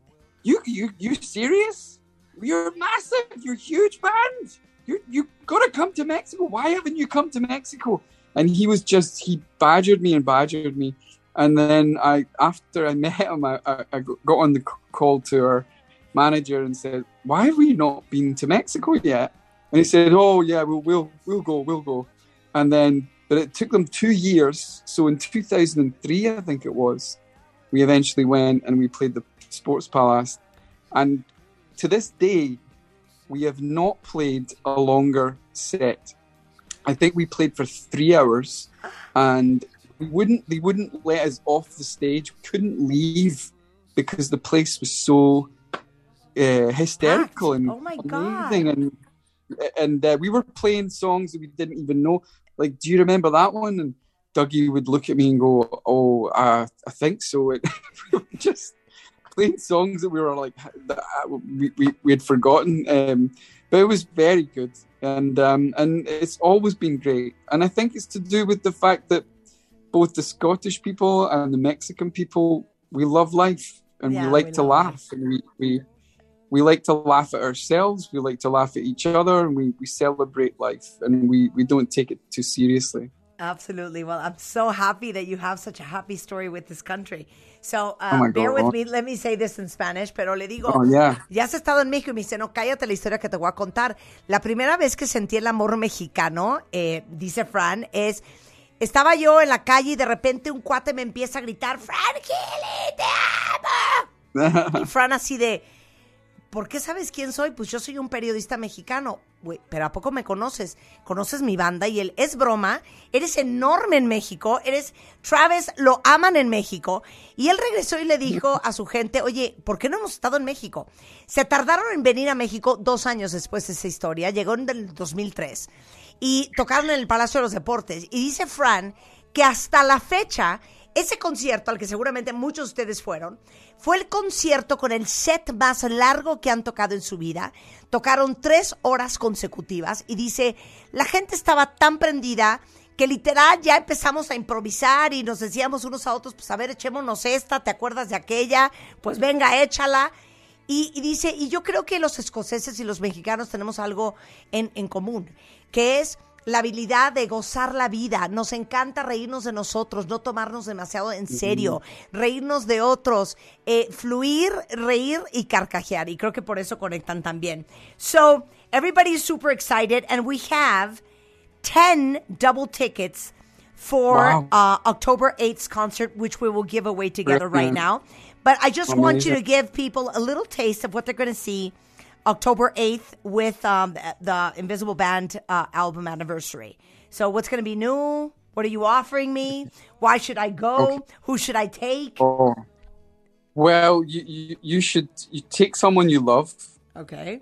[SPEAKER 11] you you you serious? You're massive. You're a huge band. You you gotta come to Mexico. Why haven't you come to Mexico? And he was just he badgered me and badgered me. And then I after I [laughs] met him, I, I, I got on the c- call to our manager and said, "Why have we not been to Mexico yet?" And he said, "Oh yeah, we'll we'll, we'll go, we'll go." And then, but it took them two years. So in 2003, I think it was, we eventually went and we played the Sports Palace. And to this day, we have not played a longer set. I think we played for three hours, and we wouldn't they wouldn't let us off the stage. We couldn't leave because the place was so uh, hysterical and
[SPEAKER 1] Oh my God.
[SPEAKER 11] amazing, and and uh, we were playing songs that we didn't even know. Like, do you remember that one? And Dougie would look at me and go, "Oh, uh, I think so." [laughs] And we were just playing songs that we were like that uh, we, we, we had forgotten um, but it was very good and um, and it's always been great and i think it's to do with the fact that both the scottish people and the mexican people we love life and
[SPEAKER 2] Yeah,
[SPEAKER 11] we like
[SPEAKER 2] we
[SPEAKER 11] to
[SPEAKER 2] love
[SPEAKER 11] laugh and we, we we like to laugh at ourselves we like to laugh at each other and we, we celebrate life and we, we don't take it too seriously [laughs]
[SPEAKER 1] Absolutely. Well, I'm so happy that you have such a happy story with this country. So
[SPEAKER 11] Oh
[SPEAKER 1] uh,
[SPEAKER 11] my
[SPEAKER 1] bear
[SPEAKER 11] God.
[SPEAKER 1] with me. Let me say this in Spanish, pero le digo,
[SPEAKER 11] Oh, yeah.
[SPEAKER 1] ya has estado en México y me dice, no, cállate la historia que te voy a contar. La primera vez que sentí el amor mexicano, eh, dice Fran, es, estaba yo en la calle y de repente un cuate me empieza a gritar, Fran Gili, te y Fran así de, ¿por qué sabes quién soy? Pues yo soy un periodista mexicano. Güey, pero ¿a poco me conoces? ¿Conoces mi banda? Y él, es broma, eres enorme en México, eres Travis, lo aman en México. Y él regresó y le dijo a su gente, oye, ¿por qué no hemos estado en México? Se tardaron en venir a México dos años después de esa historia, llegó en el 2003. Y tocaron en el Palacio de los Deportes. Y dice Fran que hasta la fecha, ese concierto al que seguramente muchos de ustedes fueron, fue el concierto con el set más largo que han tocado en su vida. Tocaron tres horas consecutivas y dice, la gente estaba tan prendida que literal ya empezamos a improvisar y nos decíamos unos a otros, pues a ver, echémonos esta, ¿te acuerdas de aquella? Pues venga, échala. Y, y dice, y yo creo que los escoceses y los mexicanos tenemos algo en, en común, que es la habilidad de gozar la vida. Nos encanta reírnos de nosotros, no tomarnos demasiado en serio, reírnos de otros, eh, fluir, reír y carcajear. Y creo que por eso conectan también. So, everybody is super excited and we have 10 double tickets for
[SPEAKER 12] Wow.
[SPEAKER 1] uh, October 8th's concert, which we will give away together right
[SPEAKER 12] Mhm.
[SPEAKER 1] now. But I just want you to
[SPEAKER 12] Amazing.
[SPEAKER 1] give people a little taste of what they're going to see October 8th with um, the- the Invisible Band uh, album anniversary. So, what's going to be new? What are you offering me? Why should I go?
[SPEAKER 11] Okay.
[SPEAKER 1] Who should I take?
[SPEAKER 11] Oh. Well, you, you, you should you take someone you love,
[SPEAKER 1] Okay.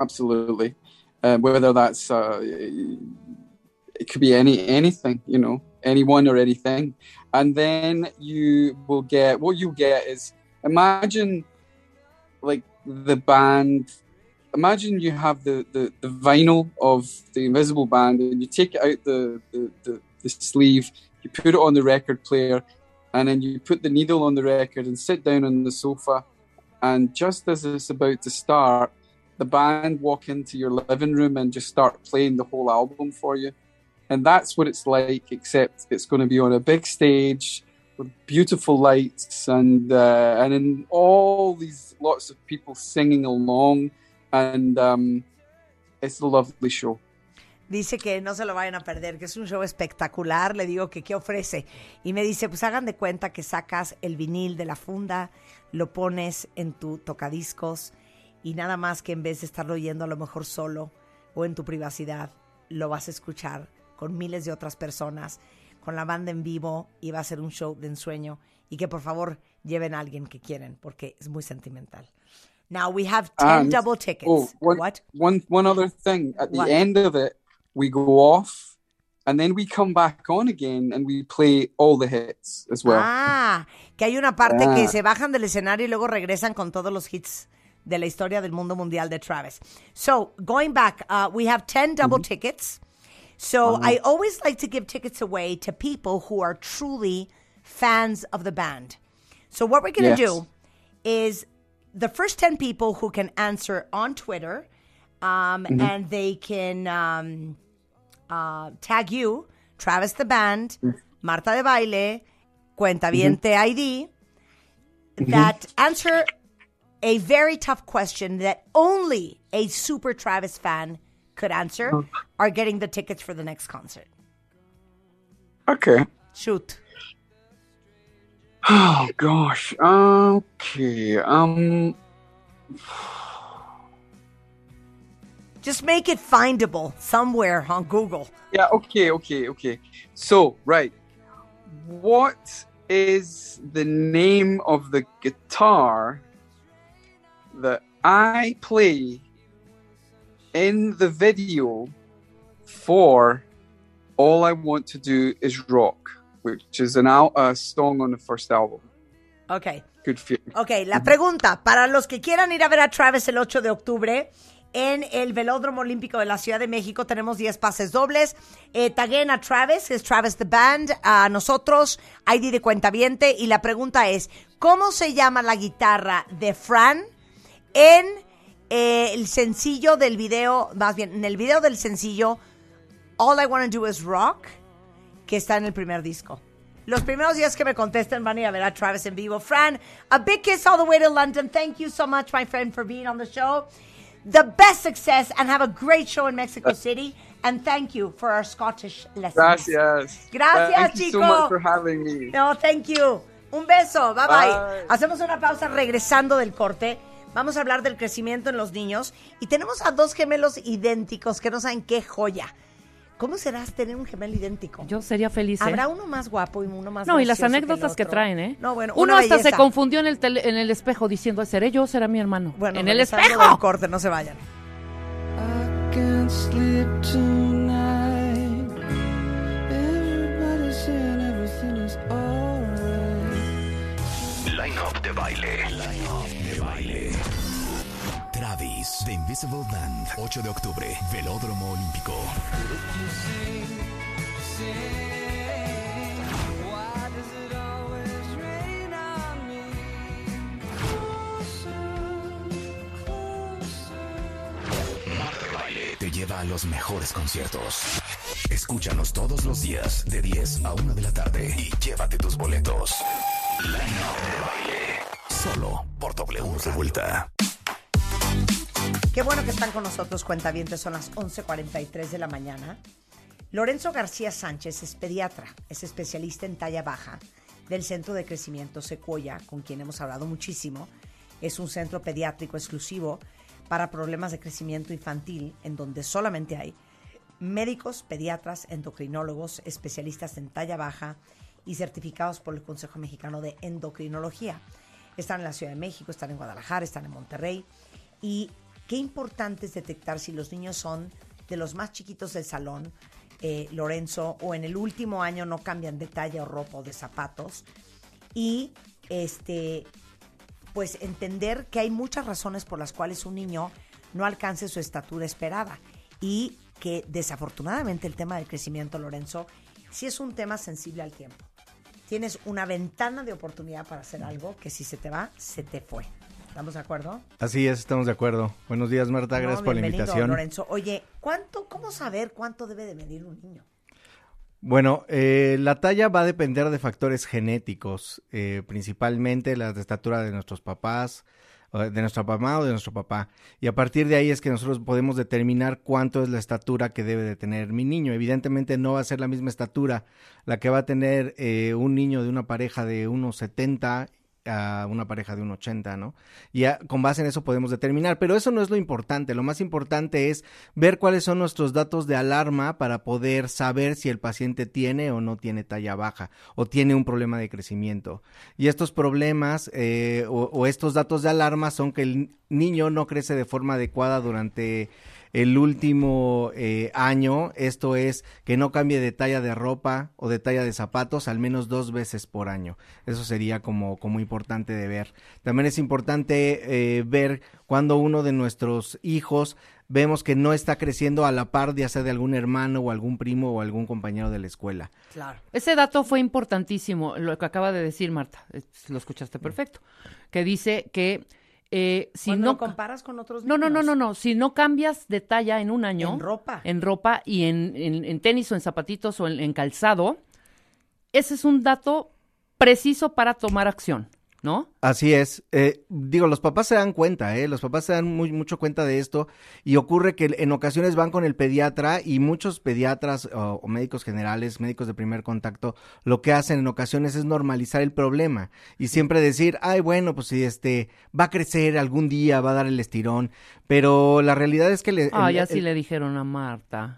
[SPEAKER 11] absolutely. Uh, whether that's uh, it could be any anything, you know, anyone or anything, and then you will get what you get is imagine like the band. Imagine you have the, the, the vinyl of the Invisible Band, and you take it out the, the, the, the sleeve, you put it on the record player, and then you put the needle on the record and sit down on the sofa. And just as it's about to start, the band walk into your living room and just start playing the whole album for you. And that's what it's like, except it's going to be on a big stage with beautiful lights and uh, and in all these lots of people singing along. And um, it's a lovely show.
[SPEAKER 1] Dice que no se lo vayan a perder, que es un show espectacular. Le digo que qué ofrece. Y me dice, pues hagan de cuenta que sacas el vinil de la funda, lo pones en tu tocadiscos y nada más que en vez de estarlo oyendo a lo mejor solo o en tu privacidad, lo vas a escuchar con miles de otras personas, con la banda en vivo y va a ser un show de ensueño. Y que por favor lleven a alguien que quieren porque es muy sentimental. Now we have 10
[SPEAKER 11] And-
[SPEAKER 1] double tickets.
[SPEAKER 11] Oh, one, one- one other thing. At the
[SPEAKER 1] What?
[SPEAKER 11] end of it, we go off, and then we come back on again, and we play all the hits as well.
[SPEAKER 1] Ah, que hay una parte
[SPEAKER 11] Ah.
[SPEAKER 1] que se bajan del escenario y luego regresan con todos los hits de la historia del mundo mundial de Travis. So, going back, uh, we have 10 double tickets. So,
[SPEAKER 12] Wow.
[SPEAKER 1] I always like to give tickets away to people who are truly fans of the band. So, what we're going
[SPEAKER 12] Yes.
[SPEAKER 1] to do is the first 10 people who can answer on Twitter, um,
[SPEAKER 12] Mhm.
[SPEAKER 1] and they can um, uh, tag you, Travis the Band, Marta de Baile, Cuentaviente ID, that answer a very tough question that only a super Travis fan could answer
[SPEAKER 11] Oh.
[SPEAKER 1] are getting the tickets for the next concert.
[SPEAKER 11] Okay.
[SPEAKER 1] Shoot.
[SPEAKER 11] Oh gosh. Okay. Um.
[SPEAKER 1] Just make it findable somewhere on Google.
[SPEAKER 11] Yeah. Okay. Okay. Okay. So right, what is the name of the guitar that I play in the video for "All I Want to Do Is Rock," which is an al- a song on the first album.
[SPEAKER 1] Okay.
[SPEAKER 11] Good feeling.
[SPEAKER 1] Ok, la pregunta para los que quieran ir a ver a Travis el 8 de octubre en el Velódromo Olímpico de la Ciudad de México tenemos 10 pases dobles. Eh, taguen a Travis, es Travis the Band, a nosotros, ID de Cuentaviente. Y la pregunta es, ¿cómo se llama la guitarra de Fran en eh, el sencillo del video, más bien, en el video del sencillo All I Wanna Do Is Rock, que está en el primer disco? Los primeros días que me contesten van a ir a ver a Travis en vivo. Fran, a big kiss all the way to London. Thank you so much, my friend, for being on the show. The best success and have a great show in Mexico City. And thank you for our Scottish lessons.
[SPEAKER 11] Gracias.
[SPEAKER 1] Gracias,
[SPEAKER 11] Thank you so much
[SPEAKER 1] chico.
[SPEAKER 11] for having me.
[SPEAKER 1] No, thank you. Un beso. Bye, bye
[SPEAKER 11] Bye.
[SPEAKER 1] Hacemos una pausa regresando del corte. Vamos a hablar del crecimiento en los niños. Y tenemos a dos gemelos idénticos que no saben qué joya. ¿Cómo serás tener un gemelo idéntico?
[SPEAKER 4] Yo sería feliz. ¿eh?
[SPEAKER 1] Habrá uno más guapo y uno más
[SPEAKER 4] No, y las
[SPEAKER 1] gracioso el
[SPEAKER 4] anécdotas que,
[SPEAKER 1] otro.
[SPEAKER 4] traen, ¿eh?
[SPEAKER 1] No, bueno,
[SPEAKER 4] Uno
[SPEAKER 1] una
[SPEAKER 4] hasta se
[SPEAKER 1] belleza.
[SPEAKER 4] confundió en el, tele- en el espejo diciendo, ¿seré yo o será mi hermano?
[SPEAKER 1] Bueno,
[SPEAKER 4] en el
[SPEAKER 1] regresando
[SPEAKER 4] espejo.
[SPEAKER 1] del corte, no se vayan.
[SPEAKER 12] can't sleep tonight. Everybody saying everything is alright.
[SPEAKER 3] Line up de baile. Line up de baile. Travis, The Invisible Band, 8 de octubre, Velódromo Olímpico.
[SPEAKER 12] Why does it always rain on me? Closer, closer.
[SPEAKER 3] Marta de Baile te lleva a los mejores conciertos. Escúchanos todos los días de 10 a 1 de la tarde y llévate tus boletos. Line Up de Baile. Solo por W Radio. vuelta.
[SPEAKER 1] Qué bueno que están con nosotros, cuentavientes. Son las 11.43 de la mañana. Lorenzo García Sánchez es pediatra, es especialista en talla baja del Centro de Crecimiento Secuoya, con quien hemos hablado muchísimo. Es un centro pediátrico exclusivo para problemas de crecimiento infantil, en donde solamente hay médicos, pediatras, endocrinólogos, especialistas en talla baja y certificados por el Consejo Mexicano de Endocrinología. Están en la Ciudad de México, están en Guadalajara, están en Monterrey. Y qué importante es detectar si los niños son de los más chiquitos del salón, eh, Lorenzo, o en el último año no cambian de talla o ropa o de zapatos. Y este, pues entender que hay muchas razones por las cuales un niño no alcance su estatura esperada y que desafortunadamente el tema del crecimiento, Lorenzo, sí es un tema sensible al tiempo. Tienes una ventana de oportunidad para hacer algo que si se te va, se te fue. ¿Estamos de acuerdo?
[SPEAKER 13] Así es, estamos de acuerdo. Buenos días, Marta.
[SPEAKER 1] No,
[SPEAKER 13] Gracias por la
[SPEAKER 1] bienvenido,
[SPEAKER 13] invitación.
[SPEAKER 1] Lorenzo. Oye, ¿cuánto, ¿cómo saber cuánto debe de medir un niño?
[SPEAKER 13] Bueno, eh, la talla va a depender de factores genéticos, eh, principalmente las de estatura de nuestros papás, o de nuestra mamá o de nuestro papá. Y a partir de ahí es que nosotros podemos determinar cuánto es la estatura que debe de tener mi niño. Evidentemente no va a ser la misma estatura la que va a tener eh, un niño de una pareja de unos 70 a una pareja de un 80, ¿no? Y a- con base en eso podemos determinar, pero eso no es lo importante, lo más importante es ver cuáles son nuestros datos de alarma para poder saber si el paciente tiene o no tiene talla baja o tiene un problema de crecimiento. Y estos problemas eh, o, o estos datos de alarma son que el niño no crece de forma adecuada durante el último eh, año, esto es que no cambie de talla de ropa o de talla de zapatos al menos dos veces por año. Eso sería como, como importante de ver. También es importante eh, ver cuando uno de nuestros hijos vemos que no está creciendo a la par ya sea de algún hermano o algún primo o algún compañero de la escuela.
[SPEAKER 1] Claro.
[SPEAKER 4] Ese dato fue importantísimo, lo que acaba de decir Marta, eh, lo
[SPEAKER 1] Mm.
[SPEAKER 4] escuchaste perfecto, que dice que eh, si
[SPEAKER 1] Cuando
[SPEAKER 4] no...
[SPEAKER 1] lo comparas con otros
[SPEAKER 4] No,
[SPEAKER 1] niños.
[SPEAKER 4] no, no, no, no. Si no cambias de talla en un año.
[SPEAKER 1] En ropa.
[SPEAKER 4] En ropa y en, en- en tenis o en zapatitos o en, en calzado. Ese es un dato preciso para tomar acción, ¿no?
[SPEAKER 13] Así es. Eh, digo, los papás se dan cuenta, ¿eh? Los papás se dan muy, mucho cuenta de esto y ocurre que en ocasiones van con el pediatra y muchos pediatras o, o médicos generales, médicos de primer contacto, lo que hacen en ocasiones es normalizar el problema y siempre decir, ay, bueno, pues si este va a crecer algún día, va a dar el estirón, pero la realidad es que le...
[SPEAKER 4] Ah,
[SPEAKER 13] el-
[SPEAKER 4] ya sí
[SPEAKER 13] el-
[SPEAKER 4] le dijeron a Marta.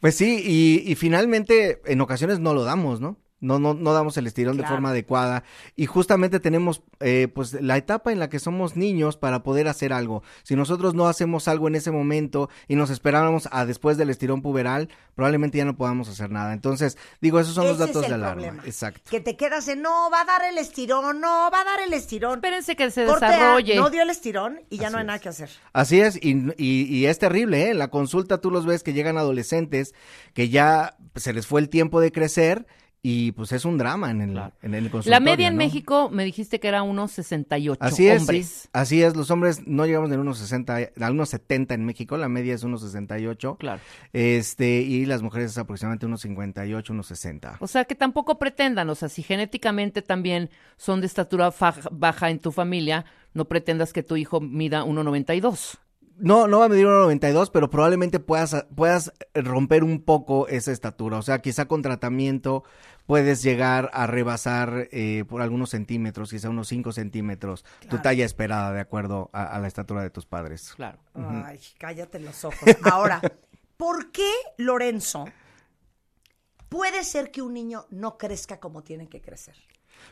[SPEAKER 13] Pues sí, y, y finalmente en ocasiones no lo damos, ¿no? No, no, no damos el estirón de
[SPEAKER 4] Claro.
[SPEAKER 13] forma adecuada y justamente tenemos eh, pues la etapa en la que somos niños para poder hacer algo. Si nosotros no hacemos algo en ese momento y nos esperáramos a después del estirón puberal, probablemente ya no podamos hacer nada. Entonces, digo, esos son los
[SPEAKER 1] Ese es
[SPEAKER 13] datos
[SPEAKER 1] el
[SPEAKER 13] de alarma.
[SPEAKER 1] problema.
[SPEAKER 13] Exacto.
[SPEAKER 1] Que te quedas en, no, va a dar el estirón, no, va a dar el estirón.
[SPEAKER 4] Espérense que se
[SPEAKER 1] Corte A,
[SPEAKER 4] desarrolle.
[SPEAKER 1] no dio el estirón y ya
[SPEAKER 13] Así
[SPEAKER 1] no hay nada que hacer.
[SPEAKER 13] Así es, y, y- y es terrible, ¿eh? En la consulta tú los ves que llegan adolescentes que ya se les fue el tiempo de crecer y pues es un drama en el, en el consultorio.
[SPEAKER 4] La media en
[SPEAKER 13] ¿no?
[SPEAKER 4] México me dijiste que era unos 68
[SPEAKER 13] Así es,
[SPEAKER 4] hombres.
[SPEAKER 13] sí. así es, los hombres no llegamos de unos 60, a unos 70 en México, la media es unos 68.
[SPEAKER 4] Claro.
[SPEAKER 13] Este, y las mujeres es aproximadamente unos 58, unos 60.
[SPEAKER 4] O sea, que tampoco pretendan, o sea, si genéticamente también son de estatura faj- baja en tu familia, no pretendas que tu hijo mida 1.92.
[SPEAKER 13] No, no va a medir 1.92, pero probablemente puedas, puedas romper un poco esa estatura. O sea, quizá con tratamiento puedes llegar a rebasar eh, por algunos centímetros, quizá unos 5 centímetros, tu talla esperada de acuerdo a, a la estatura de tus padres.
[SPEAKER 4] Claro.
[SPEAKER 13] Ujú.
[SPEAKER 1] Ay, cállate los ojos. Ahora, ¿por qué, Lorenzo, puede ser que un niño no crezca como tiene que crecer?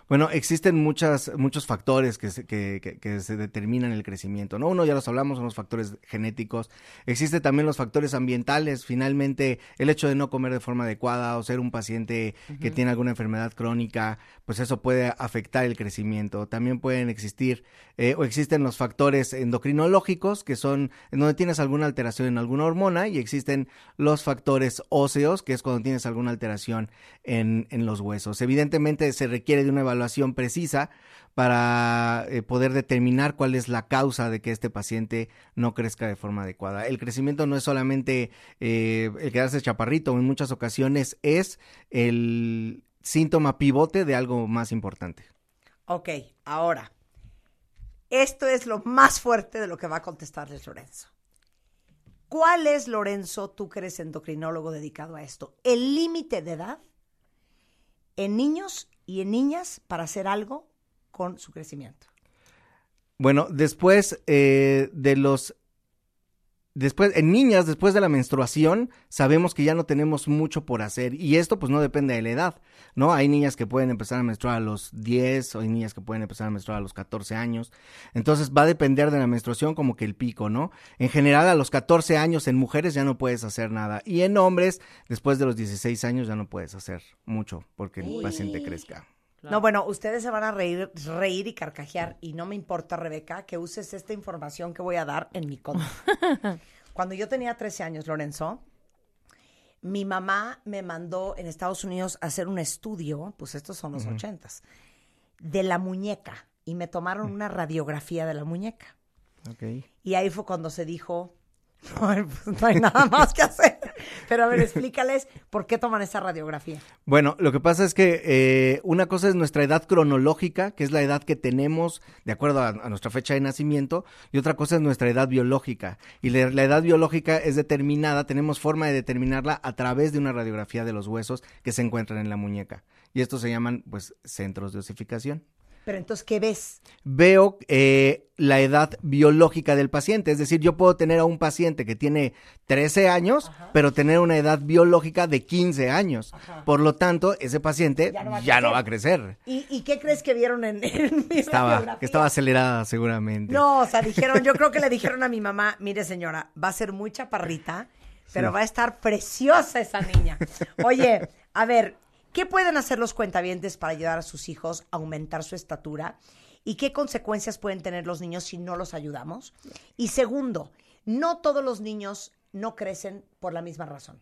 [SPEAKER 13] Bueno, existen muchas, muchos factores que se, que, que- que se determinan el crecimiento, ¿no? Uno ya los hablamos, son los factores genéticos. Existen también los factores ambientales. Finalmente, el hecho de no comer de forma adecuada o ser un paciente que
[SPEAKER 14] Ujú.
[SPEAKER 13] tiene alguna enfermedad crónica, pues eso puede afectar el crecimiento. También pueden existir eh, o existen los factores endocrinológicos, que son en donde tienes alguna alteración en alguna hormona, y existen los factores óseos, que es cuando tienes alguna alteración en, en los huesos. Evidentemente se requiere de una evaluación precisa para eh, poder determinar cuál es la causa de que este paciente no crezca de forma adecuada. El crecimiento no es solamente eh, el quedarse chaparrito, en muchas ocasiones es el síntoma pivote de algo más importante.
[SPEAKER 1] Ok, ahora, esto es lo más fuerte de lo que va a contestarles Lorenzo. ¿Cuál es, Lorenzo, tú que eres endocrinólogo dedicado a esto, el límite de edad en niños y en niñas para hacer algo con su crecimiento?
[SPEAKER 13] Bueno, después eh, de los... Después, en niñas, después de la menstruación, sabemos que ya no tenemos mucho por hacer. Y esto, pues, no depende de la edad, ¿no? Hay niñas que pueden empezar a menstruar a los 10, o hay niñas que pueden empezar a menstruar a los 14 años. Entonces, va a depender de la menstruación como que el pico, ¿no? En general, a los 14 años en mujeres ya no puedes hacer nada. Y en hombres, después de los 16 años ya no puedes hacer mucho porque el
[SPEAKER 1] Uy.
[SPEAKER 13] paciente crezca.
[SPEAKER 1] No, bueno, ustedes se van a reír, reír y carcajear y no me importa, Rebeca, que uses esta información que voy a dar en mi contra. Cuando yo tenía 13 años, Lorenzo, mi mamá me mandó en Estados Unidos a hacer un estudio, pues estos son los
[SPEAKER 2] Ujú.
[SPEAKER 1] ochentas, de la muñeca y me tomaron una radiografía de la muñeca.
[SPEAKER 13] Ok.
[SPEAKER 1] Y ahí fue cuando se dijo, "Ay, pues, no hay nada más que hacer. Pero a ver, explícales por qué toman esa radiografía.
[SPEAKER 13] Bueno, lo que pasa es que eh, una cosa es nuestra edad cronológica, que es la edad que tenemos de acuerdo a, a nuestra fecha de nacimiento, y otra cosa es nuestra edad biológica. Y la, la edad biológica es determinada, tenemos forma de determinarla a través de una radiografía de los huesos que se encuentran en la muñeca. Y estos se llaman, pues, centros de osificación
[SPEAKER 1] Pero entonces, ¿qué ves?
[SPEAKER 13] veo eh, la edad biológica del paciente. Es decir, yo puedo tener a un paciente que tiene 13 años, pero tener una edad biológica de 15 años. Por lo tanto, ese paciente ya no va a, crecer.
[SPEAKER 1] ¿Y, y qué crees que vieron en, en mi
[SPEAKER 13] Estaba,
[SPEAKER 1] radiografía?
[SPEAKER 13] estaba acelerada seguramente.
[SPEAKER 1] No, o sea, dijeron, yo creo que le dijeron a mi mamá, mire señora, va a ser muy chaparrita, pero
[SPEAKER 13] Sí.
[SPEAKER 1] va a estar preciosa esa niña. Oye, a ver, ¿qué pueden hacer los cuentavientes para ayudar a sus hijos a aumentar su estatura? ¿Y qué consecuencias pueden tener los niños si no los ayudamos? Y segundo, no todos los niños no crecen por la misma razón.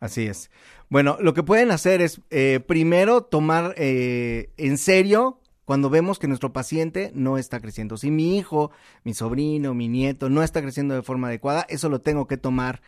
[SPEAKER 13] Así es. Bueno, lo que pueden hacer es eh, primero tomar eh, en serio cuando vemos que nuestro paciente no está creciendo. Si mi hijo, mi sobrino, mi nieto no está creciendo de forma adecuada, eso lo tengo que tomar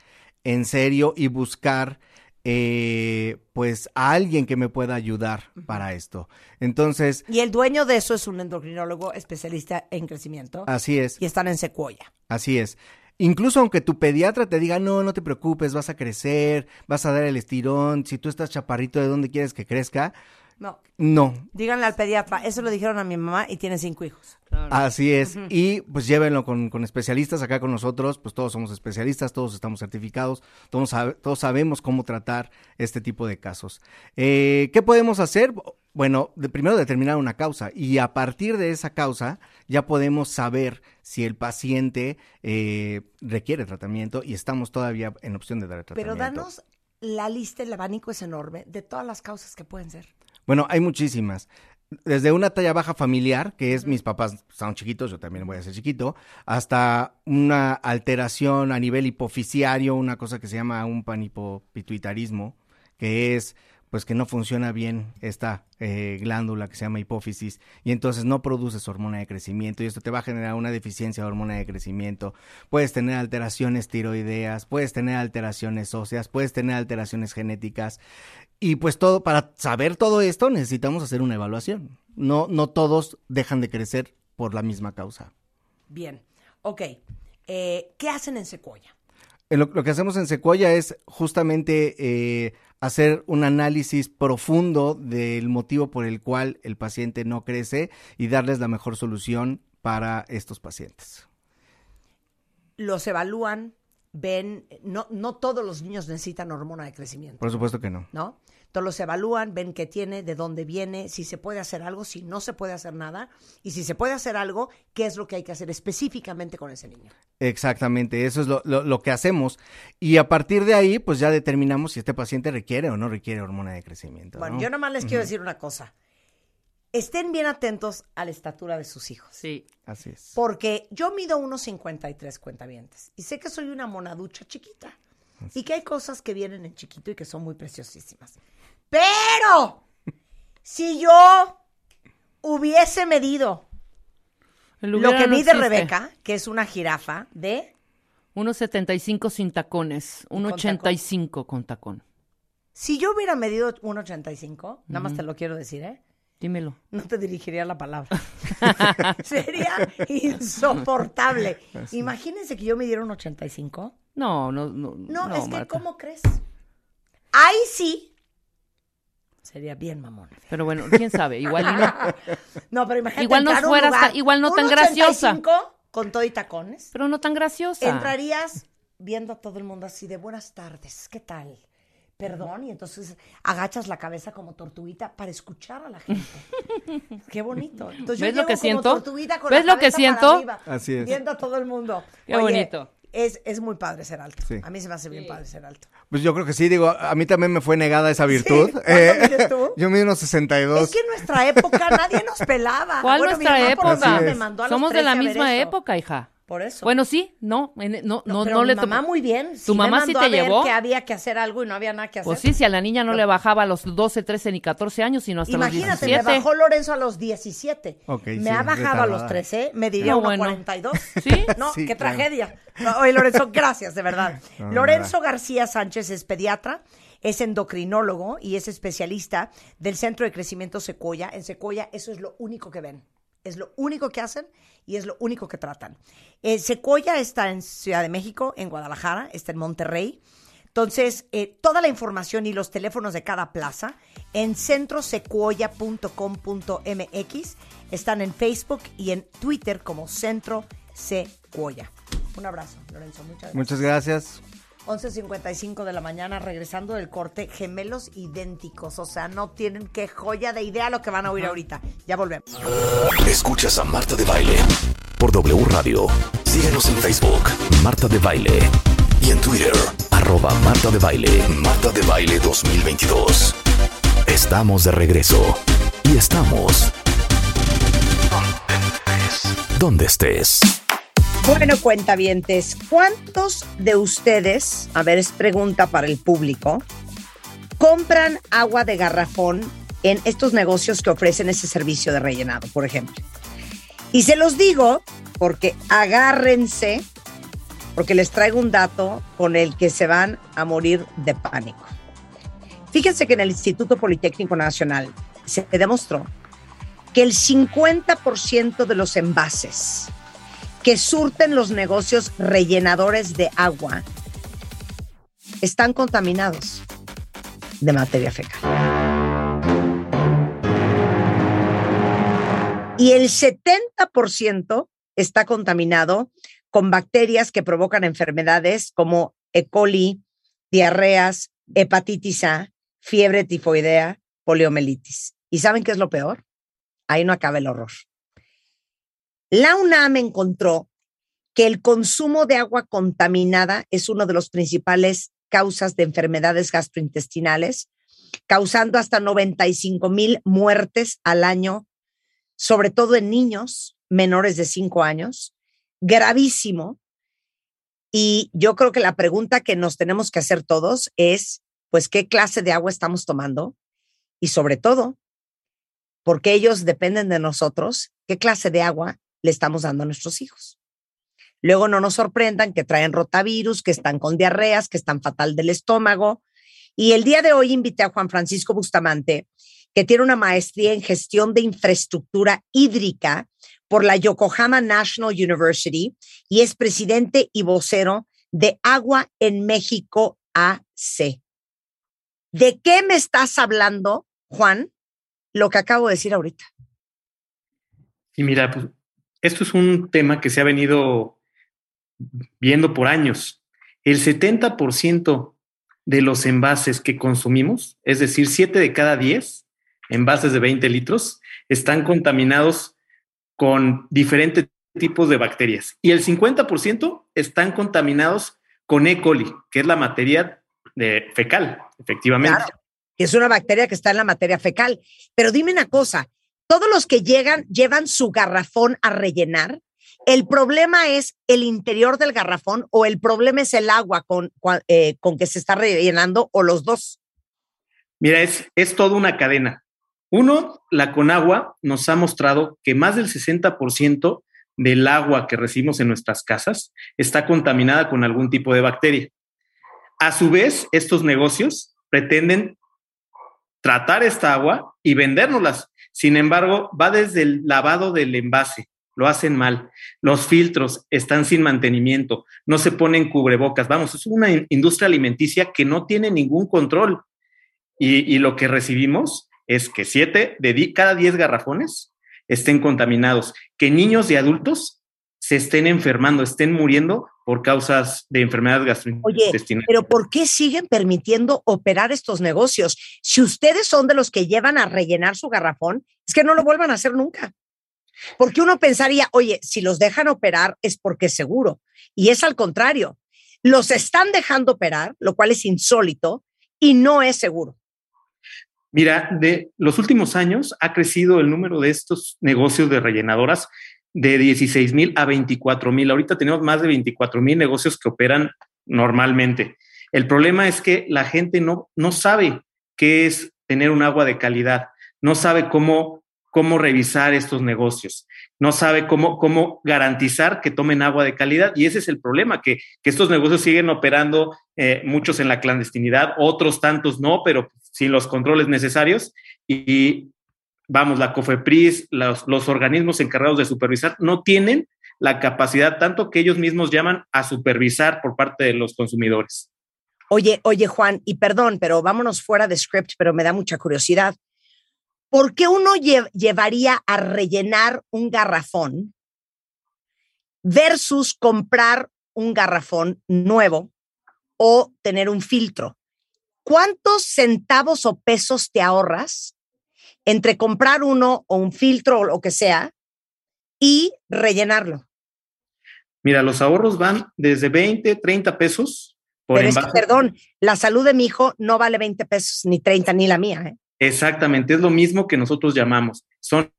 [SPEAKER 13] en serio y buscar eh, pues a alguien que me pueda ayudar para esto. Entonces,
[SPEAKER 1] Y el dueño de eso es un endocrinólogo especialista en crecimiento.
[SPEAKER 13] así es.
[SPEAKER 1] Y están en secuoya.
[SPEAKER 13] Así es. Incluso aunque tu pediatra te diga, no, no te preocupes, vas a crecer, vas a dar el estirón, si tú estás chaparrito, ¿de dónde quieres que crezca?
[SPEAKER 1] No,
[SPEAKER 13] No,
[SPEAKER 1] díganle al pediatra, eso lo dijeron a mi mamá y tiene cinco hijos.
[SPEAKER 13] Así es.
[SPEAKER 1] Ujú.
[SPEAKER 13] Y pues llévenlo con, con especialistas acá con nosotros. Pues todos somos especialistas, todos estamos certificados, todos, sab- todos sabemos cómo tratar este tipo de casos. Eh, ¿Qué podemos hacer? Bueno, de- primero determinar una causa y a partir de esa causa ya podemos saber si el paciente eh, requiere tratamiento y estamos todavía en opción de dar tratamiento.
[SPEAKER 1] Pero danos la lista, el abanico es enorme de todas las causas que pueden ser.
[SPEAKER 13] Bueno, hay muchísimas. Desde una talla baja familiar, que es mis papás son chiquitos, yo también voy a ser chiquito, hasta una alteración a nivel hipoficiario, una cosa que se llama un panhipopituitarismo, que es pues que no funciona bien esta eh, glándula que se llama hipófisis y entonces no produces hormona de crecimiento y esto te va a generar una deficiencia de hormona de crecimiento. Puedes tener alteraciones tiroideas, puedes tener alteraciones óseas, puedes tener alteraciones genéticas y pues todo, para saber todo esto necesitamos hacer una evaluación. No, no todos dejan de crecer por la misma causa.
[SPEAKER 1] Bien, ok. Eh, ¿Qué hacen en Secuoya?
[SPEAKER 13] Eh, Lo, lo que hacemos en Secuoya es justamente eh, hacer un análisis profundo del motivo por el cual el paciente no crece y darles la mejor solución para estos pacientes.
[SPEAKER 1] Los evalúan, ven, no, no todos los niños necesitan hormona de crecimiento.
[SPEAKER 13] Por supuesto que no.
[SPEAKER 1] ¿No? Entonces los evalúan, ven qué tiene, de dónde viene, si se puede hacer algo, si no se puede hacer nada, y si se puede hacer algo, qué es lo que hay que hacer específicamente con ese niño.
[SPEAKER 13] Exactamente, eso es lo, lo- lo que hacemos. Y a partir de ahí, pues ya determinamos si este paciente requiere o no requiere hormona de crecimiento.
[SPEAKER 1] Bueno,
[SPEAKER 13] ¿no?
[SPEAKER 1] yo nomás les quiero
[SPEAKER 13] Ujú.
[SPEAKER 1] decir una cosa. Estén bien atentos a la estatura de sus hijos.
[SPEAKER 4] Sí.
[SPEAKER 13] Así es.
[SPEAKER 1] Porque yo mido unos 53 cuentavientes y sé que soy una monaducha chiquita y que hay cosas que vienen en chiquito y que son muy preciosísimas. Pero si yo hubiese medido lo que vi de Rebeca, que es una jirafa de
[SPEAKER 4] 1.75 sin tacones, 1.85 con tacón.
[SPEAKER 1] si yo hubiera medido 1.85, nada más
[SPEAKER 4] Ujú.
[SPEAKER 1] te lo quiero decir, ¿eh?
[SPEAKER 4] Dímelo.
[SPEAKER 1] No te dirigiría la
[SPEAKER 4] [laughs]
[SPEAKER 1] palabra. [laughs] Sería insoportable.
[SPEAKER 4] Así.
[SPEAKER 1] Imagínense que yo midiera un 85.
[SPEAKER 4] No, no, no.
[SPEAKER 1] No, es que,
[SPEAKER 4] Marta.
[SPEAKER 1] ¿cómo crees? Ahí sí. Sería bien mamón.
[SPEAKER 4] Pero bueno, quién sabe, igual y no.
[SPEAKER 1] [laughs] No, pero imagínate.
[SPEAKER 4] Igual no
[SPEAKER 1] entrar a un
[SPEAKER 4] fueras
[SPEAKER 1] lugar,
[SPEAKER 4] tan- igual no tan
[SPEAKER 1] un
[SPEAKER 4] graciosa.
[SPEAKER 1] 85 Con todo y tacones.
[SPEAKER 4] Pero no tan graciosa.
[SPEAKER 1] Entrarías viendo a todo el mundo así de buenas tardes, ¿qué tal? Perdón, y entonces agachas la cabeza como tortuguita para escuchar a la
[SPEAKER 4] [laughs]
[SPEAKER 1] gente. Qué bonito. Entonces, yo
[SPEAKER 4] ¿Ves lo
[SPEAKER 1] llego
[SPEAKER 4] que
[SPEAKER 1] como
[SPEAKER 4] siento?
[SPEAKER 1] tortuguita con
[SPEAKER 4] ¿Ves
[SPEAKER 1] la
[SPEAKER 4] lo que
[SPEAKER 1] cabeza para
[SPEAKER 4] siento?
[SPEAKER 1] arriba,
[SPEAKER 13] Así es.
[SPEAKER 1] Viendo a todo el mundo.
[SPEAKER 4] Qué
[SPEAKER 1] Oye,
[SPEAKER 4] bonito.
[SPEAKER 1] Es, es muy padre ser alto.
[SPEAKER 13] Sí.
[SPEAKER 1] A mí se me hace bien padre ser alto.
[SPEAKER 13] Pues yo creo que sí, digo, a mí también me fue negada esa virtud.
[SPEAKER 1] ¿cuánto
[SPEAKER 13] Eh,
[SPEAKER 1] mides tú?
[SPEAKER 13] [laughs] yo mido unos 62.
[SPEAKER 1] Es que en nuestra época nadie nos pelaba.
[SPEAKER 4] ¿Cuál
[SPEAKER 1] Bueno, mi
[SPEAKER 4] nuestra
[SPEAKER 1] mamá por lo
[SPEAKER 4] época?
[SPEAKER 1] menos me mandó a los
[SPEAKER 4] Somos de la
[SPEAKER 1] 13 a ver
[SPEAKER 4] misma
[SPEAKER 1] eso.
[SPEAKER 4] época, hija.
[SPEAKER 1] Por eso.
[SPEAKER 4] Bueno, sí, no, en- e, no, no, no,
[SPEAKER 1] pero mi
[SPEAKER 4] le
[SPEAKER 1] mamá
[SPEAKER 4] tocó.
[SPEAKER 1] muy bien.
[SPEAKER 4] ¿Tu
[SPEAKER 1] me
[SPEAKER 4] mamá sí
[SPEAKER 1] mandó
[SPEAKER 4] te
[SPEAKER 1] a ver
[SPEAKER 4] llevó?
[SPEAKER 1] que había que hacer algo y no había nada que hacer.
[SPEAKER 4] Pues sí, si a la niña no le bajaba a los 12, 13 ni 14 años, sino hasta los
[SPEAKER 1] Imagínate,
[SPEAKER 4] 17.
[SPEAKER 1] me bajó Lorenzo a los 17.
[SPEAKER 4] Ok,
[SPEAKER 1] me
[SPEAKER 4] sí,
[SPEAKER 1] ha bajado a los
[SPEAKER 4] retardada.
[SPEAKER 1] 13, me diría
[SPEAKER 4] No,
[SPEAKER 1] uno
[SPEAKER 4] bueno.
[SPEAKER 1] 42.
[SPEAKER 4] [laughs] ¿Sí?
[SPEAKER 1] No,
[SPEAKER 4] Sí,
[SPEAKER 1] qué
[SPEAKER 4] claro.
[SPEAKER 1] tragedia. No, Oye, Lorenzo, gracias, de
[SPEAKER 4] [laughs]
[SPEAKER 1] verdad.
[SPEAKER 2] No, de
[SPEAKER 1] Lorenzo García Sánchez es pediatra, es endocrinólogo y es especialista del Centro de Crecimiento Secuoya. En Secuoya eso es lo único que ven. Es lo único que hacen y es lo único que tratan. Eh, Secuoya está en Ciudad de México, en Guadalajara, está en Monterrey. Entonces, eh, toda la información y los teléfonos de cada plaza en centrosecuoya.com.mx están en Facebook y en Twitter como Centro Secuoya. Un abrazo, Lorenzo. Muchas gracias.
[SPEAKER 13] Muchas gracias.
[SPEAKER 1] 11.55 de la mañana, regresando del corte, gemelos idénticos. O sea, no tienen qué joya de idea lo que van a oír ahorita. Ya volvemos.
[SPEAKER 3] Escuchas a Marta de Baile por W Radio. Síguenos en Facebook, Marta de Baile. Y en Twitter, arroba Marta de Baile, Marta de Baile 2022. Estamos de regreso. Y estamos... Donde estés.
[SPEAKER 1] Bueno, cuentavientes, ¿cuántos de ustedes, a ver, es pregunta para el público, compran agua de garrafón en estos negocios que ofrecen ese servicio de rellenado, por ejemplo? Y se los digo porque agárrense, porque les traigo un dato con el que se van a morir de pánico. Fíjense que en el Instituto Politécnico Nacional se demostró que el 50% de los envases que surten los negocios rellenadores de agua están contaminados de materia fecal. Y el 70% está contaminado con bacterias que provocan enfermedades como E. coli, diarreas, hepatitis A, fiebre tifoidea, poliomielitis. ¿Y saben qué es lo peor? Ahí no acaba el horror. La UNAM encontró que el consumo de agua contaminada es uno de los principales causas de enfermedades gastrointestinales, causando hasta 95 mil muertes al año, sobre todo en niños menores de 5 años, gravísimo. Y yo creo que la pregunta que nos tenemos que hacer todos es, pues, ¿qué clase de agua estamos tomando? Y sobre todo, porque ellos dependen de nosotros, qué clase de agua le estamos dando a nuestros hijos. Luego no nos sorprendan que traen rotavirus, que están con diarreas, que están fatal del estómago. Y el día de hoy invité a Juan Francisco Bustamante, que tiene una maestría en gestión de infraestructura hídrica por la Yokohama National University y es presidente y vocero de Agua en México AC. ¿De qué me estás hablando, Juan? Lo que acabo de decir ahorita.
[SPEAKER 14] Y mira, pues, esto es un tema que se ha venido viendo por años. El 70% de los envases que consumimos, es decir, 7 de cada 10 envases de 20 litros, están contaminados con diferentes tipos de bacterias. Y el 50% están contaminados con E. coli, que es la materia de fecal, efectivamente.
[SPEAKER 1] que es una bacteria que está en la materia fecal. Pero dime una cosa, todos los que llegan llevan su garrafón a rellenar. ¿El problema es el interior del garrafón o el problema es el agua con, cua- eh, con que se está rellenando o los dos?
[SPEAKER 14] Mira, es, es toda una cadena. Uno, la Conagua nos ha mostrado que más del 60% del agua que recibimos en nuestras casas está contaminada con algún tipo de bacteria. A su vez, estos negocios pretenden tratar esta agua y vendérnoslas. Sin embargo, va desde el lavado del envase lo hacen mal. Los filtros están sin mantenimiento, no se ponen cubrebocas. Vamos, es una in- industria alimenticia que no tiene ningún control. Y, y lo que recibimos es que siete de di- cada 10 garrafones estén contaminados, que niños y adultos se estén enfermando, estén muriendo por causas de enfermedades
[SPEAKER 1] Oye,
[SPEAKER 14] gastrointestinales.
[SPEAKER 1] pero ¿por qué siguen permitiendo operar estos negocios? Si ustedes son de los que llevan a rellenar su garrafón, es que no lo vuelvan a hacer nunca. Porque uno pensaría, oye, si los dejan operar es porque es seguro. Y es al contrario. Los están dejando operar, lo cual es insólito y no es seguro.
[SPEAKER 14] Mira, de los últimos años ha crecido el número de estos negocios de rellenadoras de 16 mil a 24 mil. Ahorita tenemos más de 24 mil negocios que operan normalmente. El problema es que la gente no, no sabe qué es tener un agua de calidad, no sabe cómo, cómo revisar estos negocios, no sabe cómo, cómo garantizar que tomen agua de calidad. Y ese es el problema, que, que estos negocios siguen operando, eh, muchos en la clandestinidad, otros tantos no, pero sin los controles necesarios. Y, vamos, la COFEPRIS, los, los organismos encargados de supervisar, no tienen la capacidad tanto que ellos mismos llaman a supervisar por parte de los consumidores.
[SPEAKER 1] Oye, oye, Juan, y perdón, pero vámonos fuera de script, pero me da mucha curiosidad. ¿Por qué uno lle- llevaría a rellenar un garrafón versus comprar un garrafón nuevo o tener un filtro? ¿Cuántos centavos o pesos te ahorras entre comprar uno o un filtro o lo que sea y rellenarlo?
[SPEAKER 14] Mira, los ahorros van desde 20, 30 pesos por
[SPEAKER 1] Pero es que,
[SPEAKER 14] envase.
[SPEAKER 1] perdón, la salud de mi hijo no vale 20 pesos, ni 30, ni la mía. ¿eh?
[SPEAKER 14] Exactamente, es lo mismo que nosotros llamamos. Son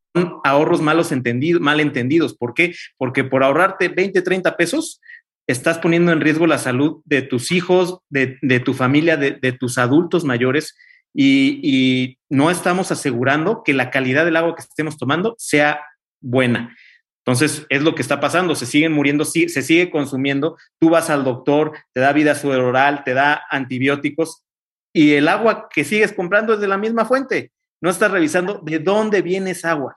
[SPEAKER 14] ahorros malos entendidos, malentendidos. ¿Por qué? Porque por ahorrarte 20, 30 pesos, estás poniendo en riesgo la salud de tus hijos, de, de tu familia, de, de tus adultos mayores. Y, y no estamos asegurando que la calidad del agua que estemos tomando sea buena. Entonces, es lo que está pasando, se siguen muriendo, sí, se sigue consumiendo, tú vas al doctor, te da vida sudoral, te da antibióticos y el agua que sigues comprando es de la misma fuente. No estás revisando de dónde viene esa agua.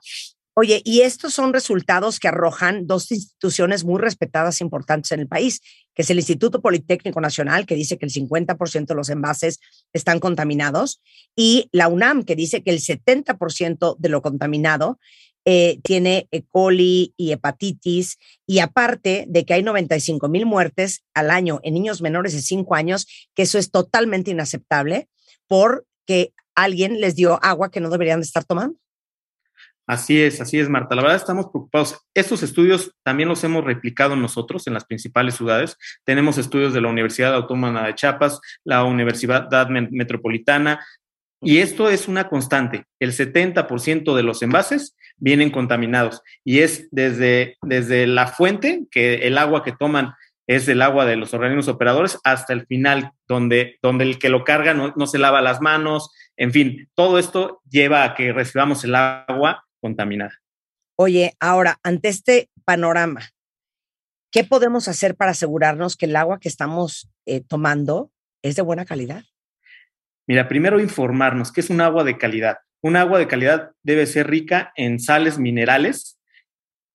[SPEAKER 1] Oye, y estos son resultados que arrojan dos instituciones muy respetadas e importantes en el país, que es el Instituto Politécnico Nacional, que dice que el 50% de los envases están contaminados, y la UNAM, que dice que el 70% de lo contaminado eh, tiene E. coli y hepatitis, y aparte de que hay 95 mil muertes al año en niños menores de 5 años, que eso es totalmente inaceptable porque alguien les dio agua que no deberían de estar tomando.
[SPEAKER 14] Así es, así es, Marta. La verdad estamos preocupados. Estos estudios también los hemos replicado nosotros en las principales ciudades. Tenemos estudios de la Universidad Autónoma de Chiapas, la Universidad Men- Metropolitana, y esto es una constante. El 70% de los envases vienen contaminados y es desde, desde la fuente, que el agua que toman es el agua de los organismos operadores, hasta el final, donde, donde el que lo carga no, no se lava las manos, en fin, todo esto lleva a que recibamos el agua contaminada.
[SPEAKER 1] Oye, ahora, ante este panorama, ¿qué podemos hacer para asegurarnos que el agua que estamos eh, tomando es de buena calidad?
[SPEAKER 14] Mira, primero informarnos qué es un agua de calidad. Un agua de calidad debe ser rica en sales minerales,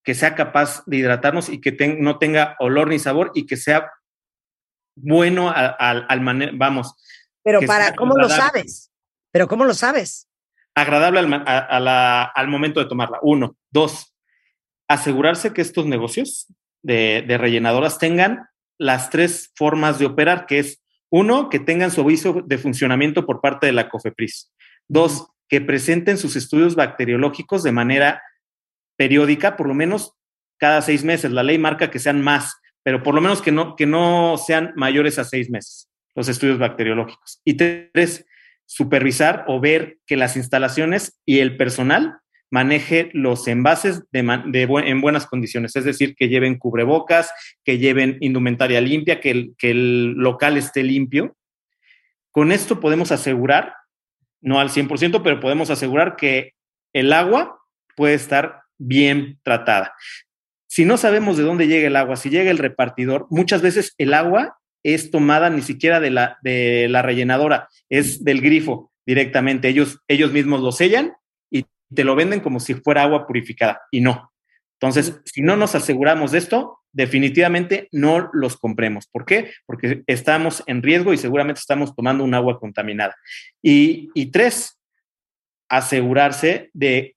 [SPEAKER 14] que sea capaz de hidratarnos y que ten- no tenga olor ni sabor y que sea bueno al, al, manejo, vamos.
[SPEAKER 1] Pero
[SPEAKER 14] que
[SPEAKER 1] para,
[SPEAKER 14] sea
[SPEAKER 1] ¿cómo lo
[SPEAKER 14] agradable-
[SPEAKER 1] sabes? Pero ¿cómo lo sabes?
[SPEAKER 14] Agradable al, ma- a- a la- al momento de tomarla. Uno. Dos, asegurarse que estos negocios de, de rellenadoras tengan las tres formas de operar, que es, uno, que tengan su aviso de funcionamiento por parte de la COFEPRIS. Dos, que presenten sus estudios bacteriológicos de manera periódica, por lo menos cada seis meses. La ley marca que sean más, pero por lo menos que no, que no sean mayores a seis meses los estudios bacteriológicos. Y tres, supervisar o ver que las instalaciones y el personal maneje los envases de man- de bu- en buenas condiciones, es decir, que lleven cubrebocas, que lleven indumentaria limpia, que el, que el local esté limpio. Con esto podemos asegurar, no al 100%, pero podemos asegurar que el agua puede estar bien tratada. Si no sabemos de dónde llega el agua, si llega el repartidor, muchas veces el agua es tomada ni siquiera de la, de la rellenadora, es del grifo directamente. Ellos, ellos mismos lo sellan y te lo venden como si fuera agua purificada y no. Entonces, si no nos aseguramos de esto, definitivamente no los compremos. ¿Por qué? Porque estamos en riesgo y seguramente estamos tomando un agua contaminada. Y, y tres, asegurarse de,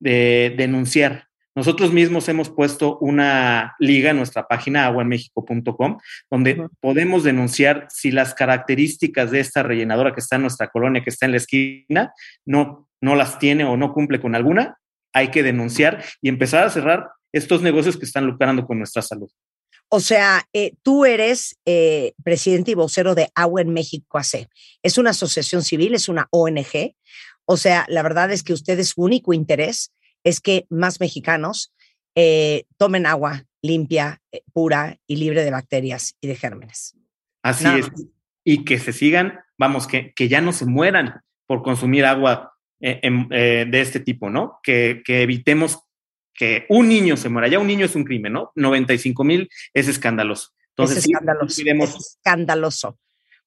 [SPEAKER 14] de denunciar. Nosotros mismos hemos puesto una liga en nuestra página aguanmexico.com donde podemos denunciar si las características de esta rellenadora que está en nuestra colonia, que está en la esquina, no, no las tiene o no cumple con alguna, hay que denunciar y empezar a cerrar estos negocios que están lucrando con nuestra salud.
[SPEAKER 1] O sea, eh, tú eres eh, presidente y vocero de Agua en México AC. Es una asociación civil, es una ONG. O sea, la verdad es que ustedes su único interés es que más mexicanos eh, tomen agua limpia, eh, pura y libre de bacterias y de gérmenes.
[SPEAKER 14] Así
[SPEAKER 1] Nada
[SPEAKER 14] es. Y que se sigan, vamos, que, que ya no se mueran por consumir agua eh, em, eh, de este tipo, ¿no? Que, que evitemos que un niño se muera. Ya un niño es un crimen, ¿no? 95 mil es escandaloso. Entonces,
[SPEAKER 1] es
[SPEAKER 14] sí,
[SPEAKER 1] escandaloso.
[SPEAKER 14] cuidemos-
[SPEAKER 1] Es escandaloso.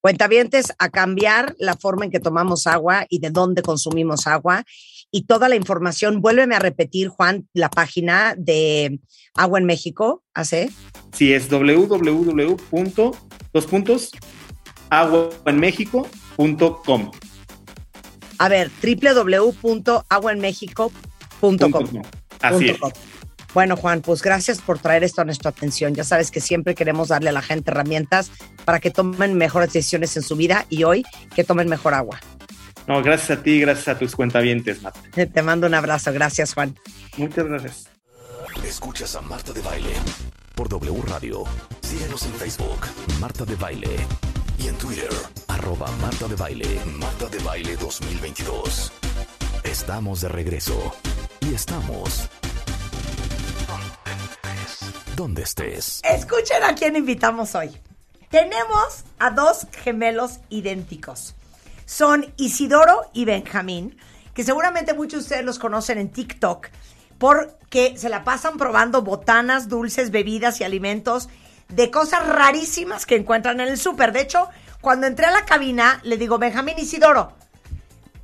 [SPEAKER 1] Cuentavientes, a cambiar la forma en que tomamos agua y de dónde consumimos agua. Y toda la información, vuélveme a repetir, Juan, la página de Agua en México, AC.
[SPEAKER 14] si es www. Dos puntos, aguaenmexico.com.
[SPEAKER 1] A ver, www.aguaenmexico.com.
[SPEAKER 14] Así es.
[SPEAKER 1] Bueno, Juan, pues gracias por traer esto a nuestra atención. Ya sabes que siempre queremos darle a la gente herramientas para que tomen mejores decisiones en su vida y hoy que tomen mejor agua.
[SPEAKER 14] No, gracias a ti, gracias a tus cuentavientes, Marta.
[SPEAKER 1] Te mando un abrazo. Gracias, Juan.
[SPEAKER 14] Muchas gracias.
[SPEAKER 3] Escuchas a Marta de Baile por W Radio. Síguenos en Facebook, Marta de Baile. Y en Twitter, arroba Marta de Baile, Marta de Baile 2022. Estamos de regreso. Y estamos... Donde estés.
[SPEAKER 1] Escuchen a quién invitamos hoy. Tenemos a dos gemelos idénticos. Son Isidoro y Benjamín, que seguramente muchos de ustedes los conocen en TikTok, porque se la pasan probando botanas, dulces, bebidas y alimentos de cosas rarísimas que encuentran en el súper. De hecho, cuando entré a la cabina, le digo, Benjamín Isidoro,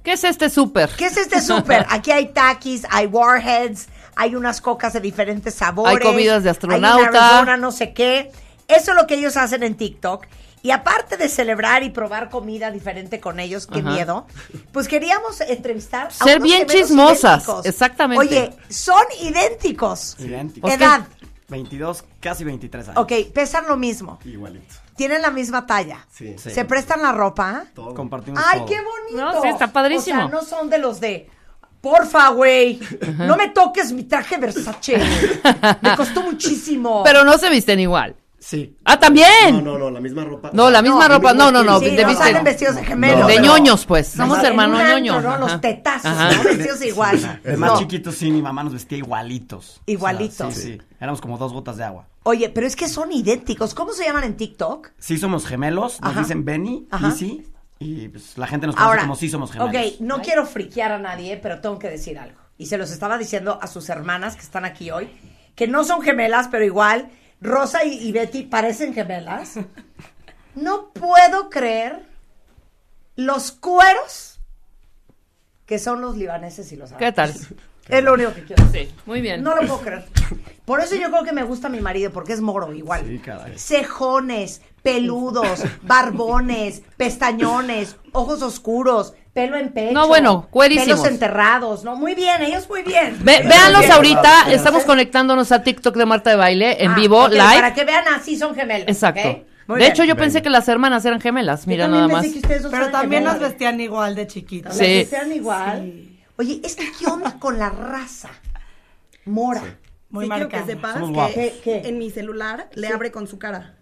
[SPEAKER 4] ¿Qué es este súper?
[SPEAKER 1] ¿qué es este
[SPEAKER 4] [laughs]
[SPEAKER 1] súper? Aquí hay taquis, hay warheads, hay unas cocas de diferentes sabores.
[SPEAKER 4] Hay comidas de
[SPEAKER 1] Hay una
[SPEAKER 4] astronauta.
[SPEAKER 1] Arizona, no sé qué. Eso es lo que ellos hacen en TikTok. Y aparte de celebrar y probar comida diferente con ellos, qué
[SPEAKER 4] Ajá.
[SPEAKER 1] miedo, pues queríamos entrevistar a
[SPEAKER 4] Ser
[SPEAKER 1] unos
[SPEAKER 4] bien
[SPEAKER 1] gemelos
[SPEAKER 4] chismosas,
[SPEAKER 1] idénticos.
[SPEAKER 4] exactamente.
[SPEAKER 1] Oye, son idénticos.
[SPEAKER 15] Idénticos.
[SPEAKER 1] Edad,
[SPEAKER 15] 22, casi 23 años.
[SPEAKER 1] ok, pesan lo mismo.
[SPEAKER 15] Igualito.
[SPEAKER 1] Tienen la misma talla.
[SPEAKER 15] Sí.
[SPEAKER 1] Se prestan la ropa.
[SPEAKER 15] Compartimos
[SPEAKER 1] ¡Ay,
[SPEAKER 15] todo.
[SPEAKER 1] qué bonito!
[SPEAKER 4] No, sí, está padrísimo.
[SPEAKER 1] O sea, no son de los de, porfa, güey, no me toques mi traje Versace.
[SPEAKER 4] [laughs]
[SPEAKER 1] me costó muchísimo.
[SPEAKER 4] Oh. Pero no se visten igual.
[SPEAKER 15] Sí.
[SPEAKER 4] Ah, también.
[SPEAKER 15] No, no, no, la misma ropa.
[SPEAKER 4] No, la misma ropa, no, no, no,
[SPEAKER 1] Sí,
[SPEAKER 4] de
[SPEAKER 1] no
[SPEAKER 4] viste-
[SPEAKER 1] salen vestidos de gemelos.
[SPEAKER 4] No, de
[SPEAKER 1] pero-
[SPEAKER 4] ñoños, pues. Somos
[SPEAKER 1] En un
[SPEAKER 4] hermanos
[SPEAKER 1] antro,
[SPEAKER 4] ñoños,
[SPEAKER 1] ¿no?
[SPEAKER 4] ajá.
[SPEAKER 1] Los tetazos,
[SPEAKER 4] Ajá.
[SPEAKER 1] ¿no? Vestidos igual.
[SPEAKER 15] De más
[SPEAKER 1] No.
[SPEAKER 15] chiquitos, sí, mi mamá nos vestía igualitos.
[SPEAKER 1] Igualitos.
[SPEAKER 15] O sea, sí, sí. Éramos como dos gotas de agua.
[SPEAKER 1] Oye, pero es que son idénticos. ¿Cómo se llaman en TikTok?
[SPEAKER 15] Sí somos gemelos, nos
[SPEAKER 1] Ajá.
[SPEAKER 15] dicen Benny,
[SPEAKER 1] Ajá.
[SPEAKER 15] Izzy, y pues la gente nos conoce como sí somos gemelos.
[SPEAKER 1] Ok, no quiero friquear a nadie, pero tengo que decir algo. Y se los estaba diciendo a sus hermanas que están aquí hoy, que no son gemelas, pero igual Rosa y, y Betty parecen gemelas. No puedo creer los cueros que son los libaneses y los árabes.
[SPEAKER 4] ¿Qué tal?
[SPEAKER 1] Es lo único que quiero decir.
[SPEAKER 4] Sí, muy bien.
[SPEAKER 1] No lo puedo creer. Por eso yo creo que me gusta mi marido, porque es moro igual.
[SPEAKER 15] Sí, caray.
[SPEAKER 1] Cejones, peludos, barbones, pestañones, ojos oscuros, pelo en pecho.
[SPEAKER 4] No, bueno, cuerísimos.
[SPEAKER 1] Pelos enterrados, ¿no? Muy bien, ellos muy bien.
[SPEAKER 4] Ve-
[SPEAKER 1] Ellos
[SPEAKER 4] véanlos
[SPEAKER 1] muy bien.
[SPEAKER 4] ahorita, estamos conectándonos a TikTok de Marta de Baile en
[SPEAKER 1] Ah,
[SPEAKER 4] vivo,
[SPEAKER 1] ok,
[SPEAKER 4] live.
[SPEAKER 1] Para que vean así son gemelos.
[SPEAKER 4] Exacto.
[SPEAKER 1] ¿ok? Muy
[SPEAKER 4] De
[SPEAKER 1] bien.
[SPEAKER 4] hecho, yo pensé que las hermanas eran gemelas, mira nada más.
[SPEAKER 2] Pero también
[SPEAKER 1] las
[SPEAKER 2] nos vestían igual de chiquitos.
[SPEAKER 4] Sí.
[SPEAKER 1] Que sean igual. Oye, es que ¿qué onda con la raza? Mora.
[SPEAKER 2] Muy
[SPEAKER 1] Sí,
[SPEAKER 2] quiero que
[SPEAKER 1] marcada.
[SPEAKER 2] sepas
[SPEAKER 1] Somos
[SPEAKER 2] que
[SPEAKER 1] guapos. ¿Qué, qué?
[SPEAKER 2] en mi celular le
[SPEAKER 1] Sí.
[SPEAKER 2] abre con su cara.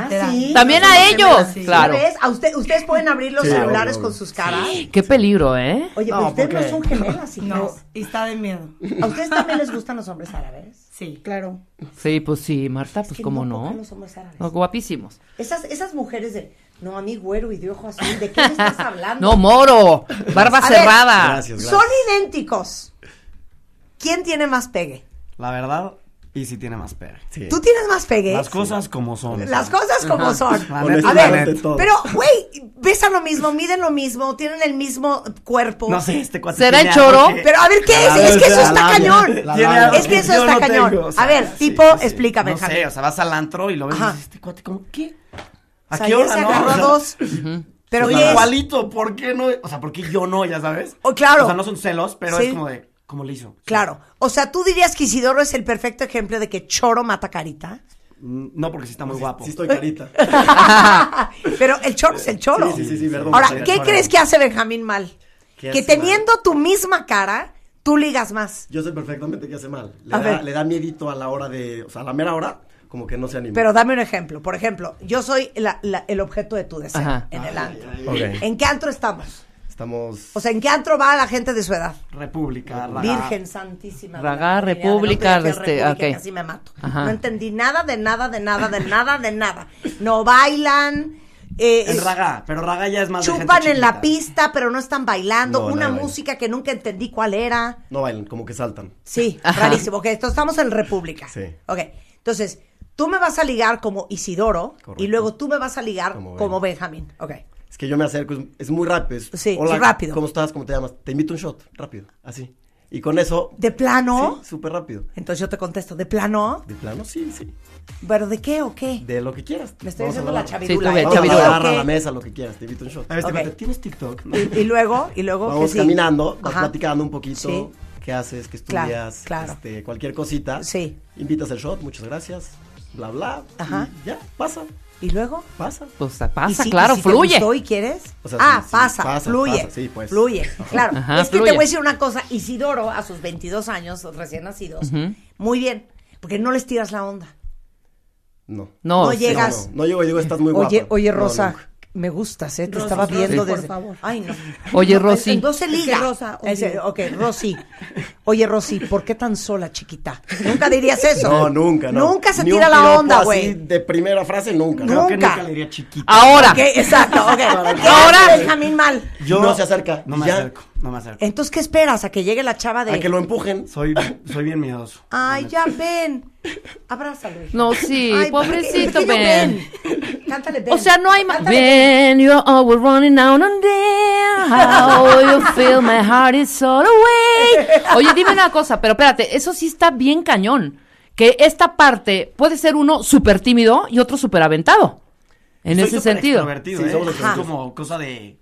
[SPEAKER 1] Ah, ¿sí?
[SPEAKER 4] También a
[SPEAKER 1] Somos
[SPEAKER 4] ellos,
[SPEAKER 1] gemelas, sí.
[SPEAKER 4] claro.
[SPEAKER 1] ¿Ya ves? A usted- ustedes pueden abrir los
[SPEAKER 4] Sí,
[SPEAKER 1] celulares
[SPEAKER 4] obvio,
[SPEAKER 1] con sus caras.
[SPEAKER 4] Qué peligro, ¿eh?
[SPEAKER 1] Oye, pero ustedes no son gemelas, hijas.
[SPEAKER 2] No, y está de miedo.
[SPEAKER 1] ¿A ustedes también les gustan los hombres árabes?
[SPEAKER 2] Sí. Claro.
[SPEAKER 4] Sí, pues sí, Marta, pues
[SPEAKER 1] que
[SPEAKER 4] cómo
[SPEAKER 1] no tocan
[SPEAKER 4] no.
[SPEAKER 1] los hombres árabes.
[SPEAKER 4] No, guapísimos.
[SPEAKER 1] Esas, esas mujeres de, no, a mí güero y de ojo azul, ¿de qué me
[SPEAKER 4] [laughs]
[SPEAKER 1] estás hablando?
[SPEAKER 4] No, moro, barba
[SPEAKER 1] A ver,
[SPEAKER 4] cerrada.
[SPEAKER 15] Gracias, gracias.
[SPEAKER 1] Son idénticos. ¿Quién tiene más pegue?
[SPEAKER 15] La verdad, Y sí tiene más pegue.
[SPEAKER 1] ¿Tú tienes más pegue?
[SPEAKER 15] Las cosas como son.
[SPEAKER 1] Las cosas como
[SPEAKER 15] Ajá.
[SPEAKER 1] son.
[SPEAKER 15] La neta,
[SPEAKER 1] A
[SPEAKER 15] la
[SPEAKER 1] ver,
[SPEAKER 15] neta.
[SPEAKER 1] pero, güey, besan lo mismo, miden lo mismo, tienen el mismo cuerpo.
[SPEAKER 15] No sé, este cuate
[SPEAKER 1] ¿Será el
[SPEAKER 15] tiene
[SPEAKER 1] choro?
[SPEAKER 15] algo que-
[SPEAKER 1] Pero a ver, ¿qué es?
[SPEAKER 15] La
[SPEAKER 1] Es que eso
[SPEAKER 15] labia,
[SPEAKER 1] está
[SPEAKER 15] la labia,
[SPEAKER 1] cañón.
[SPEAKER 15] la labia.
[SPEAKER 1] Es que eso
[SPEAKER 15] Yo
[SPEAKER 1] está
[SPEAKER 15] no
[SPEAKER 1] cañón.
[SPEAKER 15] tengo, o sea,
[SPEAKER 1] A ver,
[SPEAKER 15] sí,
[SPEAKER 1] tipo, explícame,
[SPEAKER 15] No
[SPEAKER 1] Jaime.
[SPEAKER 15] sé, o sea, vas al antro y lo ves y
[SPEAKER 1] Ajá.
[SPEAKER 15] dices, este cuate, ¿cómo qué?
[SPEAKER 1] O
[SPEAKER 15] ¿A
[SPEAKER 1] sea,
[SPEAKER 15] qué
[SPEAKER 1] ayer
[SPEAKER 15] hora,
[SPEAKER 1] se
[SPEAKER 15] no?
[SPEAKER 1] agarró
[SPEAKER 15] O sea,
[SPEAKER 1] dos. Pero
[SPEAKER 15] pues,
[SPEAKER 1] ¿qué es?
[SPEAKER 15] Igualito, ¿por qué no? O sea, ¿por qué yo no? Ya sabes.
[SPEAKER 1] Oh, claro.
[SPEAKER 15] O sea, no son celos, pero
[SPEAKER 1] Sí.
[SPEAKER 15] es como de, ¿cómo le hizo?
[SPEAKER 1] Claro. O sea, ¿tú dirías que Isidoro es el perfecto ejemplo de que choro mata carita?
[SPEAKER 15] Mm, No, porque sí está muy guapo. Sí,
[SPEAKER 6] estoy carita.
[SPEAKER 1] [laughs] Pero el choro es el choro.
[SPEAKER 15] Sí, sí, sí, sí, perdón.
[SPEAKER 1] Ahora,
[SPEAKER 15] Soy el
[SPEAKER 1] ¿qué
[SPEAKER 15] choro.
[SPEAKER 1] crees que hace Benjamín mal?
[SPEAKER 16] ¿Qué
[SPEAKER 1] Que
[SPEAKER 16] hace
[SPEAKER 1] teniendo tu misma cara, tú ligas más.
[SPEAKER 16] Yo sé perfectamente que hace mal. Le,
[SPEAKER 1] A
[SPEAKER 16] da,
[SPEAKER 1] ver.
[SPEAKER 16] le da miedito a la hora de. O sea, a la mera hora, como que no se anima.
[SPEAKER 1] Pero dame un ejemplo. Por ejemplo, yo soy la- la- el objeto de tu deseo
[SPEAKER 16] Ajá.
[SPEAKER 1] en el
[SPEAKER 16] Ay,
[SPEAKER 1] antro.
[SPEAKER 16] ay, ay.
[SPEAKER 1] ¿En qué antro estamos?
[SPEAKER 16] Estamos.
[SPEAKER 1] O sea, ¿en qué antro va la gente de su edad?
[SPEAKER 15] República, Raga.
[SPEAKER 1] Virgen Santísima. Virgen
[SPEAKER 4] Ragá,
[SPEAKER 1] María,
[SPEAKER 4] República,
[SPEAKER 1] no te dije
[SPEAKER 4] este,
[SPEAKER 1] República,
[SPEAKER 4] ok.
[SPEAKER 1] que así me mato.
[SPEAKER 4] Ajá.
[SPEAKER 1] No entendí nada de nada, de nada, de nada, de nada. No bailan. eh,
[SPEAKER 15] En Raga, pero Raga ya es más de gente
[SPEAKER 1] Chupan en la
[SPEAKER 15] chiquita.
[SPEAKER 1] pista, pero no están bailando.
[SPEAKER 16] No,
[SPEAKER 1] Una
[SPEAKER 16] nadie baila.
[SPEAKER 1] música que nunca entendí cuál era.
[SPEAKER 16] No bailan, como que saltan.
[SPEAKER 1] Sí, rarísimo. Ok, entonces estamos en República.
[SPEAKER 16] Sí.
[SPEAKER 1] Ok, entonces tú me vas a ligar como Isidoro y
[SPEAKER 16] Correcto.
[SPEAKER 1] luego tú me vas a ligar como,
[SPEAKER 16] Como
[SPEAKER 1] Benjamín. Ok.
[SPEAKER 16] Es que yo me acerco, es, es muy rápido. es,
[SPEAKER 1] Sí,
[SPEAKER 16] "Hola,
[SPEAKER 1] sí, rápido.
[SPEAKER 16] ¿Cómo estás? ¿Cómo te llamas? Te invito un shot, rápido, así. Y con eso.
[SPEAKER 1] ¿De plano?
[SPEAKER 16] Sí, súper rápido.
[SPEAKER 1] Entonces yo te contesto, ¿de plano?
[SPEAKER 16] De plano, sí, sí.
[SPEAKER 1] ¿Pero de qué o qué?
[SPEAKER 16] De lo que quieras.
[SPEAKER 1] Me estoy
[SPEAKER 16] Vamos a
[SPEAKER 1] haciendo la
[SPEAKER 16] hablar.
[SPEAKER 1] chavirula. ¿eh?
[SPEAKER 16] Vamos a
[SPEAKER 1] Chavirula,
[SPEAKER 16] hablar a la
[SPEAKER 1] ok.
[SPEAKER 16] mesa, lo que quieras. Te invito un shot.
[SPEAKER 1] A ver, este Ok. cuate,
[SPEAKER 16] ¿tienes TikTok?
[SPEAKER 1] Y, y luego, y luego.
[SPEAKER 16] Vamos
[SPEAKER 1] que sí.
[SPEAKER 16] caminando, vas
[SPEAKER 1] Ajá.
[SPEAKER 16] platicando un poquito.
[SPEAKER 1] Sí.
[SPEAKER 16] ¿Qué haces? ¿Qué
[SPEAKER 1] Claro,
[SPEAKER 16] estudias?
[SPEAKER 1] claro.
[SPEAKER 16] Este, cualquier cosita.
[SPEAKER 1] Sí.
[SPEAKER 16] Invitas el shot, muchas gracias. Bla, bla.
[SPEAKER 1] Ajá.
[SPEAKER 16] Y ya, pasa.
[SPEAKER 1] ¿Y luego?
[SPEAKER 16] Pasa.
[SPEAKER 4] Pues
[SPEAKER 1] ¿Y
[SPEAKER 4] pasa,
[SPEAKER 1] si-
[SPEAKER 4] claro,
[SPEAKER 1] y si te
[SPEAKER 4] fluye.
[SPEAKER 1] gustó y quieres?
[SPEAKER 16] O sea,
[SPEAKER 1] ah,
[SPEAKER 16] sí, sí,
[SPEAKER 1] pasa,
[SPEAKER 16] pasa,
[SPEAKER 1] fluye.
[SPEAKER 16] pasa, sí, pues.
[SPEAKER 1] Fluye, claro.
[SPEAKER 4] Ajá,
[SPEAKER 1] es que te
[SPEAKER 4] fluye.
[SPEAKER 1] voy a decir una cosa. Isidoro, a sus 22 años, recién nacidos,
[SPEAKER 4] Ujú.
[SPEAKER 1] muy bien, porque no les tiras la onda.
[SPEAKER 16] No.
[SPEAKER 4] No,
[SPEAKER 1] No sí. llegas.
[SPEAKER 16] No, no, no llego y digo, estás muy
[SPEAKER 1] oye,
[SPEAKER 16] guapa.
[SPEAKER 1] oye,
[SPEAKER 16] No,
[SPEAKER 1] Rosa,
[SPEAKER 16] nunca.
[SPEAKER 1] me gustas, ¿eh? Te
[SPEAKER 2] Rosa,
[SPEAKER 1] estaba
[SPEAKER 2] Rosa,
[SPEAKER 1] viendo
[SPEAKER 2] por
[SPEAKER 1] desde...
[SPEAKER 2] favor.
[SPEAKER 1] Ay, no.
[SPEAKER 4] Oye,
[SPEAKER 1] No,
[SPEAKER 4] Rosy.
[SPEAKER 1] No se liga.
[SPEAKER 2] Que Rosa, odio.
[SPEAKER 1] Ese- ok, Rosy. Oye, Rosy, ¿por qué tan sola, chiquita? Nunca dirías eso.
[SPEAKER 16] No, nunca, no.
[SPEAKER 1] Nunca se
[SPEAKER 16] Ni un
[SPEAKER 1] tira la
[SPEAKER 16] piropo
[SPEAKER 1] onda,
[SPEAKER 16] así
[SPEAKER 1] güey.
[SPEAKER 16] De primera frase, nunca.
[SPEAKER 1] Creo que Nunca. nunca
[SPEAKER 16] le diría chiquita.
[SPEAKER 4] Ahora.
[SPEAKER 1] Ok, exacto,
[SPEAKER 16] [laughs]
[SPEAKER 1] ok. Ahora
[SPEAKER 16] Ahora-
[SPEAKER 1] Benjamín mal.
[SPEAKER 15] Yo
[SPEAKER 16] No se acerca.
[SPEAKER 15] No
[SPEAKER 16] y
[SPEAKER 15] me
[SPEAKER 16] ya.
[SPEAKER 15] acerco, no me acerco.
[SPEAKER 1] Entonces, ¿qué esperas? ¿A que llegue la chava de...?
[SPEAKER 15] A que
[SPEAKER 16] Lo empujen.
[SPEAKER 15] Soy, soy bien miedoso.
[SPEAKER 1] Ay, ya ven. Abrázalo. hija.
[SPEAKER 4] No, sí,
[SPEAKER 1] Ay,
[SPEAKER 4] pobrecito,
[SPEAKER 1] mi querido
[SPEAKER 4] Ben.
[SPEAKER 1] Ben. Cántale Ben.
[SPEAKER 4] O sea, no hay más.
[SPEAKER 1] Cántale Ben.
[SPEAKER 4] Ben, you're always running out on there. How you feel my heart is all away. Oye, dime una cosa, pero espérate, eso sí está bien cañón. Que esta parte puede ser uno súper tímido y otro súper aventado. En
[SPEAKER 15] Soy
[SPEAKER 4] ese
[SPEAKER 15] súper
[SPEAKER 4] sentido.
[SPEAKER 15] extrovertido,
[SPEAKER 16] Sí,
[SPEAKER 15] ¿eh?
[SPEAKER 16] somos
[SPEAKER 15] Es
[SPEAKER 16] extrovertidos.
[SPEAKER 15] como cosa de.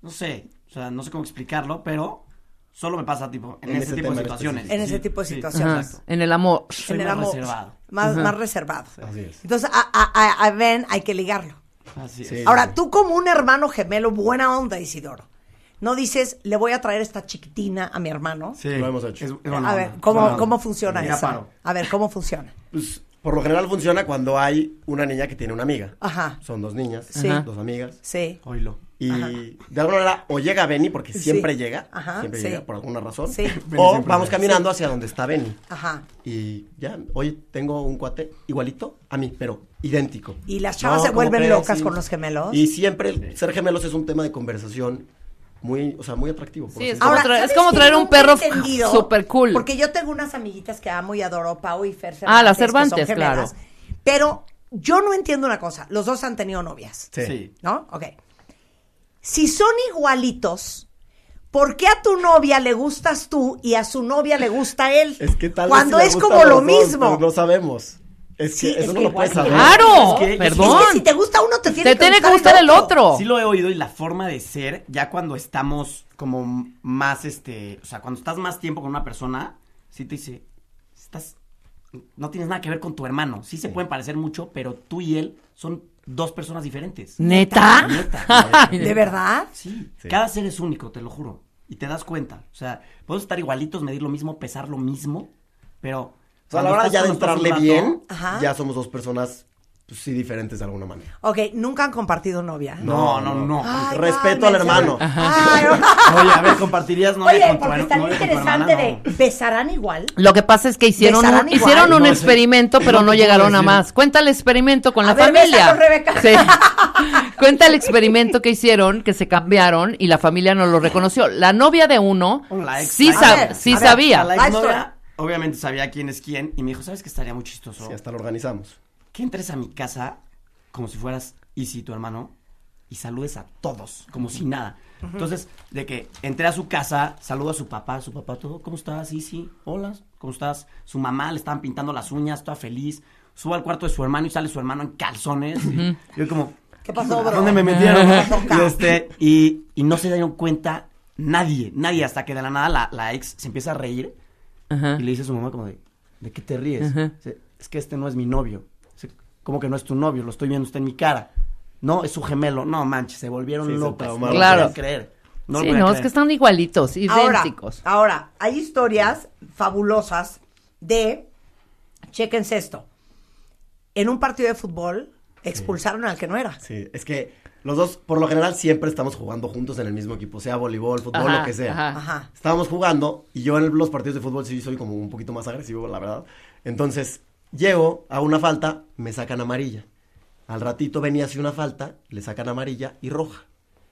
[SPEAKER 15] No sé, o sea, no sé cómo explicarlo, pero solo me pasa tipo en,
[SPEAKER 16] En
[SPEAKER 15] ese
[SPEAKER 16] ese
[SPEAKER 15] tipo de
[SPEAKER 16] tema en
[SPEAKER 15] situaciones.
[SPEAKER 1] En ese
[SPEAKER 15] Sí,
[SPEAKER 1] tipo de
[SPEAKER 15] sí,
[SPEAKER 4] Ajá,
[SPEAKER 1] situaciones.
[SPEAKER 4] en el amor.
[SPEAKER 15] Soy
[SPEAKER 1] el
[SPEAKER 15] más
[SPEAKER 1] amor.
[SPEAKER 15] reservado.
[SPEAKER 1] Más,
[SPEAKER 4] Ajá.
[SPEAKER 1] más reservado.
[SPEAKER 16] Así es.
[SPEAKER 1] Entonces, a, a- a- a Ben hay que ligarlo.
[SPEAKER 15] Así es.
[SPEAKER 1] Ahora, tú como un hermano gemelo, buena onda, Isidoro, no dices, le voy a traer esta chiquitina a mi hermano.
[SPEAKER 15] Sí.
[SPEAKER 16] Lo hemos hecho.
[SPEAKER 15] Es- es buena
[SPEAKER 1] A ver,
[SPEAKER 15] onda, buena
[SPEAKER 1] ¿cómo,
[SPEAKER 15] onda.
[SPEAKER 1] cómo funciona
[SPEAKER 15] Mira,
[SPEAKER 1] eso?
[SPEAKER 15] paro.
[SPEAKER 1] A ver, ¿cómo funciona?
[SPEAKER 16] Pues, por lo general funciona cuando hay una niña que tiene una amiga.
[SPEAKER 1] Ajá.
[SPEAKER 16] Son dos niñas,
[SPEAKER 1] Sí.
[SPEAKER 16] dos amigas.
[SPEAKER 1] Sí.
[SPEAKER 15] Oílo.
[SPEAKER 16] Y
[SPEAKER 1] Ajá.
[SPEAKER 16] de alguna manera, o llega Benny, porque
[SPEAKER 1] Sí.
[SPEAKER 16] siempre llega,
[SPEAKER 1] Ajá,
[SPEAKER 16] siempre
[SPEAKER 1] sí.
[SPEAKER 16] llega por alguna razón.
[SPEAKER 1] Sí.
[SPEAKER 15] Benny
[SPEAKER 16] O
[SPEAKER 15] siempre
[SPEAKER 16] vamos
[SPEAKER 15] llega.
[SPEAKER 16] caminando hacia donde está Benny.
[SPEAKER 1] Ajá.
[SPEAKER 16] Y ya, oye, tengo un cuate igualito a mí, pero idéntico.
[SPEAKER 1] ¿Y las chavas se
[SPEAKER 16] ¿cómo
[SPEAKER 1] vuelven
[SPEAKER 16] crees?
[SPEAKER 1] locas con los gemelos?
[SPEAKER 16] Y siempre el- ser gemelos es un tema de conversación muy, o sea, muy atractivo. por
[SPEAKER 4] Sí, es
[SPEAKER 16] así
[SPEAKER 4] como
[SPEAKER 16] decirlo.
[SPEAKER 4] traer-
[SPEAKER 1] ¿sabes
[SPEAKER 4] como
[SPEAKER 1] qué?
[SPEAKER 4] traer un
[SPEAKER 1] Nunca he
[SPEAKER 4] perro
[SPEAKER 1] entendido?
[SPEAKER 4] super cool.
[SPEAKER 1] Porque yo tengo unas amiguitas que amo y adoro, Pau y Fer Cervantes.
[SPEAKER 4] Ah, las
[SPEAKER 1] que son
[SPEAKER 4] Cervantes,
[SPEAKER 1] gemelas.
[SPEAKER 4] claro.
[SPEAKER 1] Pero yo no entiendo una cosa. Los dos han tenido novias,
[SPEAKER 16] Sí.
[SPEAKER 15] Sí.
[SPEAKER 1] ¿no? Ok. Si son igualitos, ¿por qué a tu novia le gustas tú y a su novia le gusta él?
[SPEAKER 16] [laughs] Es que tal vez
[SPEAKER 1] Cuando
[SPEAKER 16] sí le
[SPEAKER 1] es
[SPEAKER 16] gustan
[SPEAKER 1] como
[SPEAKER 16] los
[SPEAKER 1] lo
[SPEAKER 16] dos,
[SPEAKER 1] mismo.
[SPEAKER 16] pero no sabemos. Es
[SPEAKER 1] Sí,
[SPEAKER 16] que
[SPEAKER 1] es
[SPEAKER 16] eso no
[SPEAKER 1] que
[SPEAKER 16] lo puedes
[SPEAKER 1] igual-
[SPEAKER 16] saber.
[SPEAKER 4] Claro,
[SPEAKER 15] Es que-
[SPEAKER 4] perdón.
[SPEAKER 1] Es que si te gusta uno, te tiene
[SPEAKER 4] Te
[SPEAKER 1] que
[SPEAKER 4] tiene que
[SPEAKER 1] gustar,
[SPEAKER 4] gustar el otro.
[SPEAKER 15] Sí lo he oído y la forma de ser, ya cuando estamos como más, este, o sea, cuando estás más tiempo con una persona, sí te dice, estás, no tienes nada que ver con tu hermano, sí se pueden parecer mucho, pero tú y él son dos personas diferentes.
[SPEAKER 4] ¿Neta? [laughs]
[SPEAKER 15] Neta.
[SPEAKER 4] Ay,
[SPEAKER 1] ¿De verdad?
[SPEAKER 15] Sí, cada ser es único, te lo juro, y te das cuenta, o sea, podemos estar igualitos, medir lo mismo, pesar lo mismo, pero...
[SPEAKER 16] O sea, a la
[SPEAKER 15] cuando
[SPEAKER 16] hora
[SPEAKER 15] estás
[SPEAKER 16] ya de
[SPEAKER 15] con nosotros un
[SPEAKER 16] entrarle
[SPEAKER 15] rato,
[SPEAKER 16] bien,
[SPEAKER 1] Ajá.
[SPEAKER 16] ya somos dos personas, pues sí, diferentes de alguna manera.
[SPEAKER 1] Ok, nunca han compartido novia. ¿eh?
[SPEAKER 15] No, no, no.
[SPEAKER 1] Ay,
[SPEAKER 16] Respeto
[SPEAKER 1] cálmense.
[SPEAKER 16] al hermano.
[SPEAKER 1] Ay,
[SPEAKER 15] Oye, a ver, compartirías novia
[SPEAKER 1] Oye,
[SPEAKER 15] con tu
[SPEAKER 1] porque
[SPEAKER 15] her-
[SPEAKER 1] está bien
[SPEAKER 15] novia con tu
[SPEAKER 1] interesante
[SPEAKER 15] hermana? No.
[SPEAKER 1] de ¿besarán igual?
[SPEAKER 4] Lo que pasa es que hicieron
[SPEAKER 1] Besarán
[SPEAKER 4] un,
[SPEAKER 1] igual.
[SPEAKER 4] hicieron un
[SPEAKER 1] No, sí.
[SPEAKER 4] experimento, pero no,
[SPEAKER 15] te puedo
[SPEAKER 4] llegaron a
[SPEAKER 15] decir.
[SPEAKER 4] más. Cuenta el experimento con
[SPEAKER 1] A
[SPEAKER 4] la
[SPEAKER 1] ver,
[SPEAKER 4] familia.
[SPEAKER 1] bésanos, Rebeca. [laughs]
[SPEAKER 4] Sí. Cuenta el experimento que hicieron, que se cambiaron y la familia no lo reconoció. La novia de uno
[SPEAKER 15] O la ex-
[SPEAKER 4] sí,
[SPEAKER 15] la
[SPEAKER 4] sab-
[SPEAKER 1] A ver,
[SPEAKER 4] sí
[SPEAKER 1] a ver,
[SPEAKER 4] sabía.
[SPEAKER 15] A la
[SPEAKER 1] Life
[SPEAKER 15] exnovia
[SPEAKER 1] story.
[SPEAKER 15] obviamente sabía quién es quién y me dijo, ¿sabes qué estaría muy chistoso?
[SPEAKER 16] Sí, hasta lo organizamos.
[SPEAKER 15] Que entres a mi casa como si fueras Easy, tu hermano, y saludes a todos, como si nada.
[SPEAKER 16] Ujú.
[SPEAKER 15] Entonces, de que entré a su casa, saludo a su papá, su papá todo, ¿cómo estás, Easy? Hola, ¿cómo estás? Su mamá le estaban pintando las uñas, toda feliz. Subo al cuarto de su hermano y sale su hermano en calzones. y yo como,
[SPEAKER 1] ¿Qué pasó, bro?
[SPEAKER 15] ¿Dónde me metieron?
[SPEAKER 1] ¿Qué pasó,
[SPEAKER 15] y,
[SPEAKER 1] cabrón?
[SPEAKER 15] este, y, y no se dieron cuenta nadie, nadie, hasta que de la nada la, la ex se empieza a reír y le dice a su mamá como de, ¿de qué te ríes?
[SPEAKER 4] Ajá.
[SPEAKER 15] Dice, Es que este no es mi novio. Dice, ¿Cómo que no es tu novio? Lo estoy viendo, está en mi cara. No, es su gemelo. No, manches, se volvieron
[SPEAKER 16] Sí, se
[SPEAKER 15] locas. No
[SPEAKER 16] traumaron.
[SPEAKER 15] lo
[SPEAKER 4] Claro.
[SPEAKER 15] podían creer. No lo
[SPEAKER 4] sí,
[SPEAKER 15] podían
[SPEAKER 4] no, es
[SPEAKER 15] creer.
[SPEAKER 4] que están igualitos, idénticos.
[SPEAKER 1] Ahora, ahora, hay historias fabulosas de, chequense esto, en un partido de fútbol expulsaron al que no era.
[SPEAKER 16] Sí, es que los dos, por lo general, siempre estamos jugando juntos en el mismo equipo, sea voleibol, fútbol,
[SPEAKER 1] Ajá,
[SPEAKER 16] lo que sea.
[SPEAKER 1] ajá. Ajá.
[SPEAKER 16] Estábamos jugando y yo en el- los partidos de fútbol sí soy como un poquito más agresivo, la verdad. Entonces, llego a una falta, me sacan amarilla. Al ratito venía así una falta, le sacan amarilla y roja.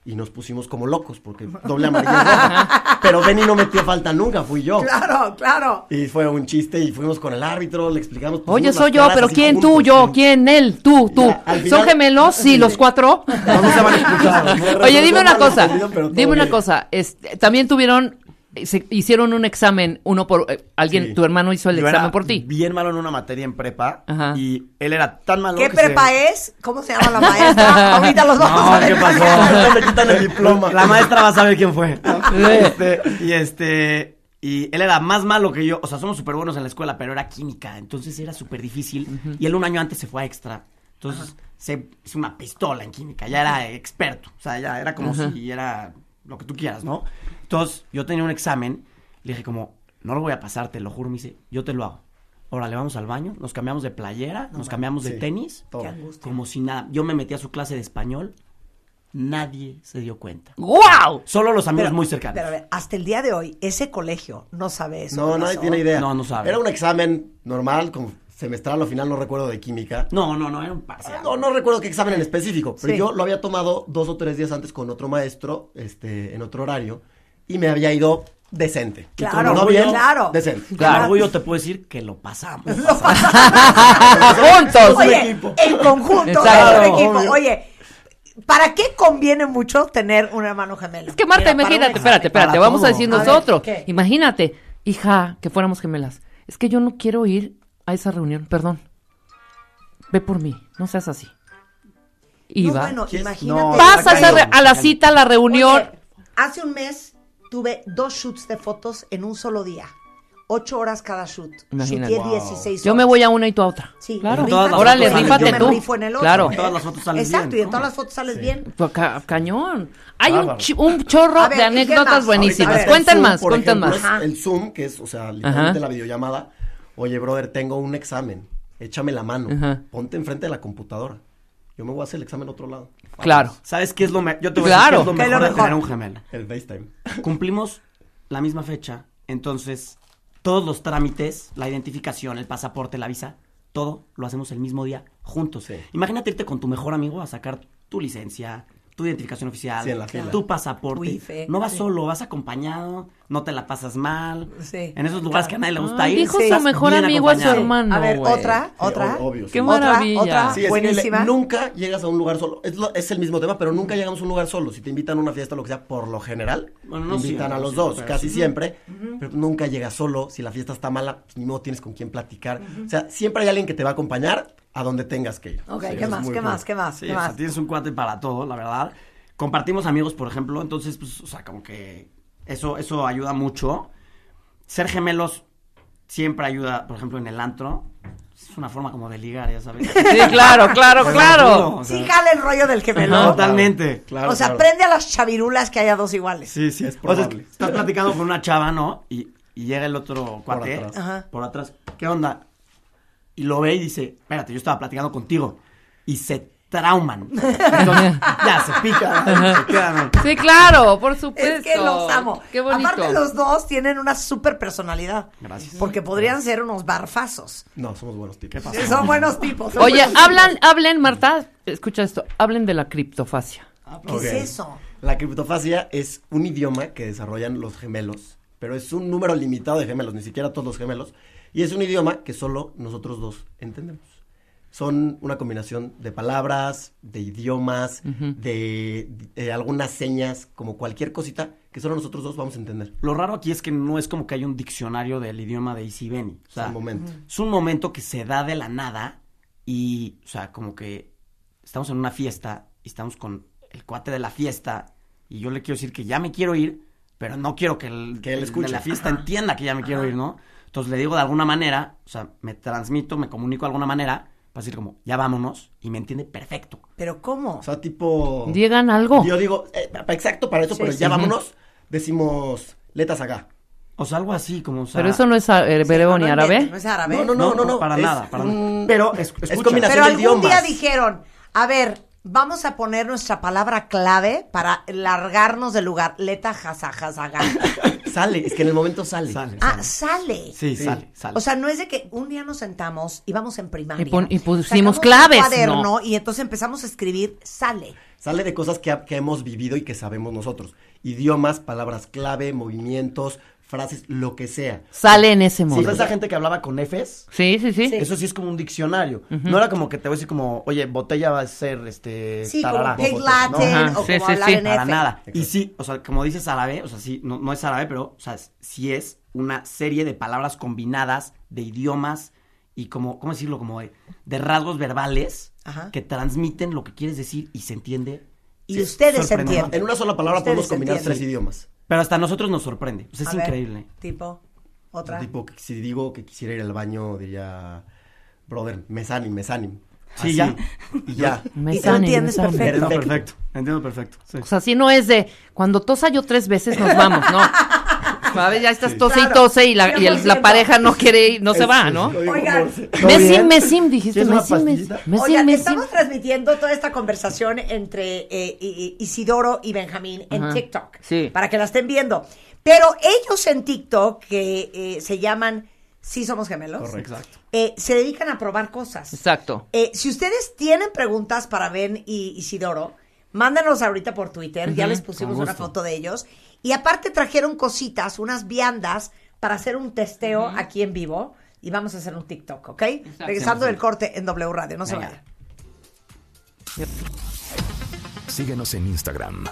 [SPEAKER 16] Y nos pusimos como locos porque doble amarilla y
[SPEAKER 1] [laughs]
[SPEAKER 16] roja. Pero Benny no metió falta nunca, fui yo.
[SPEAKER 1] Claro, claro.
[SPEAKER 16] Y fue un chiste y fuimos con el árbitro, le explicamos. pues, pusimos
[SPEAKER 4] Oye,
[SPEAKER 16] las
[SPEAKER 4] soy yo,
[SPEAKER 16] caras
[SPEAKER 4] pero
[SPEAKER 16] así
[SPEAKER 4] ¿quién
[SPEAKER 16] juntos.
[SPEAKER 4] tú? Yo, ¿quién él? Tú, tú.
[SPEAKER 16] al
[SPEAKER 4] ¿Son
[SPEAKER 16] final-
[SPEAKER 4] gemelos? Sí, los cuatro. Oye, dime una cosa. Dime una cosa. este, También tuvieron, se hicieron un examen, uno por eh, alguien,
[SPEAKER 15] Sí.
[SPEAKER 4] tu hermano hizo el
[SPEAKER 15] Yo
[SPEAKER 4] examen
[SPEAKER 15] era
[SPEAKER 4] por ti.
[SPEAKER 15] Bien malo en una materia en prepa. Y él era tan malo
[SPEAKER 1] ¿Qué
[SPEAKER 15] que se-
[SPEAKER 1] prepa es? ¿Cómo se llama la
[SPEAKER 15] [laughs]
[SPEAKER 1] maestra? Ahorita los vamos a
[SPEAKER 15] No,
[SPEAKER 1] ver.
[SPEAKER 15] ¿qué pasó? Le quitan el diploma. La maestra va a saber quién fue. Este, y este. Y él era más malo que yo. O sea, somos súper buenos en la escuela, pero era química. Entonces era súper difícil. Y él un año antes se fue a extra. Entonces se hizo una pistola en química. Ya era experto. O sea, ya era como
[SPEAKER 16] Ajá.
[SPEAKER 15] si era lo que tú quieras, ¿no? Entonces yo tenía un examen. Le dije, como, no lo voy a pasar, te lo juro. Me dice, yo te lo hago. Ahora le vamos al baño, nos cambiamos de playera,
[SPEAKER 16] No
[SPEAKER 15] nos
[SPEAKER 16] mames,
[SPEAKER 15] cambiamos de
[SPEAKER 16] sí,
[SPEAKER 15] tenis,
[SPEAKER 16] todo. Qué
[SPEAKER 1] angustia.
[SPEAKER 15] como si nada. Yo me metí a su clase de español, nadie se dio cuenta.
[SPEAKER 4] ¡Guau!
[SPEAKER 15] Solo los amigos
[SPEAKER 1] Pero-
[SPEAKER 15] muy cercanos.
[SPEAKER 1] Pero a ver, hasta el día de hoy, ese colegio no sabe eso.
[SPEAKER 16] No,
[SPEAKER 1] ¿qué
[SPEAKER 16] nadie
[SPEAKER 1] pasó?
[SPEAKER 16] tiene idea.
[SPEAKER 15] No, no sabe.
[SPEAKER 16] Era un examen normal, como semestral, al final no recuerdo de química.
[SPEAKER 15] No, no, no, era un parcial.
[SPEAKER 16] No, no recuerdo qué examen en específico, pero
[SPEAKER 15] Sí.
[SPEAKER 16] yo lo había tomado dos o tres días antes con otro maestro, este, en otro horario, y me había ido decente. Y
[SPEAKER 15] Claro,
[SPEAKER 16] con no
[SPEAKER 15] orgullo,
[SPEAKER 16] bien,
[SPEAKER 15] claro.
[SPEAKER 16] [laughs] Decente.
[SPEAKER 15] Con orgullo te puedo decir que lo pasamos. [laughs]
[SPEAKER 16] Juntos.
[SPEAKER 1] Oye, en conjunto,
[SPEAKER 4] Exacto.
[SPEAKER 1] en un equipo.
[SPEAKER 4] Obvio.
[SPEAKER 1] Oye, ¿para qué conviene mucho tener un hermano gemelo?
[SPEAKER 4] Es que Marta,
[SPEAKER 1] Mira, para
[SPEAKER 4] imagínate,
[SPEAKER 1] un
[SPEAKER 4] espérate,
[SPEAKER 1] examen.
[SPEAKER 4] espérate, vamos a decir
[SPEAKER 1] ver,
[SPEAKER 4] nosotros.
[SPEAKER 1] ¿qué?
[SPEAKER 4] imagínate, hija, que fuéramos gemelas. Es que yo no quiero ir a esa reunión, perdón. Ve por mí, no seas así. Y
[SPEAKER 1] No,
[SPEAKER 4] va.
[SPEAKER 1] bueno,
[SPEAKER 4] ¿Qué es?
[SPEAKER 1] imagínate.
[SPEAKER 4] No, Vas a, esa re- a la cita, a la reunión.
[SPEAKER 1] Oye, hace un mes tuve dos shoots de fotos en un solo día. Ocho horas cada shoot.
[SPEAKER 4] Imagínate.
[SPEAKER 1] Shooté 16 horas.
[SPEAKER 4] Yo me voy a una y tú a otra.
[SPEAKER 1] Sí,
[SPEAKER 4] claro.
[SPEAKER 1] en todas las
[SPEAKER 4] Órale,
[SPEAKER 1] fotos sales
[SPEAKER 4] rífate
[SPEAKER 1] bien.
[SPEAKER 4] tú.
[SPEAKER 1] Yo me rifo en el otro.
[SPEAKER 4] claro.
[SPEAKER 1] En todas las fotos sales Exacto, bien, y en ¿no? todas las fotos sales bien.
[SPEAKER 4] Pues, ca- cañón. Hay un,
[SPEAKER 16] Bárbaro.
[SPEAKER 4] chi- un chorro
[SPEAKER 1] A ver,
[SPEAKER 4] de
[SPEAKER 1] ¿y qué
[SPEAKER 4] anécdotas
[SPEAKER 1] más?
[SPEAKER 16] Ahorita
[SPEAKER 4] buenísimas.
[SPEAKER 16] está el
[SPEAKER 4] Cuentan
[SPEAKER 16] Zoom,
[SPEAKER 4] más,
[SPEAKER 16] por
[SPEAKER 4] cuentan
[SPEAKER 16] ejemplo,
[SPEAKER 4] más.
[SPEAKER 16] es El Zoom, que es, o sea, literalmente
[SPEAKER 4] Ajá.
[SPEAKER 16] la videollamada. Oye, brother, tengo un examen. Échame la mano.
[SPEAKER 4] Ajá.
[SPEAKER 16] Ponte enfrente de la computadora. Yo me voy a hacer el examen a otro lado.
[SPEAKER 4] Claro.
[SPEAKER 15] ¿Sabes qué es lo, me- yo te voy a decir
[SPEAKER 4] Claro.
[SPEAKER 15] qué es lo
[SPEAKER 4] ¿Qué es
[SPEAKER 15] mejor,
[SPEAKER 4] lo
[SPEAKER 15] de
[SPEAKER 4] mejor?
[SPEAKER 15] tener un gemelo?
[SPEAKER 16] El FaceTime.
[SPEAKER 15] Cumplimos la misma fecha, entonces todos los trámites, la identificación, el pasaporte, la visa, todo lo hacemos el mismo día juntos. Imagínate irte con tu mejor amigo a sacar tu licencia, tu identificación oficial,
[SPEAKER 16] Sí, en la fila.
[SPEAKER 15] tu pasaporte.
[SPEAKER 1] Tu IFE,
[SPEAKER 15] no vas
[SPEAKER 1] sí.
[SPEAKER 15] solo, vas acompañado, no te la pasas mal.
[SPEAKER 1] Sí.
[SPEAKER 15] En esos lugares que a nadie le gusta
[SPEAKER 4] Ay,
[SPEAKER 15] ir.
[SPEAKER 4] dijo su
[SPEAKER 15] estás
[SPEAKER 4] mejor
[SPEAKER 15] bien
[SPEAKER 4] amigo a su
[SPEAKER 15] acompañado.
[SPEAKER 4] hermano,
[SPEAKER 1] A ver,
[SPEAKER 4] güey.
[SPEAKER 1] otra,
[SPEAKER 16] Sí,
[SPEAKER 1] otra.
[SPEAKER 16] ob- obvio, sí.
[SPEAKER 4] Qué maravilla.
[SPEAKER 1] Otra,
[SPEAKER 16] Sí, es que
[SPEAKER 1] buenísima.
[SPEAKER 16] le- nunca llegas a un lugar solo. Es, lo- es el mismo tema, pero nunca llegamos a un lugar solo. Si te invitan a una fiesta, lo que sea, por lo general,
[SPEAKER 15] Bueno,
[SPEAKER 16] te
[SPEAKER 15] no
[SPEAKER 16] invitan
[SPEAKER 15] siempre,
[SPEAKER 16] a los
[SPEAKER 15] sí,
[SPEAKER 16] dos,
[SPEAKER 15] pero
[SPEAKER 16] casi
[SPEAKER 15] sí.
[SPEAKER 16] siempre.
[SPEAKER 15] Ujú.
[SPEAKER 16] Pero nunca llegas solo. Si la fiesta está mala, pues, ni modo tienes con quién platicar. O sea, siempre hay alguien que te va a acompañar a donde tengas que ir.
[SPEAKER 1] Ok,
[SPEAKER 16] Sí,
[SPEAKER 1] ¿qué
[SPEAKER 16] eso es
[SPEAKER 1] más?
[SPEAKER 16] muy
[SPEAKER 1] ¿Qué
[SPEAKER 16] cool.
[SPEAKER 1] más? ¿Qué más?
[SPEAKER 15] Sí,
[SPEAKER 1] ¿Qué
[SPEAKER 15] o sea,
[SPEAKER 1] más?
[SPEAKER 15] tienes un cuate para todo, la verdad. Compartimos amigos, por ejemplo, entonces, pues, o sea, como que eso, eso ayuda mucho. Ser gemelos siempre ayuda, por ejemplo, en el antro. Es una forma como de ligar, ya sabes.
[SPEAKER 4] Sí, claro, claro,
[SPEAKER 15] Bueno,
[SPEAKER 4] claro.
[SPEAKER 15] juro, o sea,
[SPEAKER 1] Sí, jala el rollo del gemelo.
[SPEAKER 15] Ajá, Totalmente.
[SPEAKER 1] o sea, prende a las chavirulas que haya dos iguales.
[SPEAKER 15] Sí, sí, es
[SPEAKER 16] probable.
[SPEAKER 15] estás platicando con una chava, ¿no? Y, y llega el otro cuate por
[SPEAKER 16] atrás.
[SPEAKER 15] atrás.
[SPEAKER 1] Ajá.
[SPEAKER 15] ¿Qué onda? Y lo ve y dice, espérate, yo estaba platicando contigo. Y se trauman. Entonces, ya, se pica. se quedan.
[SPEAKER 4] Sí, claro, por supuesto.
[SPEAKER 1] Es que los amo.
[SPEAKER 4] Qué bonito.
[SPEAKER 1] Aparte, los dos tienen una super personalidad.
[SPEAKER 15] Gracias.
[SPEAKER 1] Porque podrían ser unos barfazos.
[SPEAKER 16] No, somos buenos tipos.
[SPEAKER 1] Sí, Son buenos tipos. son
[SPEAKER 4] Oye,
[SPEAKER 1] buenos tipos.
[SPEAKER 4] hablan, hablen, Marta, escucha esto, hablen de la criptofasia.
[SPEAKER 1] Ah, ¿Qué
[SPEAKER 16] Ok.
[SPEAKER 1] es eso?
[SPEAKER 16] La criptofasia es un idioma que desarrollan los gemelos pero es un número limitado de gemelos, ni siquiera todos los gemelos. Y es un idioma que solo nosotros dos entendemos. Son una combinación de palabras, de idiomas, de, de algunas señas, como cualquier cosita que solo nosotros dos vamos a entender.
[SPEAKER 15] Lo raro aquí es que no es como que hay un diccionario del idioma de Isibeni. O sea,
[SPEAKER 16] Es un momento.
[SPEAKER 15] Es un momento que se da de la nada y, o sea, como que estamos en una fiesta y estamos con el cuate de la fiesta y yo le quiero decir que ya me quiero ir, pero no quiero que el,
[SPEAKER 16] Que él
[SPEAKER 15] el
[SPEAKER 16] escuche.
[SPEAKER 15] de la fiesta
[SPEAKER 16] Ajá.
[SPEAKER 15] entienda que ya me quiero ir, ¿no? Entonces le digo de alguna manera, o sea, me transmito, me comunico de alguna manera para decir como, ya vámonos y me entiende perfecto.
[SPEAKER 1] ¿Pero cómo?
[SPEAKER 16] O sea, tipo...
[SPEAKER 4] Digan algo.
[SPEAKER 16] Yo digo, eh, pa- exacto, para eso,
[SPEAKER 4] Sí,
[SPEAKER 16] pero
[SPEAKER 4] sí.
[SPEAKER 16] ya
[SPEAKER 4] Ujú.
[SPEAKER 16] vámonos, decimos letas acá. [clears throat]
[SPEAKER 15] O sea, algo así, como, o sea...
[SPEAKER 4] Pero eso no es hebreo ni árabe.
[SPEAKER 1] No es árabe.
[SPEAKER 16] No, no, no, no, no.
[SPEAKER 15] para
[SPEAKER 16] es
[SPEAKER 15] nada, para
[SPEAKER 16] un-
[SPEAKER 15] nada. Pero es, escucha.
[SPEAKER 1] Pero algún día dijeron, a ver, vamos a poner nuestra palabra clave para largarnos del lugar. Leta jasajasaga.
[SPEAKER 15] [laughs]
[SPEAKER 16] Sale, es que en el momento sale.
[SPEAKER 1] ah, sale.
[SPEAKER 15] Sí, sale, sale.
[SPEAKER 1] O sea, no es de que un día nos sentamos y vamos en primaria.
[SPEAKER 4] Y pon- y pusimos
[SPEAKER 1] sacamos
[SPEAKER 4] claves,
[SPEAKER 1] Un cuaderno
[SPEAKER 4] no.
[SPEAKER 1] y entonces empezamos a escribir, sale.
[SPEAKER 16] Sale de cosas que, ha- que hemos vivido y que sabemos nosotros. Idiomas, palabras clave, movimientos, frases, lo que sea.
[SPEAKER 4] Sale en ese
[SPEAKER 15] Sí,
[SPEAKER 4] modo.
[SPEAKER 15] esa gente que hablaba con Fs,
[SPEAKER 4] Sí, sí, sí.
[SPEAKER 15] eso sí es como un diccionario.
[SPEAKER 4] Ujú.
[SPEAKER 15] No era como que te voy a decir como, oye, botella va a ser este.
[SPEAKER 1] Sí,
[SPEAKER 15] tarara.
[SPEAKER 1] como pig
[SPEAKER 15] No,
[SPEAKER 1] Latin, Ajá, o sí, como sí, hablar sí. en
[SPEAKER 15] Para
[SPEAKER 1] F.
[SPEAKER 15] nada. Y sí, o sea, como dices árabe, o sea, sí, no, no es árabe, pero, o sea, es- sí es una serie de palabras combinadas, de idiomas y como, ¿cómo decirlo? Como de, de rasgos verbales
[SPEAKER 1] Ajá.
[SPEAKER 15] que transmiten lo que quieres decir y se entiende.
[SPEAKER 1] Y
[SPEAKER 15] Sí,
[SPEAKER 1] ustedes se
[SPEAKER 15] sorprendente.
[SPEAKER 1] entienden.
[SPEAKER 16] En una sola palabra
[SPEAKER 1] Ustedes
[SPEAKER 16] podemos combinar
[SPEAKER 1] entienden.
[SPEAKER 16] tres idiomas.
[SPEAKER 15] Pero hasta a nosotros nos sorprende.
[SPEAKER 4] Pues
[SPEAKER 15] O sea, es
[SPEAKER 1] A ver,
[SPEAKER 15] increíble.
[SPEAKER 1] tipo, otra.
[SPEAKER 16] Tipo, que si digo que quisiera ir al baño, diría, brother, mesanim, mesanim.
[SPEAKER 15] Sí,
[SPEAKER 16] Así,
[SPEAKER 15] ya.
[SPEAKER 16] Y ya.
[SPEAKER 4] Me sale, me sale.
[SPEAKER 15] Entiendo
[SPEAKER 16] Perfecto.
[SPEAKER 15] perfecto. Entiendo perfecto. sí.
[SPEAKER 4] O sea, si no es de cuando tosa yo tres veces nos vamos,
[SPEAKER 1] [laughs]
[SPEAKER 4] no. A ver, ya estás tose y
[SPEAKER 1] Claro,
[SPEAKER 4] tose y la, y el- la
[SPEAKER 1] 100%.
[SPEAKER 4] pareja no quiere ir, no se va, ¿no?
[SPEAKER 1] Oigan,
[SPEAKER 4] Mesim, Mesim, dijiste,
[SPEAKER 16] ¿Quieres una
[SPEAKER 4] Mesim, Mesim.
[SPEAKER 16] pastillita?
[SPEAKER 4] Mesim,
[SPEAKER 1] Oigan,
[SPEAKER 4] Mesim.
[SPEAKER 1] estamos transmitiendo toda esta conversación entre eh, I- I- Isidoro y Benjamín en
[SPEAKER 4] Ajá.
[SPEAKER 1] TikTok.
[SPEAKER 4] Sí.
[SPEAKER 1] Para que la estén viendo. Pero ellos en TikTok, que eh, se llaman Sí Somos Gemelos,
[SPEAKER 4] Correcto.
[SPEAKER 1] eh, se dedican a probar cosas.
[SPEAKER 4] Exacto.
[SPEAKER 1] Eh, si ustedes tienen preguntas para Ben y Isidoro, mándanos ahorita por Twitter. Ya
[SPEAKER 4] Ujú,
[SPEAKER 1] les pusimos
[SPEAKER 4] con
[SPEAKER 1] una
[SPEAKER 4] gusto.
[SPEAKER 1] foto de ellos. Y aparte trajeron cositas, unas viandas para hacer un testeo aquí en vivo. Y vamos a hacer un TikTok, ¿ok? Regresando del corte en W Radio. No se vayan.
[SPEAKER 3] Síguenos en Instagram.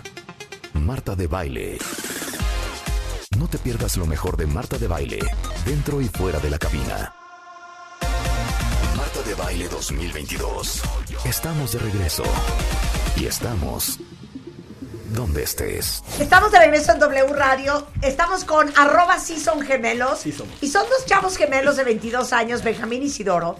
[SPEAKER 3] Marta de Baile. No te pierdas lo mejor de Marta de Baile, dentro y fuera de la cabina. Marta de Baile 2022. Estamos de regreso. Y estamos donde estés.
[SPEAKER 1] Estamos de regreso en W Radio. Estamos con arroba sí son gemelos. Y son dos chavos gemelos de 22 años, Benjamín y Isidoro,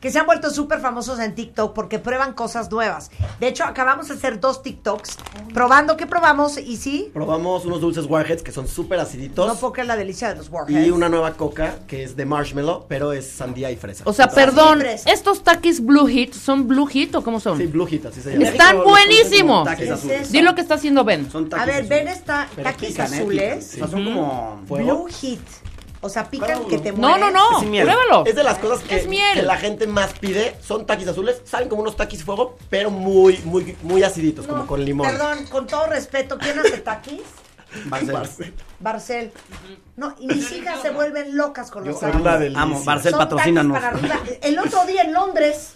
[SPEAKER 1] que se han vuelto súper famosos en TikTok porque prueban cosas nuevas. De hecho, acabamos de hacer dos TikToks probando. ¿Qué probamos? Y sí,
[SPEAKER 16] Probamos unos dulces Warheads que son súper aciditos.
[SPEAKER 1] no poca la delicia de los Warheads.
[SPEAKER 16] y una nueva coca que es de marshmallow, pero es sandía y fresa.
[SPEAKER 4] O sea,
[SPEAKER 16] Entonces,
[SPEAKER 4] perdón,
[SPEAKER 1] libres.
[SPEAKER 4] estos taquis Blue Hit, ¿son Blue Hit o cómo son?
[SPEAKER 16] Sí, blue hit, así se llama.
[SPEAKER 4] Están
[SPEAKER 16] Como-
[SPEAKER 4] buenísimos.
[SPEAKER 16] como taquis azules.
[SPEAKER 1] eso?
[SPEAKER 4] Di lo que está haciendo Ben.
[SPEAKER 15] Son
[SPEAKER 1] A ver, ven esta
[SPEAKER 16] Pero
[SPEAKER 1] taquis
[SPEAKER 16] pican, ¿eh?
[SPEAKER 1] azules.
[SPEAKER 16] Pican, sí. O sea, son como
[SPEAKER 1] Blue Hit. O sea, pican que te
[SPEAKER 4] No,
[SPEAKER 1] mueres.
[SPEAKER 4] no, no.
[SPEAKER 16] Sin miedo.
[SPEAKER 4] Pruébalo.
[SPEAKER 16] Es de las cosas que,
[SPEAKER 4] Es miel.
[SPEAKER 16] que la gente más pide. Son taquis azules. Saben como unos taquis fuego, pero muy, muy, muy aciditos, como
[SPEAKER 1] No,
[SPEAKER 16] con limón. [laughs]
[SPEAKER 1] Perdón, con todo respeto, ¿quién hace taquis?
[SPEAKER 15] Marcelo.
[SPEAKER 1] Barcel. No, y mis hijas se vuelven locas con los
[SPEAKER 15] Yo
[SPEAKER 1] tacos.
[SPEAKER 15] amo, amo, Barcel,
[SPEAKER 1] Son taquis
[SPEAKER 15] patrocínanos.
[SPEAKER 1] para arriba. El otro día en Londres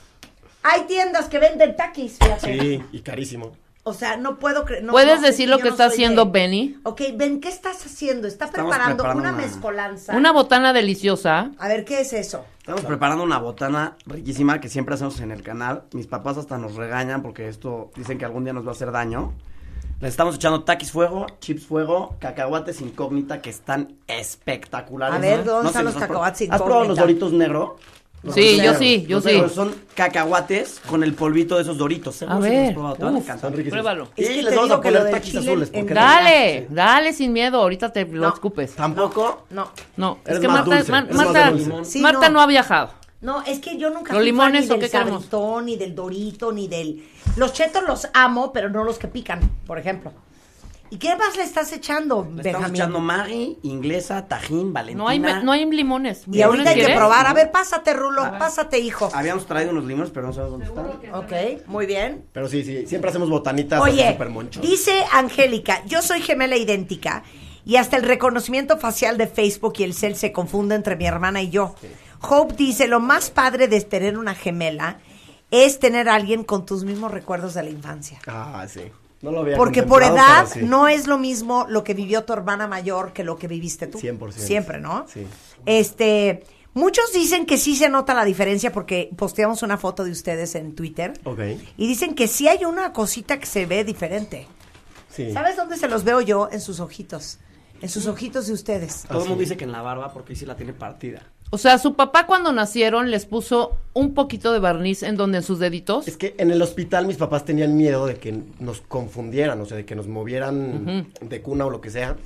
[SPEAKER 1] hay tiendas que venden taquis, fíjate.
[SPEAKER 16] Sí, y carísimo.
[SPEAKER 1] O sea, no puedo creer. no,
[SPEAKER 4] ¿Puedes
[SPEAKER 1] no,
[SPEAKER 4] decir
[SPEAKER 1] es
[SPEAKER 4] lo
[SPEAKER 1] yo
[SPEAKER 4] que
[SPEAKER 1] no
[SPEAKER 4] está
[SPEAKER 1] soy
[SPEAKER 4] haciendo
[SPEAKER 1] de-
[SPEAKER 4] Benny?
[SPEAKER 1] Ok, Ben, ¿qué estás haciendo? Está
[SPEAKER 15] Estamos
[SPEAKER 1] preparando,
[SPEAKER 15] preparando
[SPEAKER 1] una
[SPEAKER 15] una-
[SPEAKER 1] mezcolanza.
[SPEAKER 4] Una botana deliciosa.
[SPEAKER 1] A ver, ¿qué es eso?
[SPEAKER 15] Estamos preparando una botana riquísima que siempre hacemos en el canal. Mis papás hasta nos regañan porque esto dicen que algún día nos va a hacer daño. Les estamos echando taquis fuego, chips fuego, cacahuates incógnita que están espectaculares.
[SPEAKER 1] A ver, ¿dónde
[SPEAKER 15] sé
[SPEAKER 1] están
[SPEAKER 15] si
[SPEAKER 1] los
[SPEAKER 15] has probado.
[SPEAKER 1] cacahuates
[SPEAKER 15] ¿Has probado los
[SPEAKER 1] incógnita?
[SPEAKER 15] doritos negro? Los
[SPEAKER 4] Sí,
[SPEAKER 15] Doritos
[SPEAKER 4] yo
[SPEAKER 15] negros.
[SPEAKER 4] sí, yo
[SPEAKER 15] Los
[SPEAKER 4] sí.
[SPEAKER 15] negros Son cacahuates con el polvito de esos doritos. Seguro
[SPEAKER 4] A
[SPEAKER 15] si los has
[SPEAKER 4] ver,
[SPEAKER 15] probado, te van a
[SPEAKER 4] uf,
[SPEAKER 15] encantar.
[SPEAKER 16] riquísimos.
[SPEAKER 4] Pruébalo.
[SPEAKER 16] Y
[SPEAKER 1] Es que
[SPEAKER 16] les
[SPEAKER 1] te
[SPEAKER 16] vamos
[SPEAKER 1] digo
[SPEAKER 16] a
[SPEAKER 1] que lo
[SPEAKER 16] poner
[SPEAKER 1] del
[SPEAKER 16] taquis
[SPEAKER 1] chile
[SPEAKER 16] azules. porque
[SPEAKER 4] Dale, dale sin miedo. Ahorita te lo
[SPEAKER 1] No.
[SPEAKER 4] escupes.
[SPEAKER 16] Tampoco.
[SPEAKER 1] No,
[SPEAKER 4] No,
[SPEAKER 16] Eres
[SPEAKER 4] es que
[SPEAKER 16] más
[SPEAKER 4] Marta,
[SPEAKER 16] dulce,
[SPEAKER 4] Mar-
[SPEAKER 16] eres más
[SPEAKER 4] Marta,
[SPEAKER 16] dulce.
[SPEAKER 1] Sí,
[SPEAKER 4] Marta
[SPEAKER 1] no.
[SPEAKER 4] no. ha viajado.
[SPEAKER 1] No, es que yo nunca
[SPEAKER 4] ¿Los
[SPEAKER 1] fui
[SPEAKER 4] limones
[SPEAKER 1] fan
[SPEAKER 4] o
[SPEAKER 1] ni del
[SPEAKER 4] qué queremos?
[SPEAKER 1] Sabritón, ni del dorito, ni del. Los chetos los amo, pero no los que pican, por ejemplo. ¿Y qué más le estás echando,
[SPEAKER 15] Le estamos
[SPEAKER 1] Benjamín?
[SPEAKER 15] echando Maggi, inglesa, tajín, valentina.
[SPEAKER 4] No hay, me- no hay limones.
[SPEAKER 1] Y ahorita hay que
[SPEAKER 4] ¿Quieres?
[SPEAKER 1] probar. A ver, pásate, Rulo, pásate, hijo.
[SPEAKER 15] Habíamos traído unos limones, pero no sabemos dónde están.
[SPEAKER 1] Ok, muy bien.
[SPEAKER 16] Pero sí, sí, siempre hacemos botanitas así
[SPEAKER 1] Oye,
[SPEAKER 16] súper monchos.
[SPEAKER 1] dice Angélica, yo soy gemela idéntica Y hasta el reconocimiento facial de Facebook y el cel se confunde entre mi hermana y yo. Hope dice, lo más padre de tener una gemela es tener a alguien con tus mismos recuerdos de la infancia.
[SPEAKER 16] Ah, sí. No lo había
[SPEAKER 1] Porque por
[SPEAKER 16] contemplado,
[SPEAKER 1] edad
[SPEAKER 16] pero sí.
[SPEAKER 1] no es lo mismo lo que vivió tu hermana mayor que lo que viviste tú.
[SPEAKER 16] 100%.
[SPEAKER 1] Siempre, ¿no?
[SPEAKER 16] Sí.
[SPEAKER 1] Este, muchos dicen que sí se nota la diferencia porque posteamos una foto de ustedes en Twitter
[SPEAKER 16] Ok.
[SPEAKER 1] y dicen que sí hay una cosita que se ve diferente.
[SPEAKER 16] Sí.
[SPEAKER 1] ¿Sabes dónde se los veo yo? En sus ojitos. En sus ojitos de ustedes.
[SPEAKER 15] Ah, Todo el mundo dice que en la barba porque sí la tiene partida.
[SPEAKER 4] O sea, su papá cuando nacieron les puso un poquito de barniz en donde en sus deditos.
[SPEAKER 16] Es que en el hospital mis papás tenían miedo de que nos confundieran, o sea, de que nos movieran de cuna o lo que sea.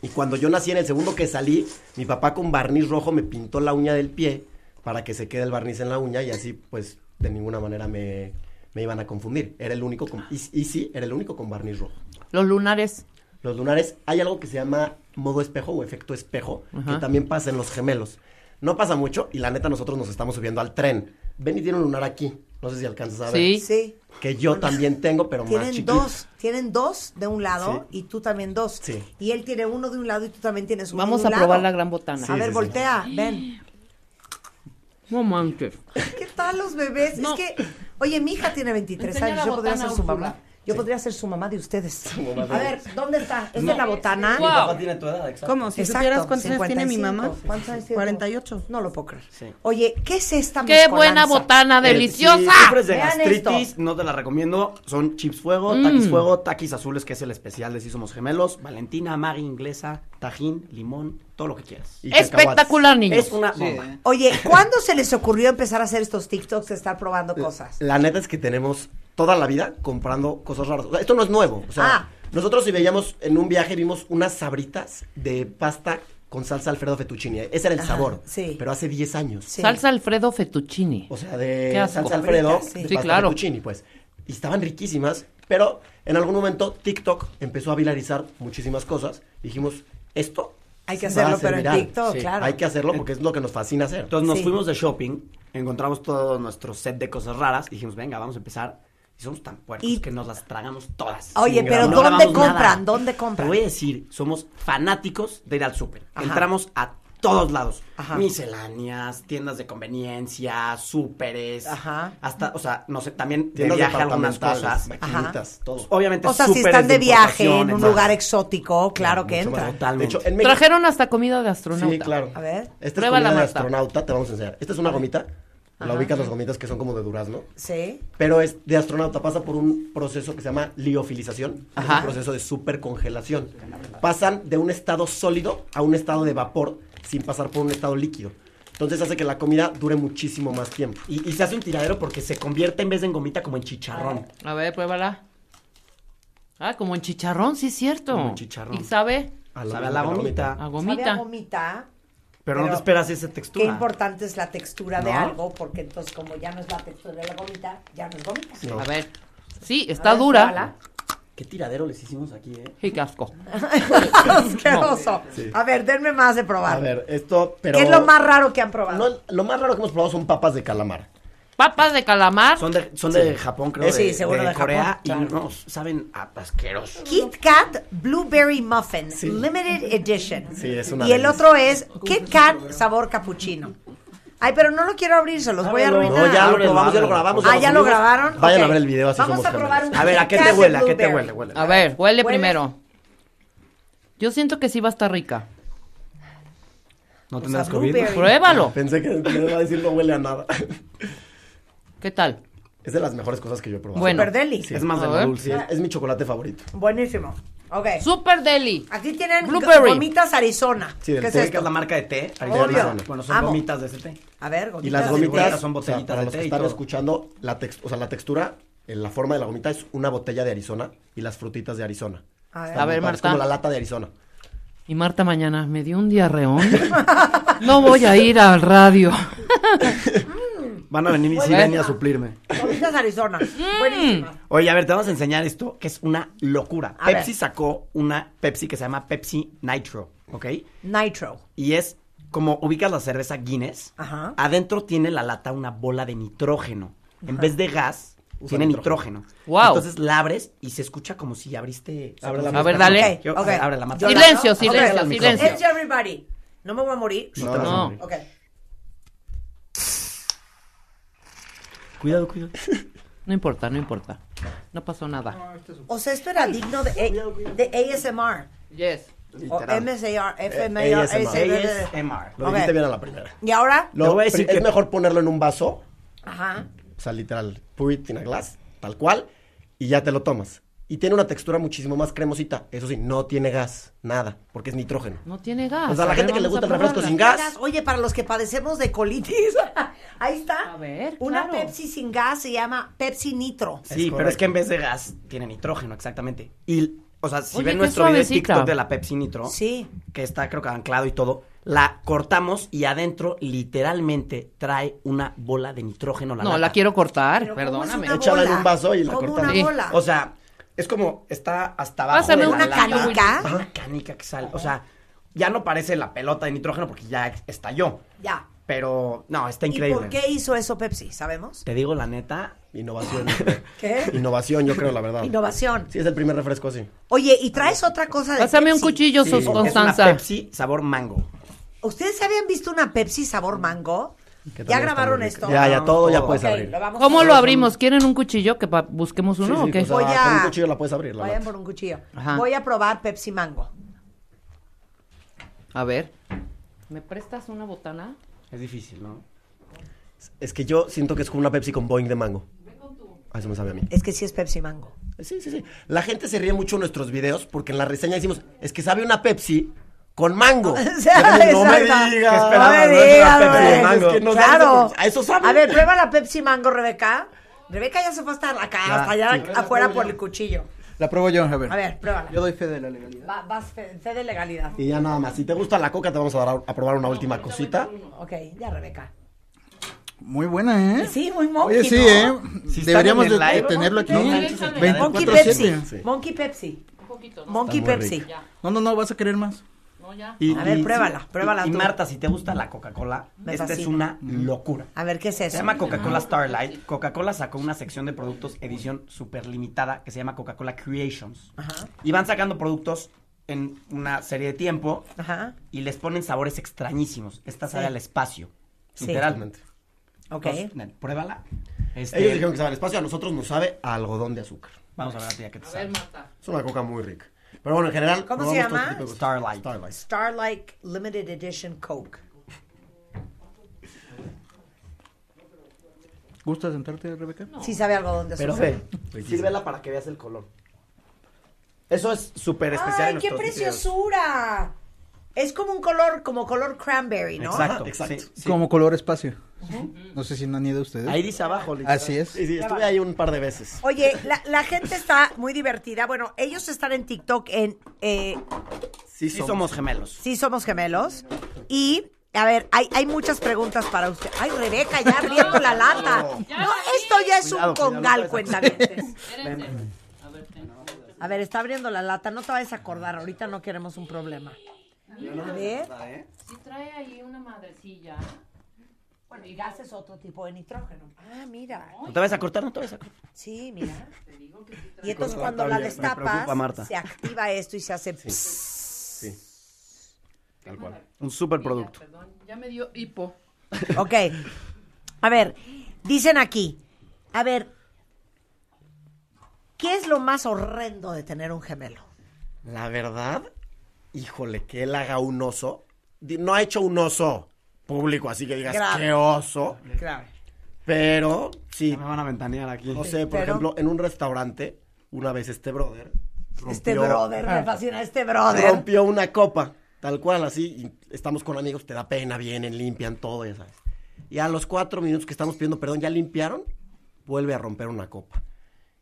[SPEAKER 16] Y cuando yo nací, en el segundo que salí, mi papá con barniz rojo me pintó la uña del pie para que se quede el barniz en la uña y así, pues, de ninguna manera me, me iban a confundir. Era el único con... Y, y sí, era el único con barniz rojo.
[SPEAKER 4] Los lunares.
[SPEAKER 16] Los lunares, hay algo que se llama modo espejo o efecto espejo,
[SPEAKER 4] Ajá.
[SPEAKER 16] que también pasa en los gemelos. No pasa mucho y la neta nosotros nos estamos subiendo al tren. Ven y tiene un lunar aquí. No sé si alcanzas a ver.
[SPEAKER 1] Sí. Sí.
[SPEAKER 16] Que yo también tengo, pero más
[SPEAKER 1] Tienen
[SPEAKER 16] chiquito.
[SPEAKER 1] dos, tienen dos de un lado y tú también dos.
[SPEAKER 16] Sí.
[SPEAKER 1] Y él tiene uno de un lado y tú también tienes uno
[SPEAKER 4] Vamos
[SPEAKER 1] de un
[SPEAKER 4] a probar
[SPEAKER 1] lado.
[SPEAKER 4] la gran botana.
[SPEAKER 1] a ver, voltea, ven.
[SPEAKER 4] No manches.
[SPEAKER 1] ¿Qué tal los bebés? Es que, oye, mi hija tiene 23
[SPEAKER 4] Enseña
[SPEAKER 1] años,
[SPEAKER 4] la
[SPEAKER 1] yo podría
[SPEAKER 4] botana,
[SPEAKER 1] ser su
[SPEAKER 4] Úrsula.
[SPEAKER 1] mamá. Yo podría ser su mamá de ustedes.
[SPEAKER 16] mamá de-
[SPEAKER 1] A ver, ¿dónde está? ¿Esta
[SPEAKER 2] No.
[SPEAKER 1] es la botana?
[SPEAKER 2] Mi papá
[SPEAKER 15] tiene tu edad, exacto.
[SPEAKER 2] ¿Cómo? Si
[SPEAKER 1] Exacto,
[SPEAKER 2] supieras cuántos años tiene mi
[SPEAKER 1] 55.
[SPEAKER 2] mamá.
[SPEAKER 1] ¿Cuántos años tiene tu-
[SPEAKER 2] 48.
[SPEAKER 1] No lo puedo creer. Oye, ¿qué es esta
[SPEAKER 4] ¡Qué buena
[SPEAKER 1] mezcolanza?
[SPEAKER 4] botana,
[SPEAKER 15] Eh,
[SPEAKER 4] deliciosa!
[SPEAKER 15] Si sufres de
[SPEAKER 1] Vean
[SPEAKER 15] gastritis,
[SPEAKER 1] esto.
[SPEAKER 15] no te la recomiendo. Son chips fuego,
[SPEAKER 4] Mm.
[SPEAKER 15] taquis fuego, taquis azules, que es el especial de Si Somos Gemelos, Valentina, Maggi inglesa, tajín, limón, todo lo que quieras.
[SPEAKER 1] Espectacular, niños.
[SPEAKER 15] Es una bomba. [laughs]
[SPEAKER 1] Oye, ¿cuándo se les ocurrió empezar a hacer estos TikToks de estar probando cosas?
[SPEAKER 16] La neta es que tenemos toda la vida comprando cosas raras. O sea, esto no es nuevo. O sea,
[SPEAKER 1] Ah.
[SPEAKER 16] nosotros si veíamos en un viaje vimos unas sabritas de pasta con salsa Alfredo Fettuccine. Ese era el
[SPEAKER 4] Ajá,
[SPEAKER 16] sabor.
[SPEAKER 4] sí.
[SPEAKER 16] Pero hace 10 años.
[SPEAKER 4] Salsa Alfredo Fettuccini.
[SPEAKER 16] O sea, de
[SPEAKER 4] Qué asco.
[SPEAKER 16] salsa Alfredo,
[SPEAKER 4] Sí,
[SPEAKER 16] de
[SPEAKER 4] Sí,
[SPEAKER 16] pasta
[SPEAKER 4] claro.
[SPEAKER 16] fettuccine, pues. Y estaban riquísimas, pero en algún momento TikTok empezó a viralizar muchísimas cosas. Dijimos, esto
[SPEAKER 1] Hay que
[SPEAKER 16] va
[SPEAKER 1] hacerlo,
[SPEAKER 16] a ser
[SPEAKER 1] pero en
[SPEAKER 16] viral.
[SPEAKER 1] TikTok, Sí. claro.
[SPEAKER 16] Hay que hacerlo porque es lo que nos
[SPEAKER 4] Eh,
[SPEAKER 16] fascina hacer.
[SPEAKER 15] Entonces nos fuimos de shopping, encontramos todo nuestro set de cosas raras y dijimos, venga, vamos a empezar. Y somos tan puercos
[SPEAKER 1] Y-
[SPEAKER 15] que nos las tragamos todas.
[SPEAKER 1] Oye,
[SPEAKER 15] Sin
[SPEAKER 1] pero
[SPEAKER 15] grabar. No
[SPEAKER 1] ¿dónde
[SPEAKER 15] grabamos
[SPEAKER 1] compran?
[SPEAKER 15] nada.
[SPEAKER 1] ¿Dónde
[SPEAKER 15] Te
[SPEAKER 1] compran?
[SPEAKER 15] voy a decir, somos fanáticos de ir al súper.
[SPEAKER 1] Ajá.
[SPEAKER 15] Entramos a todos lados.
[SPEAKER 1] Ajá.
[SPEAKER 15] Misceláneas, tiendas de conveniencia, súperes.
[SPEAKER 1] Ajá.
[SPEAKER 15] Hasta, o sea, no sé, también de
[SPEAKER 16] Tiendas
[SPEAKER 15] viaje algunas
[SPEAKER 16] departamentales,
[SPEAKER 15] cosas.
[SPEAKER 16] maquinitas, todo.
[SPEAKER 15] Obviamente
[SPEAKER 1] O sea, si
[SPEAKER 15] súperes
[SPEAKER 1] están de viaje
[SPEAKER 15] importación,
[SPEAKER 1] en un
[SPEAKER 15] entonces,
[SPEAKER 1] lugar exótico, claro que entra.
[SPEAKER 16] De hecho, en México-
[SPEAKER 4] Trajeron hasta comida de astronauta.
[SPEAKER 16] Sí, claro.
[SPEAKER 1] A ver.
[SPEAKER 16] Esta es
[SPEAKER 4] Pruébala,
[SPEAKER 16] comida de
[SPEAKER 4] Marta.
[SPEAKER 16] astronauta, te vamos a enseñar. Esta es una gomita. La
[SPEAKER 1] Ajá.
[SPEAKER 16] ubicas las gomitas que son como de durazno.
[SPEAKER 1] Sí.
[SPEAKER 16] Pero es de astronauta, pasa por un proceso que se llama liofilización, que es
[SPEAKER 1] Ajá.
[SPEAKER 16] un proceso de supercongelación. Pasan de un estado sólido a un estado de vapor sin pasar por un estado líquido. Entonces hace que la comida dure muchísimo más tiempo.
[SPEAKER 15] Y, y se hace un tiradero porque se convierte en vez de en gomita como en chicharrón.
[SPEAKER 4] A ver, pruébala. Ah, como en chicharrón, sí es cierto.
[SPEAKER 15] Como en chicharrón.
[SPEAKER 4] ¿Y sabe?
[SPEAKER 15] A lo Sabe a mismo la que la gomita. gomita.
[SPEAKER 4] A
[SPEAKER 1] Sabe a
[SPEAKER 4] gomita.
[SPEAKER 1] gomita.
[SPEAKER 15] Pero no te esperas esa textura.
[SPEAKER 1] Qué importante es la textura de
[SPEAKER 15] ¿No?
[SPEAKER 1] algo, porque entonces como ya no es la textura de la gomita, ya no es gomita.
[SPEAKER 4] A ver. Sí,
[SPEAKER 1] A
[SPEAKER 4] está
[SPEAKER 1] ver, pruébala.
[SPEAKER 4] dura.
[SPEAKER 15] Qué tiradero les hicimos aquí, ¿eh?
[SPEAKER 4] Y qué asco.
[SPEAKER 1] [laughs] Asqueroso.
[SPEAKER 16] Sí.
[SPEAKER 1] A ver, denme más de probar.
[SPEAKER 16] A ver, esto, pero...
[SPEAKER 1] ¿Qué es lo más raro que han probado?
[SPEAKER 16] No, lo más raro que hemos probado son papas de calamar.
[SPEAKER 4] Papas de calamar.
[SPEAKER 15] Son de, son
[SPEAKER 16] Sí.
[SPEAKER 15] de Japón, creo.
[SPEAKER 16] Eh, sí,
[SPEAKER 15] de,
[SPEAKER 16] seguro de
[SPEAKER 15] Corea.
[SPEAKER 16] Japón,
[SPEAKER 15] Y no, saben a asqueroso.
[SPEAKER 1] Kit Kat Blueberry Muffin, Limited Edition.
[SPEAKER 16] Sí, es una
[SPEAKER 1] Y el
[SPEAKER 16] delicia.
[SPEAKER 1] otro es Kit Kat sabor capuchino. Ay, pero no lo quiero abrir, se los voy a
[SPEAKER 16] Ábrelo.
[SPEAKER 1] arruinar.
[SPEAKER 16] No, ya lo probamos, ya lo grabamos, ya
[SPEAKER 1] Ah,
[SPEAKER 16] lo
[SPEAKER 1] ya lo
[SPEAKER 16] subimos.
[SPEAKER 1] grabaron.
[SPEAKER 16] Vayan
[SPEAKER 1] Ok.
[SPEAKER 16] a ver el video, así
[SPEAKER 1] Vamos
[SPEAKER 16] somos
[SPEAKER 1] a probar un
[SPEAKER 16] gemelos.
[SPEAKER 15] A ver, ¿a qué
[SPEAKER 1] Kit
[SPEAKER 15] te
[SPEAKER 1] Kat
[SPEAKER 15] huele? ¿A qué te
[SPEAKER 1] Blueberry.
[SPEAKER 15] huele? Huele.
[SPEAKER 4] A ver, huele
[SPEAKER 1] Huele.
[SPEAKER 4] primero. Yo siento que sí va a estar rica.
[SPEAKER 15] No
[SPEAKER 1] tendrás sea, COVID. blueberry.
[SPEAKER 4] Pruébalo.
[SPEAKER 16] [laughs] Pensé que me iba a decir no huele a nada.
[SPEAKER 4] ¿Qué tal?
[SPEAKER 16] Es de las mejores cosas que yo he probado.
[SPEAKER 4] Bueno.
[SPEAKER 1] Super deli.
[SPEAKER 16] Sí, es más
[SPEAKER 4] A
[SPEAKER 16] de lo
[SPEAKER 4] ver.
[SPEAKER 16] dulce. Es mi chocolate favorito.
[SPEAKER 1] Buenísimo. Ok.
[SPEAKER 4] Super deli.
[SPEAKER 1] Aquí tienen
[SPEAKER 4] Blueberry.
[SPEAKER 1] gomitas Arizona.
[SPEAKER 16] Sí, del
[SPEAKER 1] ¿Qué es
[SPEAKER 16] té.
[SPEAKER 15] Que
[SPEAKER 1] esto?
[SPEAKER 15] es la marca de té.
[SPEAKER 1] Obvio.
[SPEAKER 15] Arizona. Bueno, son
[SPEAKER 1] Amo.
[SPEAKER 15] gomitas de ese té.
[SPEAKER 1] A ver, gomitas.
[SPEAKER 16] Y las
[SPEAKER 1] de
[SPEAKER 16] gomitas,
[SPEAKER 1] té.
[SPEAKER 15] son
[SPEAKER 16] o sea,
[SPEAKER 15] botellitas
[SPEAKER 16] para
[SPEAKER 15] de
[SPEAKER 16] los
[SPEAKER 15] té
[SPEAKER 16] que
[SPEAKER 15] y
[SPEAKER 16] están
[SPEAKER 15] todo.
[SPEAKER 16] escuchando, la, tex- o sea, la textura, eh, la forma de la gomita es una botella de Arizona y las frutitas de Arizona.
[SPEAKER 1] A ver.
[SPEAKER 16] Está
[SPEAKER 4] A
[SPEAKER 16] muy
[SPEAKER 4] ver,
[SPEAKER 16] padre, es
[SPEAKER 4] Marta.
[SPEAKER 16] como la lata de Arizona.
[SPEAKER 4] Y Marta mañana me dio un diarreón. No voy a ir al radio.
[SPEAKER 15] Van a venir mis
[SPEAKER 1] Huele.
[SPEAKER 15] Sirenia a suplirme.
[SPEAKER 1] Gomitas Arizona.
[SPEAKER 4] Mm.
[SPEAKER 1] Buenísimas.
[SPEAKER 15] Mm. Oye, a ver, te vamos a enseñar esto, que es una locura.
[SPEAKER 1] A
[SPEAKER 15] Pepsi
[SPEAKER 1] ver.
[SPEAKER 15] sacó una Pepsi que se llama Pepsi Nitro, ¿ok?
[SPEAKER 1] Nitro.
[SPEAKER 15] Y es como ubicas la cerveza Guinness.
[SPEAKER 4] Ah,
[SPEAKER 1] Ajá.
[SPEAKER 15] Adentro tiene la lata una bola de nitrógeno. En
[SPEAKER 1] Ajá.
[SPEAKER 15] vez de gas,
[SPEAKER 7] Usa
[SPEAKER 15] tiene
[SPEAKER 7] nitrógeno.
[SPEAKER 15] nitrógeno.
[SPEAKER 4] Guau.
[SPEAKER 15] Entonces la abres y se escucha como si abriste. o sea,
[SPEAKER 4] Abre
[SPEAKER 15] como
[SPEAKER 4] la
[SPEAKER 15] si-
[SPEAKER 4] A ver, dale.
[SPEAKER 15] Yo-
[SPEAKER 4] Ok, ok.
[SPEAKER 15] Abre la mata.
[SPEAKER 4] Silencio,
[SPEAKER 15] Ok, Eh,
[SPEAKER 4] silencio,
[SPEAKER 15] abre el micrófono.
[SPEAKER 4] silencio.
[SPEAKER 1] It's everybody. No me voy a morir.
[SPEAKER 15] No te vas a No. morir.
[SPEAKER 1] Ok.
[SPEAKER 15] Cuidado, cuidado.
[SPEAKER 4] No importa, no importa. No pasó nada.
[SPEAKER 1] O sea, esto era digno de, de ASMR.
[SPEAKER 4] Yes.
[SPEAKER 1] O
[SPEAKER 4] Literal.
[SPEAKER 1] MSAR, FMAR,
[SPEAKER 16] Eh, ASMR.
[SPEAKER 1] ASMR.
[SPEAKER 16] Lo
[SPEAKER 1] Ok.
[SPEAKER 16] dijiste bien a la primera.
[SPEAKER 1] ¿Y ahora?
[SPEAKER 16] Lo- es mejor ponerlo en un vaso,
[SPEAKER 1] Ajá.
[SPEAKER 16] o sea, literal, pour it in a glass, tal cual, y ya te lo tomas. Y tiene una textura muchísimo más cremosita. Eso sí, no tiene gas, nada, porque es nitrógeno.
[SPEAKER 4] No tiene gas.
[SPEAKER 16] O sea, la
[SPEAKER 4] A
[SPEAKER 16] gente que le
[SPEAKER 4] vamos a
[SPEAKER 16] gusta el refresco
[SPEAKER 4] probarla.
[SPEAKER 16] sin gas.
[SPEAKER 1] Oye, para los que padecemos de colitis, [laughs] ahí está. Una Pepsi sin gas se llama Pepsi Nitro.
[SPEAKER 15] Sí, pero es que en vez de gas tiene nitrógeno, exactamente. Y, o sea, si
[SPEAKER 1] Oye,
[SPEAKER 15] ven
[SPEAKER 1] qué
[SPEAKER 15] nuestro video de
[SPEAKER 1] suavecita.
[SPEAKER 15] TikTok de la Pepsi Nitro,
[SPEAKER 1] Sí.
[SPEAKER 15] que está creo que anclado y todo, la cortamos y adentro literalmente trae una bola de nitrógeno. La
[SPEAKER 4] No,
[SPEAKER 15] lata.
[SPEAKER 4] la quiero cortar, Pero, ¿cómo es perdóname. una
[SPEAKER 15] Échala
[SPEAKER 4] bola? ¿Cómo una
[SPEAKER 15] Sí.
[SPEAKER 4] bola?
[SPEAKER 15] O sea, es como está hasta abajo.
[SPEAKER 4] Pásame
[SPEAKER 15] de la
[SPEAKER 4] una
[SPEAKER 15] lata.
[SPEAKER 4] canica.
[SPEAKER 15] Ajá, Una canica que sale. O sea, ya no parece la pelota de nitrógeno porque ya estalló.
[SPEAKER 1] Ya.
[SPEAKER 15] Pero no, está increíble.
[SPEAKER 1] ¿Y por qué hizo eso Pepsi? ¿Sabemos?
[SPEAKER 15] Te digo la neta.
[SPEAKER 16] Innovación.
[SPEAKER 15] [laughs]
[SPEAKER 1] ¿Qué?
[SPEAKER 16] Innovación, yo creo, la verdad.
[SPEAKER 1] Innovación.
[SPEAKER 16] Sí, es el primer refresco así.
[SPEAKER 1] Oye, y traes otra cosa de
[SPEAKER 4] Pásame un
[SPEAKER 1] Pepsi?
[SPEAKER 4] cuchillo,
[SPEAKER 15] Sí,
[SPEAKER 4] sus Constanza.
[SPEAKER 15] Es una Pepsi sabor mango.
[SPEAKER 1] ¿Ustedes se habían visto una Pepsi sabor mango?
[SPEAKER 15] Que
[SPEAKER 1] ¿Ya
[SPEAKER 15] también
[SPEAKER 1] grabaron
[SPEAKER 15] está
[SPEAKER 1] esto?
[SPEAKER 15] muy rica. Ya, ya, todo ya puedes
[SPEAKER 1] Ok,
[SPEAKER 15] abrir.
[SPEAKER 1] lo vamos a-
[SPEAKER 4] ¿Cómo lo abrimos? ¿Quieren un cuchillo que pa- busquemos
[SPEAKER 1] Sí,
[SPEAKER 4] uno o qué?
[SPEAKER 15] pues,
[SPEAKER 1] sí, o sea, Voy a- con un cuchillo
[SPEAKER 16] la puedes abrir.
[SPEAKER 1] Vayan por un cuchillo.
[SPEAKER 4] Ajá.
[SPEAKER 1] Voy a probar Pepsi Mango.
[SPEAKER 4] A ver. ¿Me prestas una botana?
[SPEAKER 15] Es difícil, ¿no?
[SPEAKER 16] Es que yo siento que es como una Pepsi con Boeing de mango. Ah, Eso me sabe a mí.
[SPEAKER 1] Es que sí es Pepsi Mango.
[SPEAKER 16] Sí, sí, sí. La gente se ríe mucho en nuestros videos porque en la reseña decimos, es que sabe una Pepsi
[SPEAKER 1] [laughs]
[SPEAKER 16] con mango.
[SPEAKER 1] [laughs] O
[SPEAKER 16] [laughs] Y
[SPEAKER 1] sea,
[SPEAKER 16] la gente, no me
[SPEAKER 1] exacto.
[SPEAKER 16] digas.
[SPEAKER 1] No
[SPEAKER 16] no
[SPEAKER 1] me
[SPEAKER 16] es una
[SPEAKER 1] digas,
[SPEAKER 16] Pepsi de
[SPEAKER 1] güey.
[SPEAKER 16] mango. Es que no sabe
[SPEAKER 1] claro.
[SPEAKER 16] esa Pepsi. A eso sabe.
[SPEAKER 1] A ver, prueba la Pepsi Mango, Rebeca. Rebeca ya se fue hasta acá,
[SPEAKER 6] Ya,
[SPEAKER 1] hasta allá
[SPEAKER 6] sí.
[SPEAKER 1] afuera por el cuchillo.
[SPEAKER 6] La pruebo yo, a ver.
[SPEAKER 1] A ver, pruébala.
[SPEAKER 6] Yo doy fe de la legalidad.
[SPEAKER 1] Va- vas fe, fe de legalidad.
[SPEAKER 16] Y ya nada más. Si te gusta la coca, te vamos a dar a, a probar una última cosita.
[SPEAKER 1] Ok, ya, Rebeca.
[SPEAKER 6] Muy buena, ¿eh?
[SPEAKER 1] Sí, muy monkey,
[SPEAKER 6] Oye, sí,
[SPEAKER 1] ¿no?
[SPEAKER 6] ¿eh?
[SPEAKER 1] Sí,
[SPEAKER 6] Deberíamos
[SPEAKER 1] están
[SPEAKER 6] de,
[SPEAKER 1] en el
[SPEAKER 6] de
[SPEAKER 1] live.
[SPEAKER 6] tenerlo aquí.
[SPEAKER 1] Monkey Pepsi. Monkey Pepsi.
[SPEAKER 6] 24/7.
[SPEAKER 1] Monkey Pepsi.
[SPEAKER 4] ¿no?
[SPEAKER 1] Monkey
[SPEAKER 6] Está muy
[SPEAKER 1] Pepsi.
[SPEAKER 6] rica. No, no, no, vas a querer más.
[SPEAKER 4] No, ya.
[SPEAKER 1] A ver, pruébala, pruébala
[SPEAKER 15] Y, y
[SPEAKER 1] tú.
[SPEAKER 15] Marta, si te gusta la Coca-Cola,
[SPEAKER 1] Me
[SPEAKER 15] esta es
[SPEAKER 1] fascina.
[SPEAKER 15] una locura.
[SPEAKER 1] A ver, ¿qué es eso?
[SPEAKER 15] Se llama Coca-Cola Starlight. Coca-Cola sacó una sección de productos edición super limitada que se llama Coca-Cola Creations.
[SPEAKER 1] Ajá.
[SPEAKER 15] Y van sacando productos en una serie de tiempo
[SPEAKER 1] Ajá.
[SPEAKER 15] y les ponen sabores extrañísimos. Esta
[SPEAKER 1] Sí.
[SPEAKER 15] sale al espacio,
[SPEAKER 1] Sí.
[SPEAKER 15] literalmente.
[SPEAKER 1] Ok.
[SPEAKER 15] Entonces, pruébala. Este,
[SPEAKER 16] Ellos dijeron que sabe al espacio, a nosotros nos sabe a algodón de azúcar.
[SPEAKER 15] Vamos a ver a ti, ya que te sabe.
[SPEAKER 16] Es una coca muy rica. Pero bueno, en general.
[SPEAKER 1] ¿Cómo
[SPEAKER 16] probamos
[SPEAKER 1] se
[SPEAKER 16] todo este
[SPEAKER 1] llama?
[SPEAKER 16] tipo de cosas.
[SPEAKER 15] Starlight.
[SPEAKER 16] Starlight.
[SPEAKER 1] Starlight Limited Edition Coke.
[SPEAKER 6] ¿Gusta sentarte, Rebeca?
[SPEAKER 1] Sí sabe algodón de
[SPEAKER 15] Pero
[SPEAKER 1] azúcar.
[SPEAKER 15] ve, sírvela para que veas el color. Eso es súper especial.
[SPEAKER 1] ¡Ay,
[SPEAKER 15] en
[SPEAKER 1] qué
[SPEAKER 15] nuestros videos.
[SPEAKER 1] preciosura! Es como un color, como color cranberry, ¿no?
[SPEAKER 15] Exacto, sí, sí.
[SPEAKER 6] Como color espacio. No sé si no han ido ustedes.
[SPEAKER 16] Ahí dice abajo. literal.
[SPEAKER 6] Así es.
[SPEAKER 16] Sí, sí, estuve ahí un par de veces.
[SPEAKER 1] Oye, la, la gente está muy divertida. Bueno, ellos están en TikTok en eh,
[SPEAKER 15] Sí, somos gemelos.
[SPEAKER 1] Sí Somos Gemelos. Y, a ver, hay, hay muchas preguntas para usted. ¡Ay, Rebeca, ya abriendo la lata!
[SPEAKER 15] [laughs]
[SPEAKER 1] No, esto ya es un
[SPEAKER 15] Cuidado, cuidado,
[SPEAKER 1] congal,
[SPEAKER 15] no te vas a-
[SPEAKER 1] cuentavientes. A ver, está abriendo la lata. No te vayas a acordar. Ahorita no queremos un problema. A ver.
[SPEAKER 15] ¿eh?
[SPEAKER 4] Si trae ahí una madrecilla.
[SPEAKER 1] Bueno, y gas es otro tipo de nitrógeno. Ah, mira.
[SPEAKER 15] No te vas a cortar, no te vas a cortar.
[SPEAKER 1] Sí, mira. Y
[SPEAKER 15] Cosa
[SPEAKER 1] entonces cuando
[SPEAKER 15] todavía
[SPEAKER 1] la
[SPEAKER 15] me preocupa, Marta.
[SPEAKER 1] destapas, se activa esto y se hace...
[SPEAKER 16] Sí. Tal cual.
[SPEAKER 15] Un super producto.
[SPEAKER 4] Perdón, ya me dio hipo.
[SPEAKER 1] Ok. A ver, dicen aquí. A ver, ¿qué es lo más horrendo de tener un gemelo?
[SPEAKER 16] La verdad, híjole, que él haga un oso. Di- No ha hecho un oso público, así que digas,
[SPEAKER 1] Grave.
[SPEAKER 16] qué oso.
[SPEAKER 1] Grave.
[SPEAKER 16] Pero, sí.
[SPEAKER 15] me van a ventanear aquí.
[SPEAKER 16] No sé, por
[SPEAKER 1] Pero-
[SPEAKER 16] ejemplo, en un restaurante, una vez este brother. Rompió,
[SPEAKER 1] Este brother,
[SPEAKER 15] Ah.
[SPEAKER 1] me fascina este brother.
[SPEAKER 16] Rompió una copa, tal cual, así. y estamos con amigos, te da pena, vienen, limpian todo, ya sabes. Y a los cuatro minutos que estamos pidiendo perdón, ya limpiaron, vuelve a romper una copa.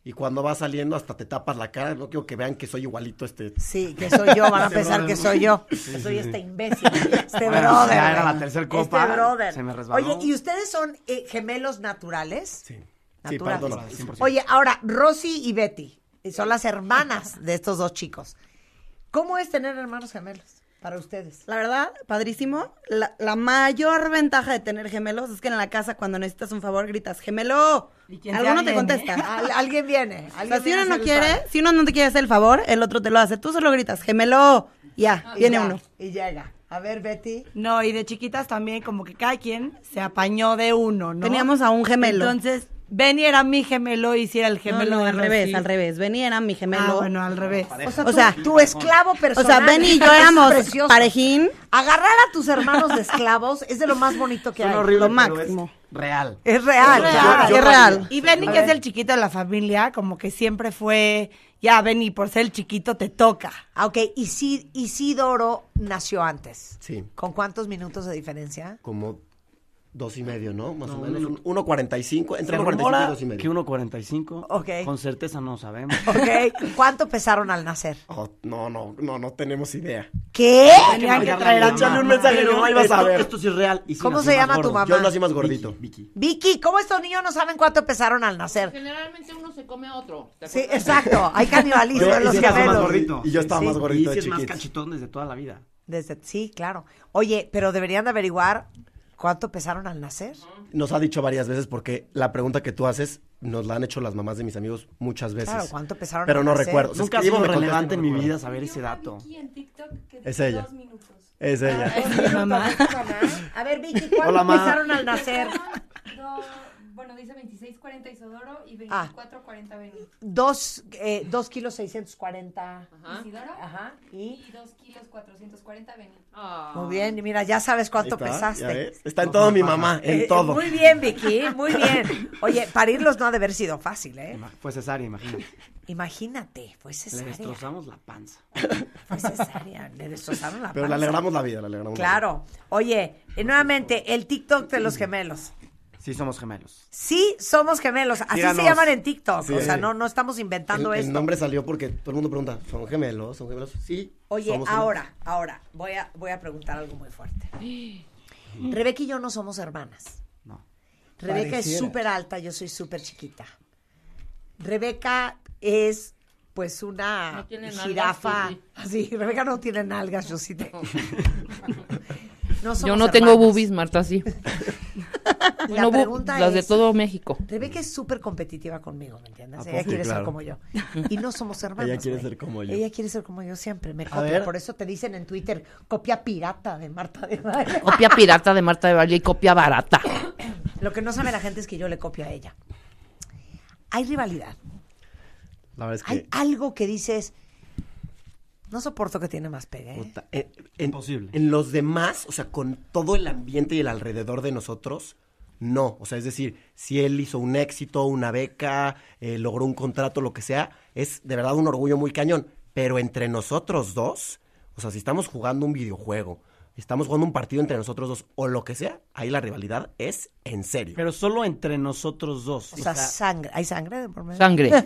[SPEAKER 16] Y cuando va saliendo, hasta te tapas la cara. No quiero que vean que soy igualito a este.
[SPEAKER 1] Sí, que soy yo, van a
[SPEAKER 16] [laughs] Este
[SPEAKER 1] pensar
[SPEAKER 16] brother,
[SPEAKER 1] que
[SPEAKER 16] ¿no?
[SPEAKER 1] soy yo.
[SPEAKER 16] Sí, sí,
[SPEAKER 1] soy
[SPEAKER 16] sí.
[SPEAKER 1] este
[SPEAKER 16] [laughs]
[SPEAKER 1] imbécil, este
[SPEAKER 15] Bueno,
[SPEAKER 1] brother.
[SPEAKER 15] ya era
[SPEAKER 1] güey.
[SPEAKER 15] la tercer copa,
[SPEAKER 1] Este brother.
[SPEAKER 15] se me resbaló.
[SPEAKER 1] Oye, ¿y ustedes son eh, gemelos naturales? Sí.
[SPEAKER 16] Sí,
[SPEAKER 1] Naturales.
[SPEAKER 16] para todos, 100%.
[SPEAKER 1] Oye, ahora, Rosy y Betty eh, son las hermanas de estos dos chicos. ¿Cómo es tener hermanos gemelos? para ustedes?
[SPEAKER 2] La verdad, padrísimo. La, la mayor ventaja de tener gemelos es que en la casa cuando necesitas un favor gritas, gemelo.
[SPEAKER 1] quien sea
[SPEAKER 2] Alguno te
[SPEAKER 1] viene.
[SPEAKER 2] contesta.
[SPEAKER 1] [laughs] Al- alguien viene.
[SPEAKER 2] O sea,
[SPEAKER 1] alguien
[SPEAKER 2] si
[SPEAKER 1] viene a
[SPEAKER 2] uno
[SPEAKER 1] hacer
[SPEAKER 2] no
[SPEAKER 1] el
[SPEAKER 2] quiere,
[SPEAKER 1] favor.
[SPEAKER 2] si uno no te quiere hacer el favor, el otro te lo hace. Tú solo gritas, gemelo. Ya,
[SPEAKER 1] Y
[SPEAKER 2] viene
[SPEAKER 1] Ah, ya,
[SPEAKER 2] uno.
[SPEAKER 1] Y llega. A ver, Betty.
[SPEAKER 2] No, y de chiquitas también, como que cada quien se apañó de uno, ¿no?
[SPEAKER 1] Teníamos a un gemelo.
[SPEAKER 2] Entonces, Benny era mi gemelo y si era el gemelo
[SPEAKER 1] no,
[SPEAKER 2] de
[SPEAKER 1] no,
[SPEAKER 2] Rosy.
[SPEAKER 1] sí.
[SPEAKER 2] revés. Benny era mi gemelo. Ah, bueno, al revés.
[SPEAKER 1] O sea, tú- tu esclavo
[SPEAKER 2] o
[SPEAKER 1] personal.
[SPEAKER 2] sea, Benny y yo
[SPEAKER 1] es
[SPEAKER 2] éramos
[SPEAKER 1] precioso.
[SPEAKER 2] parejín.
[SPEAKER 1] Agarrar a tus hermanos de esclavos es de lo más bonito que
[SPEAKER 2] Son
[SPEAKER 1] hay.
[SPEAKER 2] horribles,
[SPEAKER 1] lo
[SPEAKER 2] pero
[SPEAKER 1] máximo.
[SPEAKER 15] Real.
[SPEAKER 2] Es real,
[SPEAKER 1] Es
[SPEAKER 2] es
[SPEAKER 1] real.
[SPEAKER 2] real.
[SPEAKER 1] Yo- yo sabía.
[SPEAKER 2] Y Benny,
[SPEAKER 1] A
[SPEAKER 2] que es
[SPEAKER 1] ver.
[SPEAKER 2] el chiquito de la familia, como que siempre fue, ya, Benny, por ser el chiquito te toca.
[SPEAKER 1] Ah, ok, y si Isidoro nació antes.
[SPEAKER 16] Sí.
[SPEAKER 1] ¿Con cuántos minutos de diferencia?
[SPEAKER 16] Como dos y medio, ¿no? Más
[SPEAKER 15] No,
[SPEAKER 16] o menos.
[SPEAKER 15] uno-
[SPEAKER 16] un- 1.45. Entre
[SPEAKER 15] Se
[SPEAKER 16] 1.45 y
[SPEAKER 15] rumora
[SPEAKER 16] dos y medio.
[SPEAKER 15] que 1.45.
[SPEAKER 1] Ok.
[SPEAKER 15] Con certeza no sabemos.
[SPEAKER 1] [laughs] Ok, ¿cuánto pesaron al nacer?
[SPEAKER 16] [laughs] Oh, no, no, no, no tenemos idea.
[SPEAKER 1] ¿Qué?
[SPEAKER 15] Tenían que traer a Chale un
[SPEAKER 16] mensaje, mi mamá iba a
[SPEAKER 15] esto-
[SPEAKER 16] saber.
[SPEAKER 15] Esto sí es real. y sí
[SPEAKER 1] ¿Cómo
[SPEAKER 15] nació
[SPEAKER 1] se
[SPEAKER 15] más
[SPEAKER 1] llama tu
[SPEAKER 15] gordo.
[SPEAKER 1] mamá?
[SPEAKER 16] Yo nací más gordito.
[SPEAKER 1] Vicky, ¿cómo estos niños no saben cuánto pesaron al nacer?
[SPEAKER 4] Generalmente uno se come a otro. ¿te
[SPEAKER 1] Sí,
[SPEAKER 4] acuerdas?
[SPEAKER 1] exacto, [laughs] hay canibalismo
[SPEAKER 16] Yo-
[SPEAKER 1] en
[SPEAKER 16] y
[SPEAKER 1] los
[SPEAKER 16] yo estaba más
[SPEAKER 1] gemelos.
[SPEAKER 16] gordito. Y yo estaba más gordito
[SPEAKER 15] Y
[SPEAKER 16] de
[SPEAKER 15] sí es más
[SPEAKER 16] chiquito.
[SPEAKER 15] cachitón desde toda la vida.
[SPEAKER 1] Desde, sí, claro. Oye, pero deberían de averiguar cuánto pesaron al nacer.
[SPEAKER 16] Nos ha dicho varias veces porque la pregunta que tú haces nos la han hecho las mamás de mis amigos muchas veces.
[SPEAKER 1] Claro, ¿cuánto pesaron
[SPEAKER 16] Pero
[SPEAKER 1] al
[SPEAKER 16] no
[SPEAKER 1] nacer?
[SPEAKER 16] recuerdo. Se
[SPEAKER 15] Nunca ha
[SPEAKER 16] escribo,
[SPEAKER 15] sido
[SPEAKER 16] me contestan,
[SPEAKER 15] relevante en
[SPEAKER 16] no
[SPEAKER 15] mi
[SPEAKER 16] recuerdo.
[SPEAKER 15] vida saber ese dato.
[SPEAKER 16] Es ella. Es ella.
[SPEAKER 1] Ah, ¿Es tu mamá?
[SPEAKER 16] [laughs]
[SPEAKER 1] A ver, Vicky, ¿cuánto
[SPEAKER 15] Hola, ma.
[SPEAKER 1] pesaron
[SPEAKER 2] [laughs]
[SPEAKER 1] al nacer?
[SPEAKER 17] Bueno, dice 2640 Isodoro y
[SPEAKER 1] Ah.
[SPEAKER 17] 2440 Benny.
[SPEAKER 1] Dos, eh, dos kilos 640.
[SPEAKER 17] Isidoro
[SPEAKER 1] Ajá. y, Ah.
[SPEAKER 17] 2 kilos 440 Benny.
[SPEAKER 1] Muy bien, y mira, ya sabes cuánto
[SPEAKER 16] Ahí está,
[SPEAKER 1] pesaste.
[SPEAKER 16] ya ves. Está en todo mi mamá, en
[SPEAKER 1] Eh,
[SPEAKER 16] todo.
[SPEAKER 1] Muy bien, Vicky, muy
[SPEAKER 16] [laughs]
[SPEAKER 1] bien. Oye, parirlos no ha de haber sido fácil, ¿eh?
[SPEAKER 15] Fue
[SPEAKER 1] [laughs]
[SPEAKER 15] cesárea, imagínate.
[SPEAKER 1] Imagínate, fue
[SPEAKER 15] Le
[SPEAKER 1] cesárea.
[SPEAKER 15] destrozamos la panza.
[SPEAKER 1] Fue cesárea, le destrozaron la
[SPEAKER 16] Pero le
[SPEAKER 1] panza.
[SPEAKER 16] alegramos la vida, le alegramos la vida.
[SPEAKER 1] Claro. Oye, y nuevamente, el TikTok de los gemelos.
[SPEAKER 15] Sí, somos gemelos.
[SPEAKER 1] Sí, somos gemelos. Así
[SPEAKER 16] Síganos.
[SPEAKER 1] se llaman en TikTok.
[SPEAKER 16] Sí. eh.
[SPEAKER 1] O sea, no, no estamos inventando
[SPEAKER 16] el, el
[SPEAKER 1] esto.
[SPEAKER 16] nombre salió porque todo el mundo pregunta, ¿son gemelos? ¿Son gemelos? Sí.
[SPEAKER 1] Oye,
[SPEAKER 16] somos gemelos.
[SPEAKER 1] ahora, ahora, voy a, voy a preguntar algo muy
[SPEAKER 15] [gasps]
[SPEAKER 1] fuerte. Rebeca y yo no somos hermanas.
[SPEAKER 15] No.
[SPEAKER 1] Rebeca es
[SPEAKER 15] Pareciera.
[SPEAKER 1] súper alta, yo soy súper chiquita. Rebeca es, pues, una
[SPEAKER 4] No tiene nalgas, pues,
[SPEAKER 1] jirafa.
[SPEAKER 4] tú
[SPEAKER 1] sí. Rebeca no tiene nalgas, yo sí
[SPEAKER 4] [laughs]
[SPEAKER 1] tengo. No somos
[SPEAKER 4] Yo no tengo
[SPEAKER 1] hermanas.
[SPEAKER 4] boobies, Marta, sí. [laughs]
[SPEAKER 1] La
[SPEAKER 4] No, bu-
[SPEAKER 1] pregunta
[SPEAKER 4] las de
[SPEAKER 1] es-
[SPEAKER 4] todo México.
[SPEAKER 1] Rebeca es súper competitiva conmigo, ¿me entiendes?
[SPEAKER 4] ¿A
[SPEAKER 1] Ella
[SPEAKER 4] poco?
[SPEAKER 1] quiere
[SPEAKER 4] Sí,
[SPEAKER 1] ser
[SPEAKER 4] claro.
[SPEAKER 1] como
[SPEAKER 16] [laughs]
[SPEAKER 1] yo. Y no somos hermanas.
[SPEAKER 16] Ella quiere
[SPEAKER 1] güey.
[SPEAKER 16] ser como yo.
[SPEAKER 1] Ella quiere ser como yo siempre. Me copia.
[SPEAKER 16] ver.
[SPEAKER 1] Por eso te dicen en Twitter, copia pirata de Marta de Baile.
[SPEAKER 4] [laughs] Copia pirata de Marta de Valle y copia barata.
[SPEAKER 1] Lo que no sabe la gente es que yo le copio a ella. Hay rivalidad.
[SPEAKER 16] La verdad es
[SPEAKER 1] Hay
[SPEAKER 16] que...
[SPEAKER 1] algo que dices, no soporto que tiene más pegue. ¿eh?".
[SPEAKER 16] puta, en, en- en los demás, o sea, con todo el ambiente y el alrededor de nosotros, no. O sea, es decir, si él hizo un éxito, una beca, eh, logró un contrato, lo que sea, es de verdad un orgullo muy cañón. Pero entre nosotros dos, o sea, si estamos jugando un videojuego, estamos jugando un partido entre nosotros dos o lo que sea, ahí la rivalidad es en serio.
[SPEAKER 15] Pero solo entre nosotros dos.
[SPEAKER 1] O sea, sangre. ¿Hay sangre de por medio? [laughs]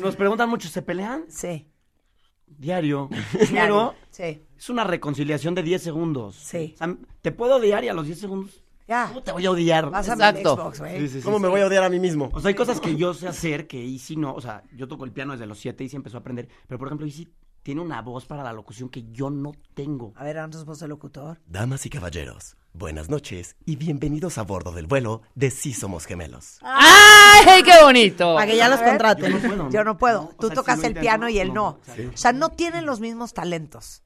[SPEAKER 15] Nos preguntan mucho, ¿se pelean?
[SPEAKER 1] Sí. [laughs]
[SPEAKER 15] Diario.
[SPEAKER 1] Claro,
[SPEAKER 15] Pero
[SPEAKER 1] Sí.
[SPEAKER 15] es una reconciliación de 10 segundos.
[SPEAKER 1] Sí.
[SPEAKER 15] O sea, te puedo odiar y a los 10 segundos
[SPEAKER 1] Ya.
[SPEAKER 15] te voy a odiar.
[SPEAKER 1] Vas a mi Exacto. Xbox, güey.
[SPEAKER 16] ¿Cómo me voy a odiar a mí mismo?
[SPEAKER 15] O sea, hay cosas que yo sé hacer que Izzy no. O sea, yo toco el piano desde los 7 y sí empezó a aprender. Pero, por ejemplo, Izzy tiene una voz para la locución que yo no tengo.
[SPEAKER 1] A ver, antes vos el locutor.
[SPEAKER 16] Damas y caballeros, buenas noches y bienvenidos a bordo del vuelo de Sí Somos Gemelos.
[SPEAKER 4] ¡Ay, qué bonito!
[SPEAKER 1] Para que ya los
[SPEAKER 15] A ver,
[SPEAKER 1] contraten.
[SPEAKER 15] yo no puedo, ¿no?
[SPEAKER 1] Yo no puedo. Tú
[SPEAKER 15] sea, si
[SPEAKER 1] tocas
[SPEAKER 15] lo
[SPEAKER 1] el
[SPEAKER 15] intento,
[SPEAKER 1] piano y él no.
[SPEAKER 15] no.
[SPEAKER 1] O sea, no tienen los mismos talentos.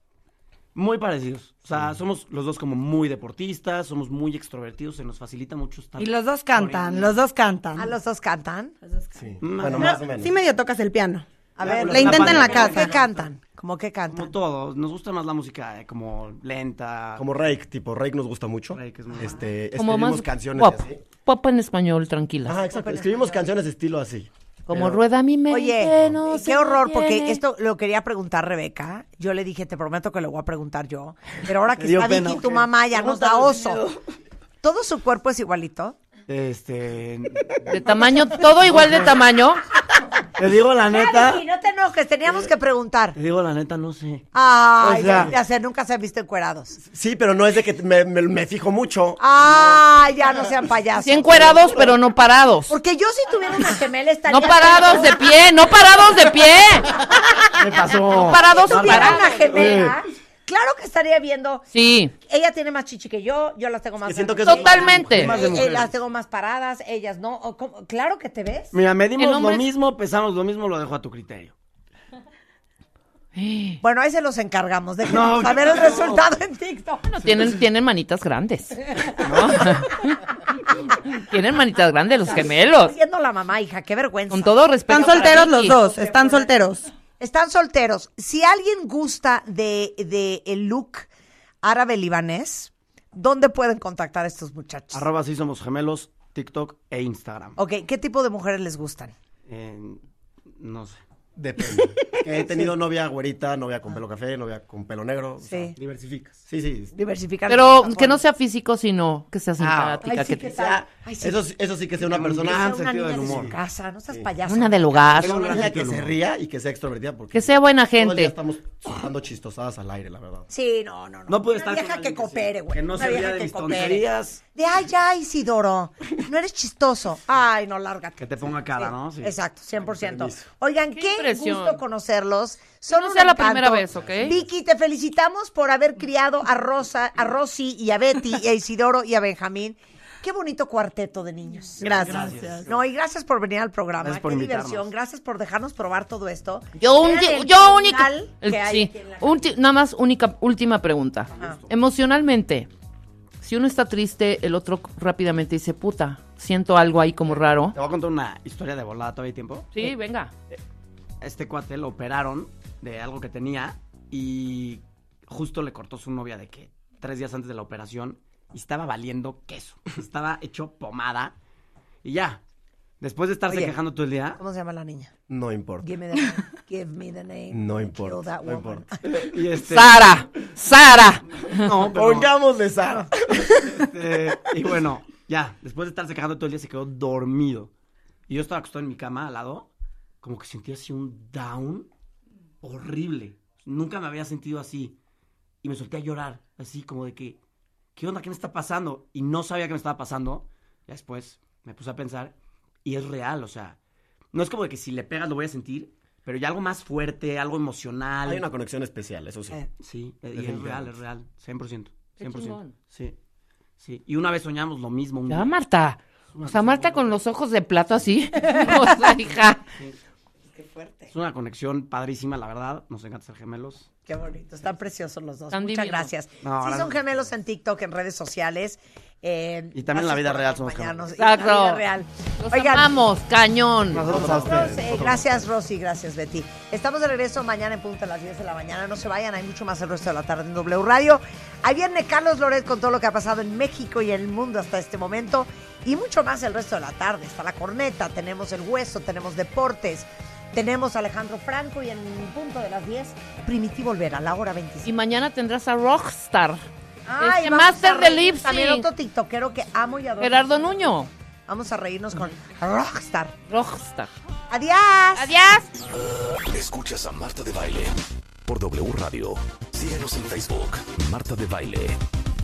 [SPEAKER 15] Muy parecidos. O sea, somos los dos como muy deportistas, somos muy extrovertidos, se nos facilita mucho estar.
[SPEAKER 2] Y los dos cantan, los dos cantan.
[SPEAKER 1] ¿A Ah, los dos cantan?
[SPEAKER 16] Sí.
[SPEAKER 15] Más
[SPEAKER 16] Bueno,
[SPEAKER 15] o menos.
[SPEAKER 16] más o menos.
[SPEAKER 2] Sí medio tocas el piano.
[SPEAKER 1] A
[SPEAKER 15] Ya,
[SPEAKER 1] ver,
[SPEAKER 15] con
[SPEAKER 2] la intenta en la
[SPEAKER 1] ¿Cómo
[SPEAKER 2] casa.
[SPEAKER 1] ¿Qué cantan? ¿Cómo qué cantan?
[SPEAKER 15] Como todos, nos gusta más la música eh, como lenta.
[SPEAKER 16] Como Rake, tipo Rake nos gusta mucho.
[SPEAKER 15] Rake es muy
[SPEAKER 16] Este,
[SPEAKER 4] Como
[SPEAKER 16] escribimos
[SPEAKER 4] más
[SPEAKER 16] canciones
[SPEAKER 4] pop.
[SPEAKER 16] así.
[SPEAKER 4] Pop en español, tranquila.
[SPEAKER 16] Ajá, exacto. Escribimos canciones de estilo así.
[SPEAKER 4] Como
[SPEAKER 16] Pero-
[SPEAKER 4] rueda mi mente.
[SPEAKER 1] Oye,
[SPEAKER 4] no se
[SPEAKER 1] qué horror, porque
[SPEAKER 4] detiene.
[SPEAKER 1] esto lo quería preguntar Rebeca. Yo le dije, te prometo que lo voy a preguntar yo. Pero
[SPEAKER 15] [laughs]
[SPEAKER 1] ahora que
[SPEAKER 15] Te dio
[SPEAKER 1] está
[SPEAKER 15] pena,
[SPEAKER 1] Vicky, tu
[SPEAKER 15] ¿o qué?
[SPEAKER 1] mamá ya nos da
[SPEAKER 15] Pregúntale,
[SPEAKER 1] oso. ¿Todo su cuerpo es igualito?
[SPEAKER 15] Este.
[SPEAKER 4] De tamaño, todo igual de tamaño.
[SPEAKER 15] Te digo la
[SPEAKER 1] Ya,
[SPEAKER 15] neta.
[SPEAKER 1] Vicky, no te enojes, teníamos que preguntar. Ah.
[SPEAKER 15] Te digo la neta, no sé.
[SPEAKER 1] Ay,
[SPEAKER 15] O sea-
[SPEAKER 1] ya sé, nunca se han visto encuerados.
[SPEAKER 16] Sí, pero no es de que me, me- me fijo mucho.
[SPEAKER 1] Ay, ya no sean payasos.
[SPEAKER 4] Sí encuerados, pero no
[SPEAKER 16] [laughs]
[SPEAKER 4] parados.
[SPEAKER 1] Porque yo si tuviera una gemela estaría...
[SPEAKER 4] No parados de
[SPEAKER 1] [laughs]
[SPEAKER 4] pie, no parados de pie.
[SPEAKER 15] ¿Qué pasó?
[SPEAKER 4] No parados
[SPEAKER 1] Si tuviera
[SPEAKER 4] parados.
[SPEAKER 1] Eh. una gemela, Claro que estaría viendo.
[SPEAKER 4] Sí.
[SPEAKER 1] Ella tiene más chichi que yo, yo las tengo más.
[SPEAKER 15] que siento que es
[SPEAKER 1] grandes.
[SPEAKER 15] Totalmente. más de
[SPEAKER 1] Eh, eh,
[SPEAKER 15] mujeres.
[SPEAKER 1] las tengo más paradas, ellas no. O cómo- Claro que te ves.
[SPEAKER 15] Mira, medimos
[SPEAKER 1] En
[SPEAKER 15] lo
[SPEAKER 1] hombres-
[SPEAKER 15] mismo, pesamos lo mismo, lo dejo a tu criterio.
[SPEAKER 1] Bueno, ahí se los encargamos. Déjenos
[SPEAKER 15] No,
[SPEAKER 1] saber el
[SPEAKER 15] no.
[SPEAKER 1] resultado en TikTok.
[SPEAKER 4] No, tienen, tienen manitas grandes.
[SPEAKER 1] [laughs]
[SPEAKER 4] ¿no? tienen manitas grandes los gemelos.
[SPEAKER 1] Siendo la mamá, hija, qué vergüenza.
[SPEAKER 4] Con todo respeto.
[SPEAKER 1] Están
[SPEAKER 4] para
[SPEAKER 1] solteros los
[SPEAKER 4] Vicky.
[SPEAKER 1] dos,
[SPEAKER 2] Están solteros.
[SPEAKER 1] Están solteros. Si alguien gusta de, de el look árabe libanés, ¿dónde pueden contactar a estos muchachos?
[SPEAKER 15] Arroba sí somos gemelos, TikTok e Instagram.
[SPEAKER 1] Ok, ¿qué tipo de mujeres les gustan?
[SPEAKER 15] Eh, no sé.
[SPEAKER 16] Depende. He tenido novia güerita, novia con pelo café, novia con pelo negro. o sea,
[SPEAKER 1] Sí.
[SPEAKER 16] diversificas. Sí, sí.
[SPEAKER 1] Diversificar.
[SPEAKER 4] Pero que no sea físico, sino que sea simpática.
[SPEAKER 1] Ay, sí,
[SPEAKER 4] que-
[SPEAKER 1] ¿qué tal? Ay, sí.
[SPEAKER 16] Ah, Eso, sí- eso sí que sea una persona
[SPEAKER 1] sea
[SPEAKER 16] con
[SPEAKER 1] una
[SPEAKER 16] sentido
[SPEAKER 1] niña
[SPEAKER 16] del
[SPEAKER 1] de su
[SPEAKER 16] humor.
[SPEAKER 1] casa, no seas
[SPEAKER 16] Sí.
[SPEAKER 1] payaso.
[SPEAKER 4] Una del hogar.
[SPEAKER 16] Tengo una niña que se
[SPEAKER 1] humor.
[SPEAKER 16] ría y que sea extrovertida porque
[SPEAKER 4] [laughs] Que sea buena
[SPEAKER 16] todo el día
[SPEAKER 4] gente.
[SPEAKER 16] estamos dando chistosadas al aire, la verdad.
[SPEAKER 1] Sí, no, no, no.
[SPEAKER 16] No puede
[SPEAKER 1] Una
[SPEAKER 16] estar con
[SPEAKER 1] vieja que
[SPEAKER 16] alguien que
[SPEAKER 1] coopere, güey.
[SPEAKER 16] que no
[SPEAKER 1] Una
[SPEAKER 16] se ría
[SPEAKER 1] vieja
[SPEAKER 16] de
[SPEAKER 1] que
[SPEAKER 16] mis
[SPEAKER 1] coopere.
[SPEAKER 16] tonterías.
[SPEAKER 1] De ay, ya, Isidoro. No eres chistoso. Ay, no, lárgate.
[SPEAKER 15] Que te ponga cara, ¿no? Sí.
[SPEAKER 1] Exacto, 100%. Oigan, qué,
[SPEAKER 4] impresión.
[SPEAKER 1] gusto conocerlos. Son
[SPEAKER 4] no
[SPEAKER 1] un
[SPEAKER 4] sea la
[SPEAKER 1] encanto.
[SPEAKER 4] primera vez, ¿ok?
[SPEAKER 1] Vicky, te felicitamos por haber criado a Rosa, a Rosy y a Betty, y a Isidoro y a Benjamín. Qué bonito cuarteto de niños.
[SPEAKER 2] Gracias. Gracias.
[SPEAKER 1] No, y gracias por venir al programa.
[SPEAKER 2] Gracias por
[SPEAKER 1] qué
[SPEAKER 2] invitarnos.
[SPEAKER 1] diversión. Gracias por dejarnos probar todo esto.
[SPEAKER 4] Yo, un-
[SPEAKER 1] Vean el
[SPEAKER 4] yo única.
[SPEAKER 1] canal
[SPEAKER 4] el-
[SPEAKER 1] que hay
[SPEAKER 4] sí,
[SPEAKER 1] aquí en la
[SPEAKER 4] ulti- nada más, única, última pregunta. Emocionalmente, si uno está triste, el otro rápidamente dice, puta, siento algo ahí como raro.
[SPEAKER 15] Te voy a contar una historia de volada, ¿todavía hay tiempo? Eh,
[SPEAKER 4] Sí, venga.
[SPEAKER 15] Este cuate lo operaron de algo que tenía y justo le cortó su novia de que tres días antes de la operación y estaba valiendo queso. [laughs] Estaba hecho pomada y ya. Después de estarse
[SPEAKER 1] Oye.
[SPEAKER 15] quejando todo el día,
[SPEAKER 1] ¿Cómo se llama la niña?
[SPEAKER 16] No importa.
[SPEAKER 1] Give me the name. Give me the name.
[SPEAKER 16] No
[SPEAKER 1] Kill
[SPEAKER 16] importa.
[SPEAKER 1] that
[SPEAKER 16] No
[SPEAKER 1] woman. [laughs]
[SPEAKER 16] importa.
[SPEAKER 15] Y este-
[SPEAKER 4] Sara, Sara.
[SPEAKER 15] No, pero-
[SPEAKER 16] Pongámosle Sara.
[SPEAKER 15] Este, y bueno, ya, después de estarse quejando todo el día, se quedó dormido. Y yo estaba acostado en mi cama al lado, como que sentía así un down horrible. Nunca me había sentido así. Y me solté a llorar, así como de que, ¿qué onda? ¿Qué me está pasando? Y no sabía qué me estaba pasando. Ya después me puse a pensar, y es real, o sea, no es como de que si le pegas lo voy a sentir, pero ya algo más fuerte, algo emocional.
[SPEAKER 16] Hay una conexión especial, eso sí.
[SPEAKER 1] Eh,
[SPEAKER 15] Sí, eh, y es real, es real, 100%. 100%.
[SPEAKER 4] chingón.
[SPEAKER 15] Sí. Sí, y una vez soñamos lo mismo. un
[SPEAKER 4] Ya,
[SPEAKER 15] día.
[SPEAKER 4] Marta. O sea, Marta con los ojos de plato así. [laughs] O sea, hija.
[SPEAKER 1] Qué fuerte.
[SPEAKER 15] Es una conexión padrísima, la verdad. Nos encanta ser gemelos.
[SPEAKER 1] Qué bonito. Están preciosos los dos.
[SPEAKER 4] Están
[SPEAKER 1] Muchas
[SPEAKER 4] divinos.
[SPEAKER 1] gracias.
[SPEAKER 15] No,
[SPEAKER 1] sí, son
[SPEAKER 15] gracias.
[SPEAKER 1] gemelos en TikTok, en redes sociales. eh,
[SPEAKER 15] Y también en la
[SPEAKER 1] gracias
[SPEAKER 15] vida
[SPEAKER 1] por
[SPEAKER 15] real somos
[SPEAKER 1] acompañarnos. Y en la
[SPEAKER 4] Exacto.
[SPEAKER 1] vida real.
[SPEAKER 4] Los
[SPEAKER 1] Oigan,
[SPEAKER 4] amamos, cañón.
[SPEAKER 1] nosotros, eh, gracias Rosy, gracias Betty. Estamos de regreso mañana en punto a las 10 de la mañana. No se vayan, hay mucho más el resto de la tarde en W Radio. Ahí viene Carlos Loret con todo lo que ha pasado en México y en el mundo hasta este momento. Y mucho más el resto de la tarde. Está la corneta, tenemos el hueso, tenemos deportes, tenemos a Alejandro Franco y en punto de las 10, Primitivo Olvera, la hora 25.
[SPEAKER 4] Y mañana tendrás a Rockstar.
[SPEAKER 1] Ay,
[SPEAKER 4] Este
[SPEAKER 1] vamos
[SPEAKER 4] Master
[SPEAKER 1] a reír.
[SPEAKER 4] del Lipsy.
[SPEAKER 1] También otro tiktokero que amo y adoro.
[SPEAKER 4] Gerardo Nuño.
[SPEAKER 1] Vamos a reírnos con Rockstar.
[SPEAKER 4] Rockstar.
[SPEAKER 1] Adiós.
[SPEAKER 4] Adiós.
[SPEAKER 3] Escuchas a Marta de Baile por W Radio. Síguenos en Facebook, Marta de Baile.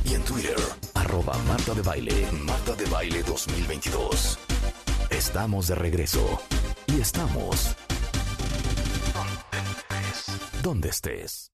[SPEAKER 3] Y en Twitter, arroba Marta de Baile, Marta de Baile 2022. Estamos de regreso. Y estamos... Donde estés.